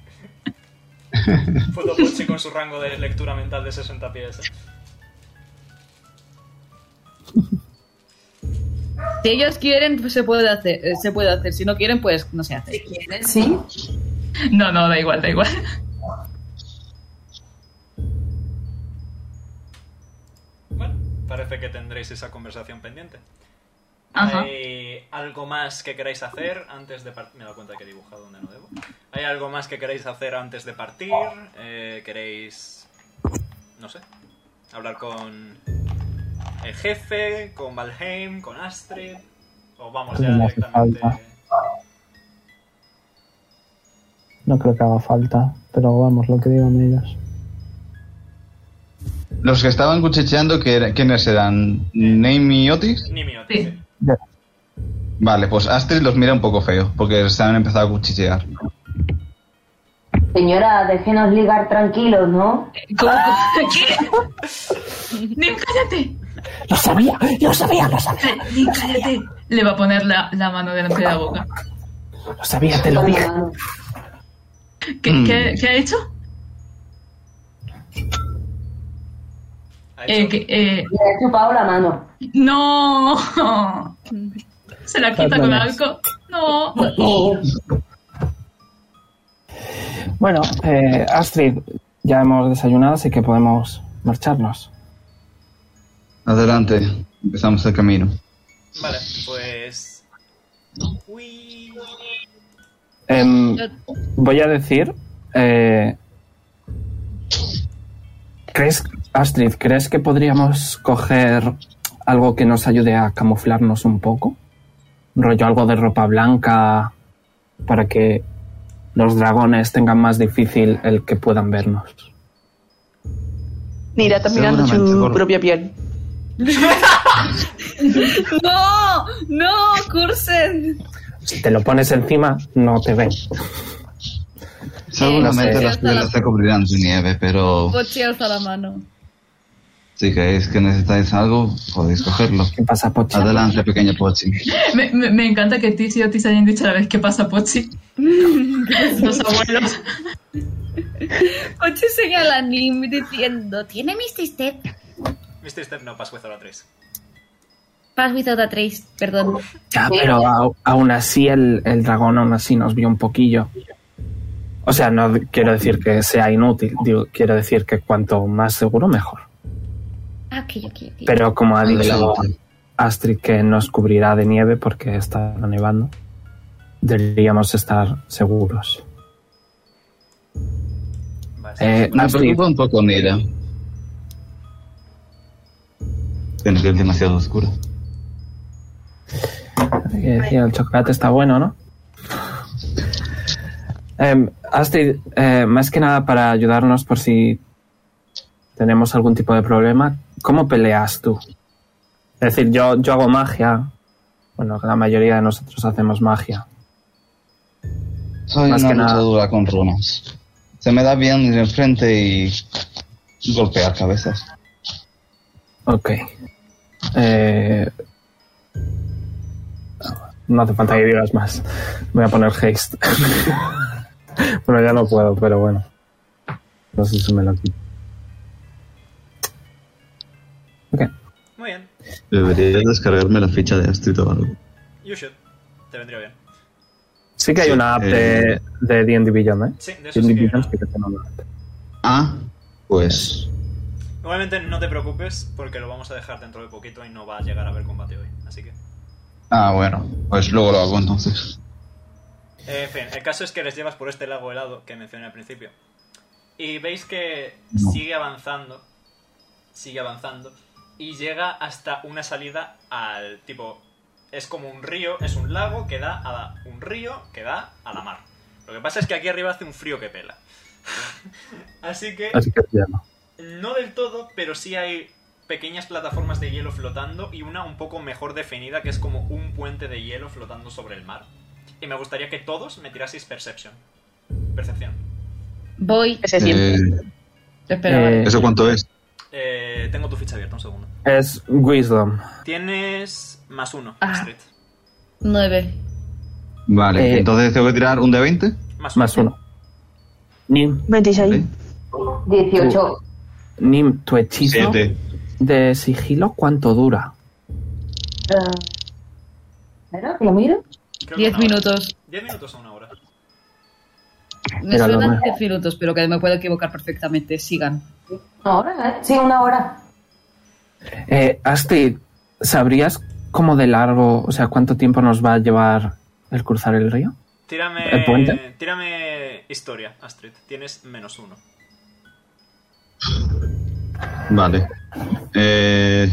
Puto Pochi Pues con su rango de lectura mental de 60 pies. ¿eh? Si ellos quieren, pues se puede hacer. eh, se puede hacer. Si no quieren, pues no se hace. Si quieren, sí. No, no, da igual, da igual. Bueno, parece que tendréis esa conversación pendiente. Ajá. ¿Hay algo más que queráis hacer antes de partir? Me he dado cuenta que he dibujado donde no debo. ¿Hay algo más que queréis hacer antes de partir? Eh, ¿Queréis, no sé, hablar con el jefe, con Valheim, con Astrid? ¿O vamos ya Creo que no hace directamente? falta. No creo que haga falta, pero vamos, lo que digan ellos. Los que estaban cuchicheando, ¿qué era- ¿quiénes eran? ¿Name y Otis? Ni mío. Sí. Vale, pues Astrid los mira un poco feo, porque se han empezado a cuchichear. Señora, déjenos ligar tranquilos, ¿no? ¿Cómo- cómo- ¿Qué? Nim, cállate. ¡Lo sabía! ¡Lo sabía! ¡Lo sabía! Ca- Nim, cállate. Le va a poner la, la mano delante de la boca. ¡Lo sabía! ¡Te lo dije! ¿Qué, Mm. qué- qué ha hecho? Ha Eh, hecho- que- eh, Le he chupado la mano. no. Se la quita con Perdona. algo. No. Bueno, eh, Astrid, ya hemos desayunado, así que podemos marcharnos. Adelante, empezamos el camino. Vale, pues... Uy. Em, voy a decir. eh, ¿Crees, Astrid, crees que podríamos coger algo que nos ayude a camuflarnos un poco? Rollo algo de ropa blanca para que los dragones tengan más difícil el que puedan vernos. Mira, está mirando Seguramente, su gordo. propia piel. ¡No! ¡No! ¡Cursen! Si te lo pones encima, no te ven. Seguramente no sé. las piedras se cubrirán de nieve, pero Pochi alza la mano. si creéis que necesitáis algo, podéis cogerlo. ¿Qué pasa, Pochi? Adelante, pequeño Pochi. Me, me- me encanta que Tish y Otis hayan dicho a la vez que pasa Pochi. Los abuelos. Pochi señala a Nim diciendo ¿Tiene Misty Step? Mr. Step no, Pascuez a la 3. Pass without a trace, perdón. Ya, pero au- aún así el, el dragón aún así nos vio un poquillo. O sea, no d- quiero decir que sea inútil, digo, quiero decir que cuanto más seguro mejor. Ah, ok, ok, ok. Pero como ha dicho Adelante. Astrid que nos cubrirá de nieve porque está nevando, deberíamos estar seguros. Vale. Eh, Me Astrid, preocupa un poco Nira. Tiene que ir demasiado oscuro. que decía, el chocolate está bueno, ¿no? Em, Astrid, eh, más que nada para ayudarnos por si tenemos algún tipo de problema, ¿cómo peleas tú? Es decir, yo, yo hago magia. Bueno, la mayoría de nosotros hacemos magia. Soy Más una que nada. luchadora con runas. Se me da bien ir enfrente y golpear cabezas. Ok. Eh, no hace falta que digas más. Voy a poner haste. bueno, ya no puedo, pero bueno. No sé si me lo quito. Ok. Muy bien. Debería descargarme la ficha de Astrid o algo. You should. Te vendría bien. Sí que hay Sí, una app eh, de de D&D Beyond, ¿eh? Sí, de eso D&D sí que hay Beyond una. sí que tiene una app. Ah, pues Igualmente no te preocupes porque lo vamos a dejar dentro de poquito y no va a llegar a haber combate hoy. Así que... Ah, bueno, pues luego lo hago entonces. Eh, En fin, el caso es que les llevas por este lago helado que mencioné al principio. Y veis que sigue avanzando. Sigue avanzando. Y llega hasta una salida al tipo. Es como un río, es un lago que da a la- un río que da a la mar. Lo que pasa es que aquí arriba hace un frío que pela. Así que Así que ya no. no del todo, pero sí hay pequeñas plataformas de hielo flotando y una un poco mejor definida que es como un puente de hielo flotando sobre el mar. Y me gustaría que todos me tiraseis percepción. Percepción. Voy. Eh, Te esperaba. Eh, ¿Eso cuánto es? Eh, tengo tu ficha abierta, un segundo. Es Wisdom. Tienes más uno, Ah. Astrid. Nueve. Vale, Eh, entonces tengo que tirar un de 20. Más, Más uno. Nim, 26. 18. Nim, tu hechizo 7. de sigilo, ¿cuánto dura? ¿Verdad? Ah. ¿Lo miro? Creo que Diez una hora. minutos. Diez minutos a una hora. Me Era lo suenan más. diez minutos, pero que me puedo equivocar perfectamente. Sigan. ¿Una hora? ¿eh? Sí, una hora. Eh, Asti, ¿sabrías cómo de largo, o sea, cuánto tiempo nos va a llevar el cruzar el río? ¿El puente? Tírame, tírame historia, Astrid. Tienes menos uno. Vale. Eh,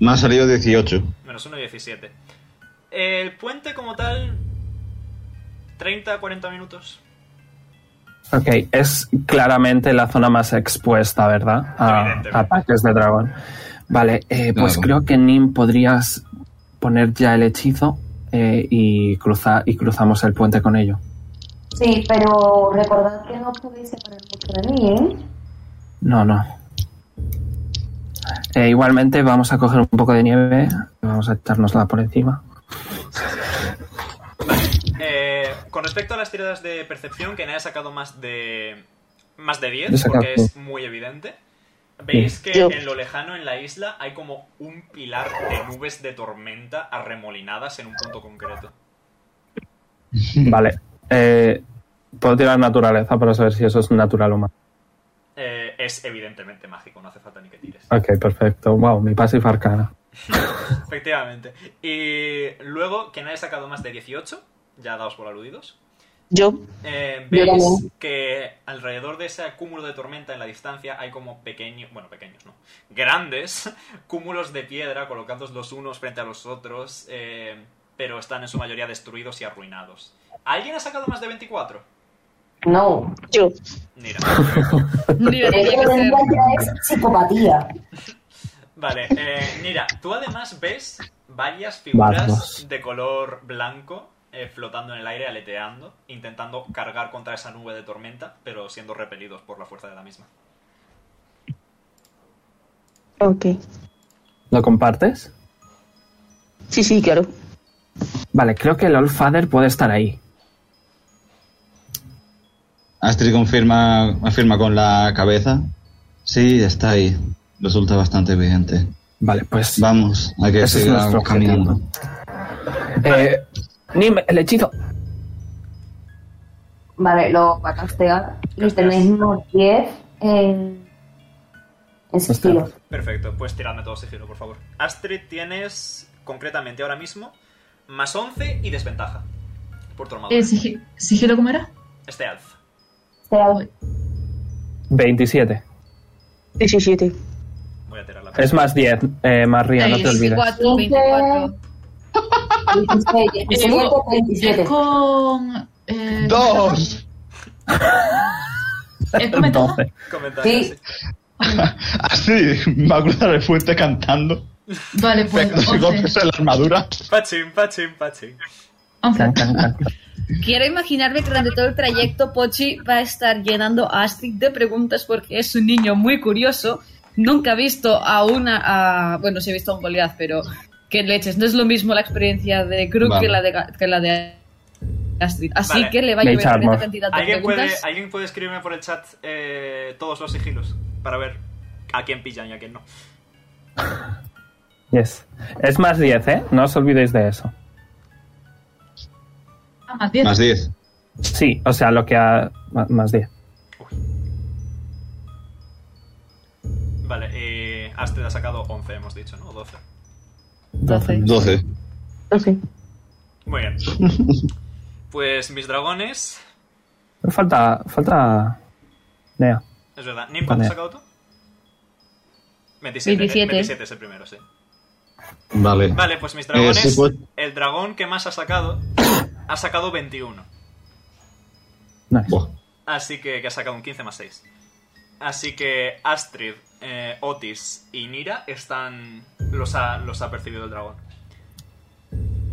me ha salido 18. Menos uno, 17. El puente como tal... 30, 40 minutos. Ok, es claramente la zona más expuesta, ¿verdad? A, Evidentemente. a ataques de dragón. Vale, eh, pues Claro. creo que Nim podrías poner ya el hechizo eh, y, cruza- y cruzamos el puente con ello. Sí, pero recordad que no os podéis separar mucho de mí, ¿eh? No, no. Eh, igualmente vamos a coger un poco de nieve, vamos a echárnosla por encima. Eh, con respecto a las tiradas de percepción, que nadie ha sacado más de. más de Yo he 10, sacado porque es muy evidente. Veis que Yo. en lo lejano, en la isla, hay como un pilar de nubes de tormenta arremolinadas en un punto concreto. Vale. eh, Puedo tirar naturaleza para saber si eso es natural o no. Eh, es evidentemente mágico, no hace falta ni que tires. Ok, perfecto. Wow, mi pasiva arcana. Efectivamente. Y luego, que nadie ha sacado más de 18, ya daos por aludidos. Yo. Eh, Yo veis también. que alrededor de ese cúmulo de tormenta en la distancia hay como pequeños, bueno, pequeños, ¿no? Grandes cúmulos de piedra colocados los unos frente a los otros, eh, pero están en su mayoría destruidos y arruinados. ¿Alguien ha sacado más de 24? No. Yo. Mira. Mira, El tenía que de ser. ya es psicopatía. Vale, eh, mira, tú además ves varias figuras Bardos. de color blanco eh, flotando en el aire, aleteando, intentando cargar contra esa nube de tormenta, pero siendo repelidos por la fuerza de la misma. Ok. ¿Lo compartes? Sí, sí, claro. Vale, creo que el Old Father puede estar ahí. Astrid confirma, afirma con la cabeza. Sí, está ahí. Resulta bastante evidente. Vale, pues. Vamos, hay que Ese es seguir nuestro caminando. Eh, Nim, el hechizo. Vale, lo va a castear. Y tenéis unos 10 en. en sigilo. Perfecto, pues tiradme todo sigilo, por favor. Astrid tienes, concretamente ahora mismo, más 11 y desventaja por tu armadura. Eh, sigi- ¿Sigilo cómo era? Este alza. Será 27. 17. Voy a tirar la Es más 10, eh, más Ria, no te olvides. 24, 24. 16, Eh, 17, Es 27. eh, con. eh, ¡Dos! ¿Es con ventaja? 12. Comentario, Sí. sí. Astrid va a cruzar el puente cantando, Vale, pues. pegándose 11. golpes en la armadura. Pachín, pachín, pachín. 11. Can, can, can. Quiero imaginarme que durante todo el trayecto Pochi va a estar llenando a Astrid de preguntas porque es un niño muy curioso. Nunca ha visto a una. a- bueno, sí he visto a un Goliath, pero. ¿Qué leches? No es lo mismo la experiencia de Krug Vale. que, la de, Ga- que la de Astrid. Así Vale. que le va a Mage llover una armor. cantidad de ¿Alguien puede, preguntas. ¿Alguien puede escribirme por el chat eh, todos los sigilos? Para ver a quién pillan y a quién no. Yes. Es más 10, ¿eh? No os olvidéis de eso. Ah, más 10. Más 10. Sí, o sea, lo que ha. ma- Más 10. Vale, eh, Astrid ha sacado 11, hemos dicho, ¿no? 12. 12. 12. Muy bien. Pues mis dragones. Falta. Falta. Nea. Es verdad. ¿Nim cuánto has Vale. sacado tú? 27. 27. 27 es el primero, sí. Vale. Vale, pues mis Eh, dragones. sí, pues- El dragón que más ha sacado ha sacado 21. Buah. Así que, que ha sacado un 15 más 6. Así que Astrid, eh, Otis y Nira están. Los ha, los ha percibido el dragón.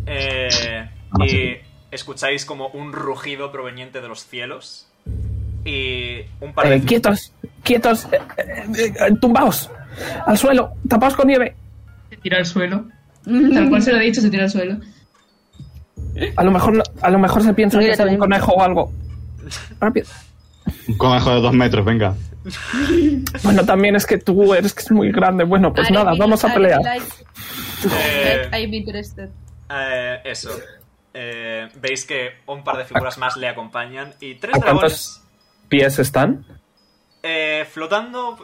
Eh, Ah, y escucháis como un rugido proveniente de los cielos. Y un par de. Eh, quietos, quietos, eh, eh, eh, tumbaos al suelo, tapaos con nieve. Se tira al suelo. Tal cual se lo he dicho, se tira al suelo. A lo mejor, no- a lo mejor se piensa que es un conejo o algo. Rápido. Un conejo de dos metros, venga. Bueno, también es que tú eres que es muy grande. Bueno, pues I nada, really- vamos a I pelear. really like Eh, that. I'm interested. Eh, eso. Eh, Veis que un par de Ah. figuras más le acompañan y tres ¿A dragones cuántos pies están? eh, flotando.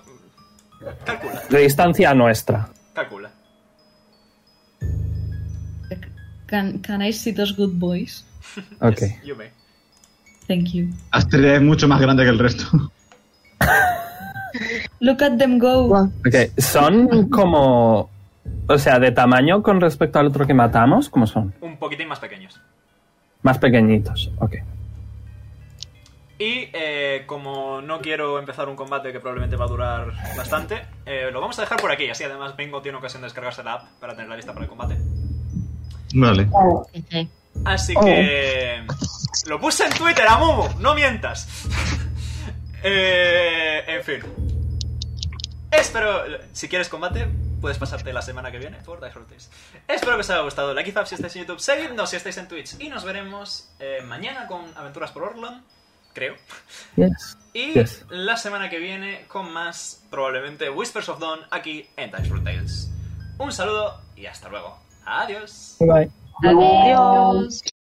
Calcula, De distancia a nuestra. calcula. Can, can I see those good boys? Ok. Yes, you may. Thank you. Astrid es mucho más grande que el resto. Look at them go. Ok, Son como. O sea, de tamaño con respecto al otro que matamos, ¿cómo son? Un poquitín más pequeños. Más pequeñitos. Ok. Y eh, como no quiero empezar un combate que probablemente va a durar bastante, eh, lo vamos a dejar por aquí. Así además Bingo tiene ocasión de descargarse la app para tener la lista para el combate. Vale. Así que. Lo puse en Twitter, a Momo, no mientas. Eh, en fin. Espero. Si quieres combate, puedes pasarte la semana que viene por Dice Roll Tales. Espero que os haya gustado. Like y Fab si estáis en YouTube. Seguidnos si estáis en Twitch. Y nos veremos eh, mañana con Aventuras por Orland, creo. Yes. Y Yes. la semana que viene con más, probablemente, Whispers of Dawn aquí en Dice Roll Tales. Un saludo y hasta luego. Adiós. Bye. Adiós.